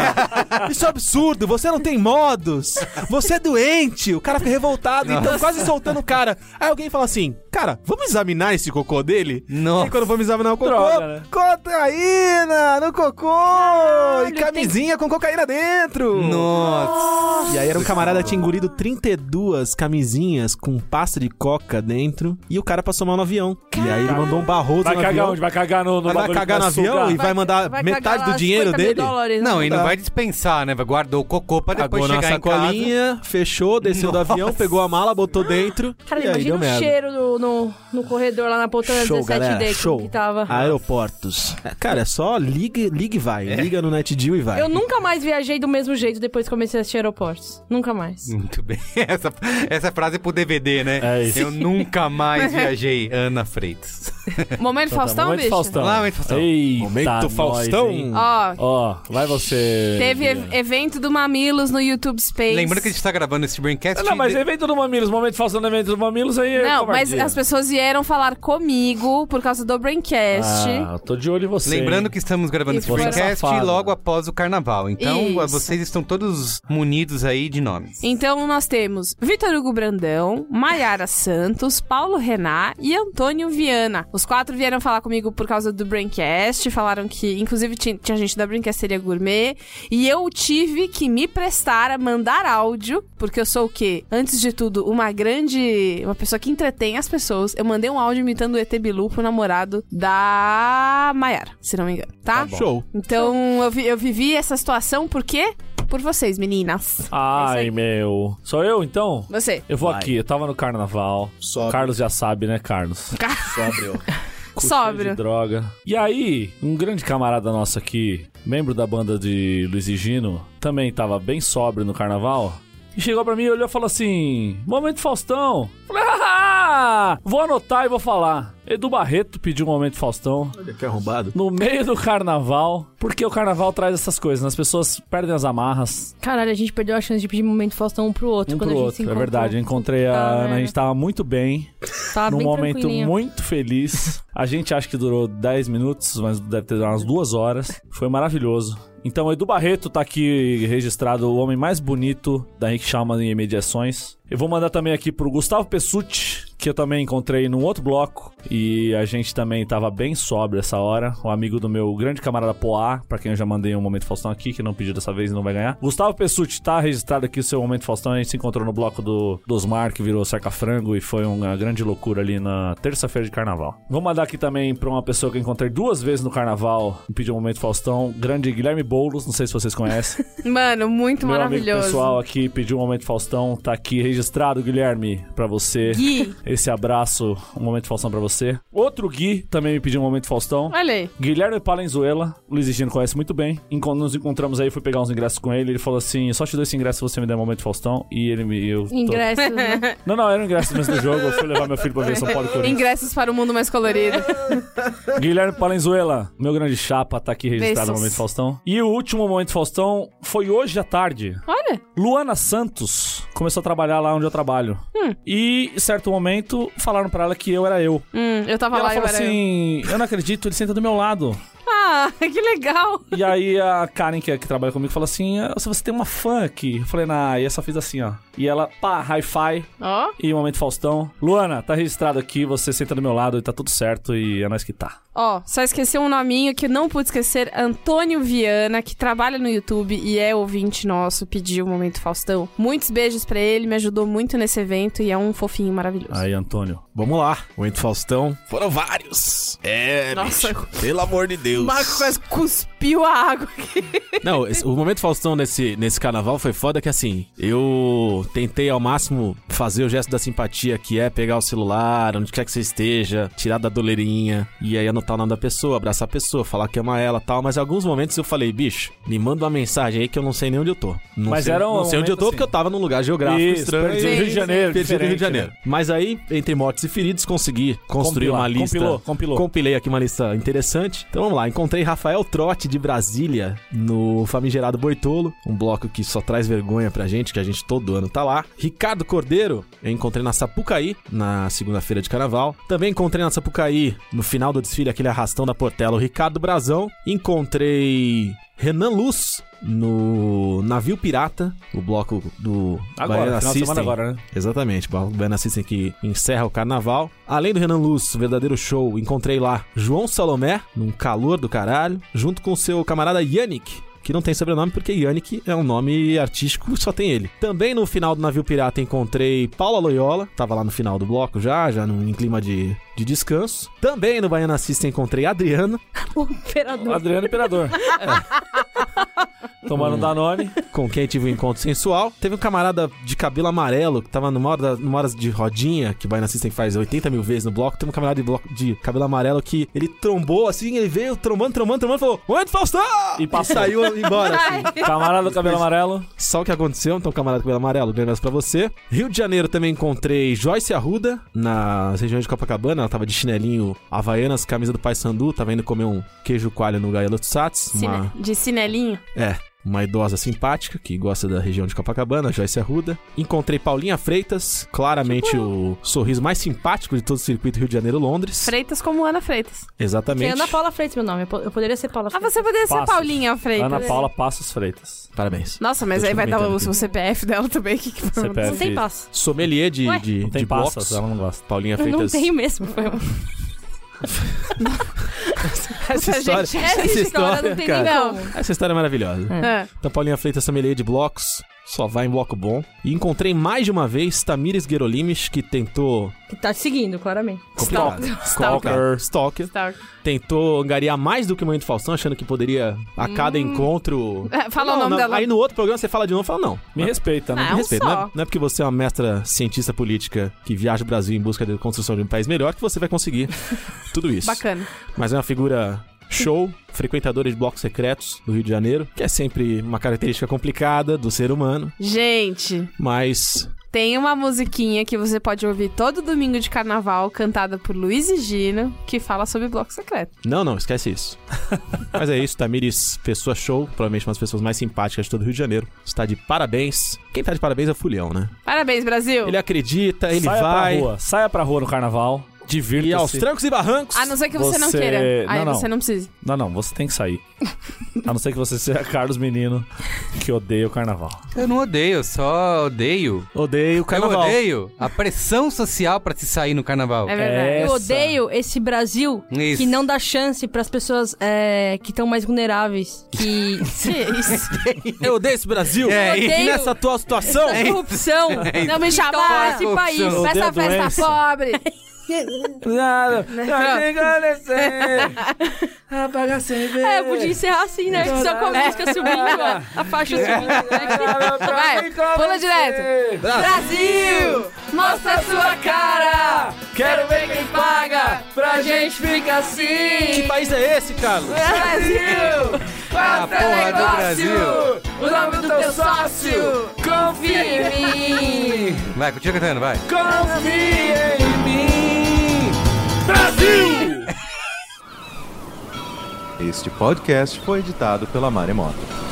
Isso é absurdo, você não tem modos. Você é doente". O cara fica revoltado, então quase soltando o cara. Aí alguém fala assim: "Cara, vamos examinar esse cocô dele?" Nossa. E quando vamos examinar o cocô, Droga, né? cocaína no cocô e camisinha com cocaína dentro. Nossa. E aí era um camarada tinha engolido 32 camisinhas com pasta de coca dentro e o cara passou mal no avião. E aí ele mandou um barroso Vai no cagar avião. onde? Vai cagar no, no Vai bagulho que cagar no vai avião sugar? e vai mandar Vai cagar metade lá do dinheiro 50 mil dele? dólares, né? Não, e não dá. vai dispensar, né? Guardou o cocô pra depois Cagou na chegar em casa. sacolinha, fechou, desceu do Nossa. avião, pegou a mala, botou dentro Cara, e aí imagina deu o merda. cheiro no, no, no corredor lá na poltrona Show, 17D galera, como show. Ah, que tava. Aeroportos. É, Cara, é só liga, liga e É. vai. Liga no NetDeal e vai. Eu nunca mais viajei do mesmo jeito depois que comecei a assistir aeroportos. Nunca mais. Muito bem. Essa, essa frase é pro DVD, né? É isso. Eu nunca mais viajei, Ana Freitas. Momento Então tá, Faustão, momento bicho? Faustão. Lá, momento Faustão. Eita, Momento nós, Faustão. hein? Ó, Ó, vai você. teve Bia. ev- evento do Mamilos no YouTube Space. Lembrando que a gente tá gravando esse Braincast. Não, mas de- evento do Mamilos, momento Faustão do evento do Mamilos aí. é Não, mas covardia. as pessoas vieram falar comigo por causa do Braincast. Ah, eu tô de olho em você. Lembrando hein? que estamos gravando E esse foram- Braincast Safada. logo após o carnaval. Então Isso. vocês estão todos munidos aí de nomes. Então nós temos Vitor Hugo Brandão, Maiara Santos, Paulo Renan e Antônio Viana. Os quatro vieram falar comigo por causa do Braincast, falaram que, inclusive, ti- tinha, gente da Brincasteria Gourmet, e eu tive que me prestar a mandar áudio, porque eu sou o quê? Antes de tudo, uma grande. uma pessoa que entretém as pessoas. Eu mandei um áudio imitando o ET Bilu pro namorado da Maiara, se não me engano, tá? Show. Então eu, vi- eu vivi essa situação por quê? Por vocês, meninas. É Ai, isso meu. Sou eu, então? Você. Eu vou aqui, eu tava no carnaval. Sobe. Carlos já sabe, né, Carlos? Sóbrio. De droga. E aí, um grande camarada nosso aqui, membro da banda de Luiz e Gino, também tava bem sóbrio no carnaval. E chegou pra mim e olhou e falou assim: Momento Faustão. Falei, ah, vou anotar e vou falar. Edu Barreto pediu um Momento Faustão Que arrombado. no meio do carnaval, porque o carnaval traz essas coisas, né? as pessoas perdem as amarras Caralho, a gente perdeu a chance de pedir momento Faustão um pro outro um quando pro a gente se outro. É encontrou. verdade, eu encontrei a Tá, Ana, a né? gente tava muito bem. Tava num tá bem momento tranquilinho. muito feliz. A gente acha que durou 10 minutos, mas deve ter durado umas duas horas. Foi maravilhoso. Então, Edu Barreto tá aqui registrado, o homem mais bonito da Henrique Schalman em mediações. Eu vou mandar também aqui pro Gustavo Pessutti, que eu também encontrei num outro bloco. E a gente também tava bem sóbrio essa hora. O amigo do meu grande camarada Poá, pra quem eu já mandei um Momento Faustão aqui, que não pediu dessa vez e não vai ganhar. Gustavo Pessutti tá registrado aqui o seu Momento Faustão. A gente se encontrou no bloco do dos Mar, que virou Sarcafrango e foi uma grande loucura ali na terça-feira de carnaval. Vou mandar aqui também pra uma pessoa que eu encontrei duas vezes no carnaval, me pediu um Momento Faustão, grande Guilherme Boulos, não sei se vocês conhecem. Mano, muito meu amigo maravilhoso. pessoal aqui pediu um Momento Faustão, tá aqui registrado, Guilherme, pra você. Gui. Esse abraço, um Momento Faustão pra você. Outro Gui também me pediu um Momento Faustão. Olha aí. Guilherme Palenzuela, o Luiz Gino conhece muito bem. E Quando nos encontramos aí, fui pegar uns ingressos com ele. Ele falou assim: só te dou esse ingresso se você me der um momento Faustão. E ele me. Eu tô- Ingressos, né? Não, não, era um ingresso mesmo do jogo. Eu fui levar meu filho pra ver São Paulo e Corinthians. Ingressos para o mundo mais colorido. Guilherme Palenzuela, meu grande chapa, tá aqui registrado no Beijos. Momento Faustão. E o último Momento Faustão foi hoje à tarde. Olha. Luana Santos começou a trabalhar lá onde eu trabalho. Hum. E, em certo momento, falaram pra ela que eu era eu. Hum, eu tava e ela lá e eu falou era eu. assim: eu não acredito, ele senta do meu lado. Ah, que legal. E aí a Karen, que, que trabalha comigo, fala assim: "Ah, se você tem uma fã aqui. Eu falei, nah, e eu só fiz assim, ó. E ela, pá, hi-fi. Ó. E um momento Faustão. Luana, tá registrado aqui, você senta do meu lado e tá tudo certo e é nós que tá. Ó, só esqueci um nominho que eu não pude esquecer. Antônio Viana, que trabalha no YouTube e é ouvinte nosso, pediu o Momento Faustão. Muitos beijos pra ele, me ajudou muito nesse evento e é um fofinho maravilhoso. Aí, Antônio. Vamos lá, o Ento Faustão. Foram vários. É, Nossa. bicho, pelo amor de Deus. O Marco quase cuspiu a água aqui. Não, esse- o momento Faustão nesse, nesse carnaval foi foda que assim, eu tentei ao máximo fazer o gesto da simpatia, que é pegar o celular, onde quer que você esteja, tirar da doleirinha, e aí anotar o nome da pessoa, abraçar a pessoa, falar que ama ela e tal, mas em alguns momentos eu falei, bicho, me manda uma mensagem aí que eu não sei nem onde eu tô. Não Mas sei, era um não sei onde eu momento tô assim. porque eu tava num lugar geográfico estranho. perdi o Rio de Janeiro. Perdi no Rio diferente, de Janeiro. né? Mas aí, entre mortes e feridos, consegui construir Compilar, uma lista. compilou, compilou. Compilei aqui uma lista interessante. Então vamos lá. Encontrei Rafael Trotti de Brasília no Famigerado Boitolo, um bloco que só traz vergonha pra gente, que a gente todo ano tá lá. Ricardo Cordeiro, eu encontrei na Sapucaí, na segunda-feira de carnaval. Também encontrei na Sapucaí, no final do desfile, aquele arrastão da Portela, o Ricardo Brazão. Encontrei Renan Luz no Navio Pirata, o bloco do Agora, Baiana final de semana System. agora, né? Exatamente, o Baiana System que encerra o carnaval. Além do Renan Luz, verdadeiro show, encontrei lá João Salomé, num calor do caralho, junto com seu camarada Yannick. Que não tem sobrenome porque Yannick é um nome artístico só tem ele. Também no final do Navio Pirata encontrei Paula Loyola, tava lá no final do bloco já, já num, em clima de, de descanso. Também no Baiana System encontrei Adriano, O imperador. Adriano Imperador. É. Tomando Danone. com quem tive um encontro sensual. Teve um camarada de cabelo amarelo que tava numa hora, numa hora de rodinha, que o Baiana System faz 80 mil vezes no bloco. Teve um camarada de, bloco- de cabelo amarelo que ele trombou assim, ele veio trombando, trombando, trombando, falou: Onde Faustão! E passou. saiu embora. Assim. Camarada do cabelo amarelo. Só o que aconteceu, então, camarada de cabelo amarelo, grande abraço pra você. Rio de Janeiro também encontrei Joyce Arruda, na região de Copacabana. Ela tava de chinelinho Havaianas, camisa do Pai Sandu, tava indo comer um queijo coalho no Gaiola do Sats. uma- Cine- né? De cinelinho. é, uma idosa simpática que gosta da região de Copacabana, Joyce Arruda. Encontrei Paulinha Freitas, claramente Tipo? o sorriso mais simpático de todo o circuito Rio de Janeiro-Londres. Freitas como Ana Freitas. Que é Exatamente. Ana Paula Freitas, meu nome. Eu po- Eu poderia ser Paula Ah, Freitas. você poderia ser Passos. Paulinha Freitas. Ana Paula Passos Freitas. Parabéns. Nossa, mas Tô te aí vai dar um o, comentando aqui. o CPF é dela também. Que que foi? CPF. Não tem passo. Sommelier de, Ué? de, Não tem de passas, blocos. ela não gosta. Paulinha Eu não Freitas. tenho mesmo. Foi uma- Essa história, essa Essa história, não tem cara. nem Não. como. Essa história é maravilhosa. Ah, Então, Paulinha Freitas, sommelier de blocos, só vai em bloco bom. E encontrei mais de uma vez Tamires Guerolimes, que tentou... Que tá te seguindo, claramente. Complicado. Stalker. Stalker. tá. tentou angariar mais do que o Momento Faustão, achando que poderia a cada Hum. encontro. É, fala o Não, nome não, dela. Aí no outro programa você fala de novo, fala não. Me respeita, né? Ah, é um Respeito, só. Não, é, não é porque você é uma mestra cientista política que viaja o Brasil em busca da construção de um país melhor que você vai conseguir tudo isso. Bacana. Mas é uma figura show, frequentadora de blocos secretos do Rio de Janeiro, que é sempre uma característica complicada do ser humano, Gente, mas Tem uma musiquinha que você pode ouvir todo domingo de carnaval, cantada por Luiz e Gino, que fala sobre bloco secreto. Não, não, esquece isso. Mas é isso, Tamires, pessoa show, provavelmente uma das pessoas mais simpáticas de todo o Rio de Janeiro. Está de parabéns. Quem tá de parabéns é o Fulhão, né? Parabéns, Brasil! Ele acredita, ele saia vai. pra rua. Saia pra rua no carnaval. Divirta-se. E aos trancos e barrancos. A não ser que você, não Você- queira. não, Aí não. você não precisa. Não, não, você tem que sair. A não ser que você seja Carlos Menino, que odeia o carnaval. Eu não odeio, eu só odeio. Odeio o carnaval. Eu odeio a pressão social pra se sair no carnaval. É verdade. Essa. Eu odeio esse Brasil Isso. que não dá chance pras pessoas é, que estão mais vulneráveis. Que. Eu odeio esse Brasil. É, e odeio. nessa atual situação. Essa corrupção. É é Não Toma me chamar esse país. Eu pra essa odeio a festa doença. pobre. Nada. É, podia encerrar assim, né? Só com a música subindo, ó, a faixa subindo. Né? Vai, pula direto. Brasil, mostra sua cara. Quero ver Quem paga pra gente fica que assim. país é esse, Carlos. Brasil, a Ah, porra do Brasil. o nome do teu sócio. Confia em mim. Vai, continua cantando, vai. Confia em mim. Brasil! Este podcast foi editado pela Maremoto.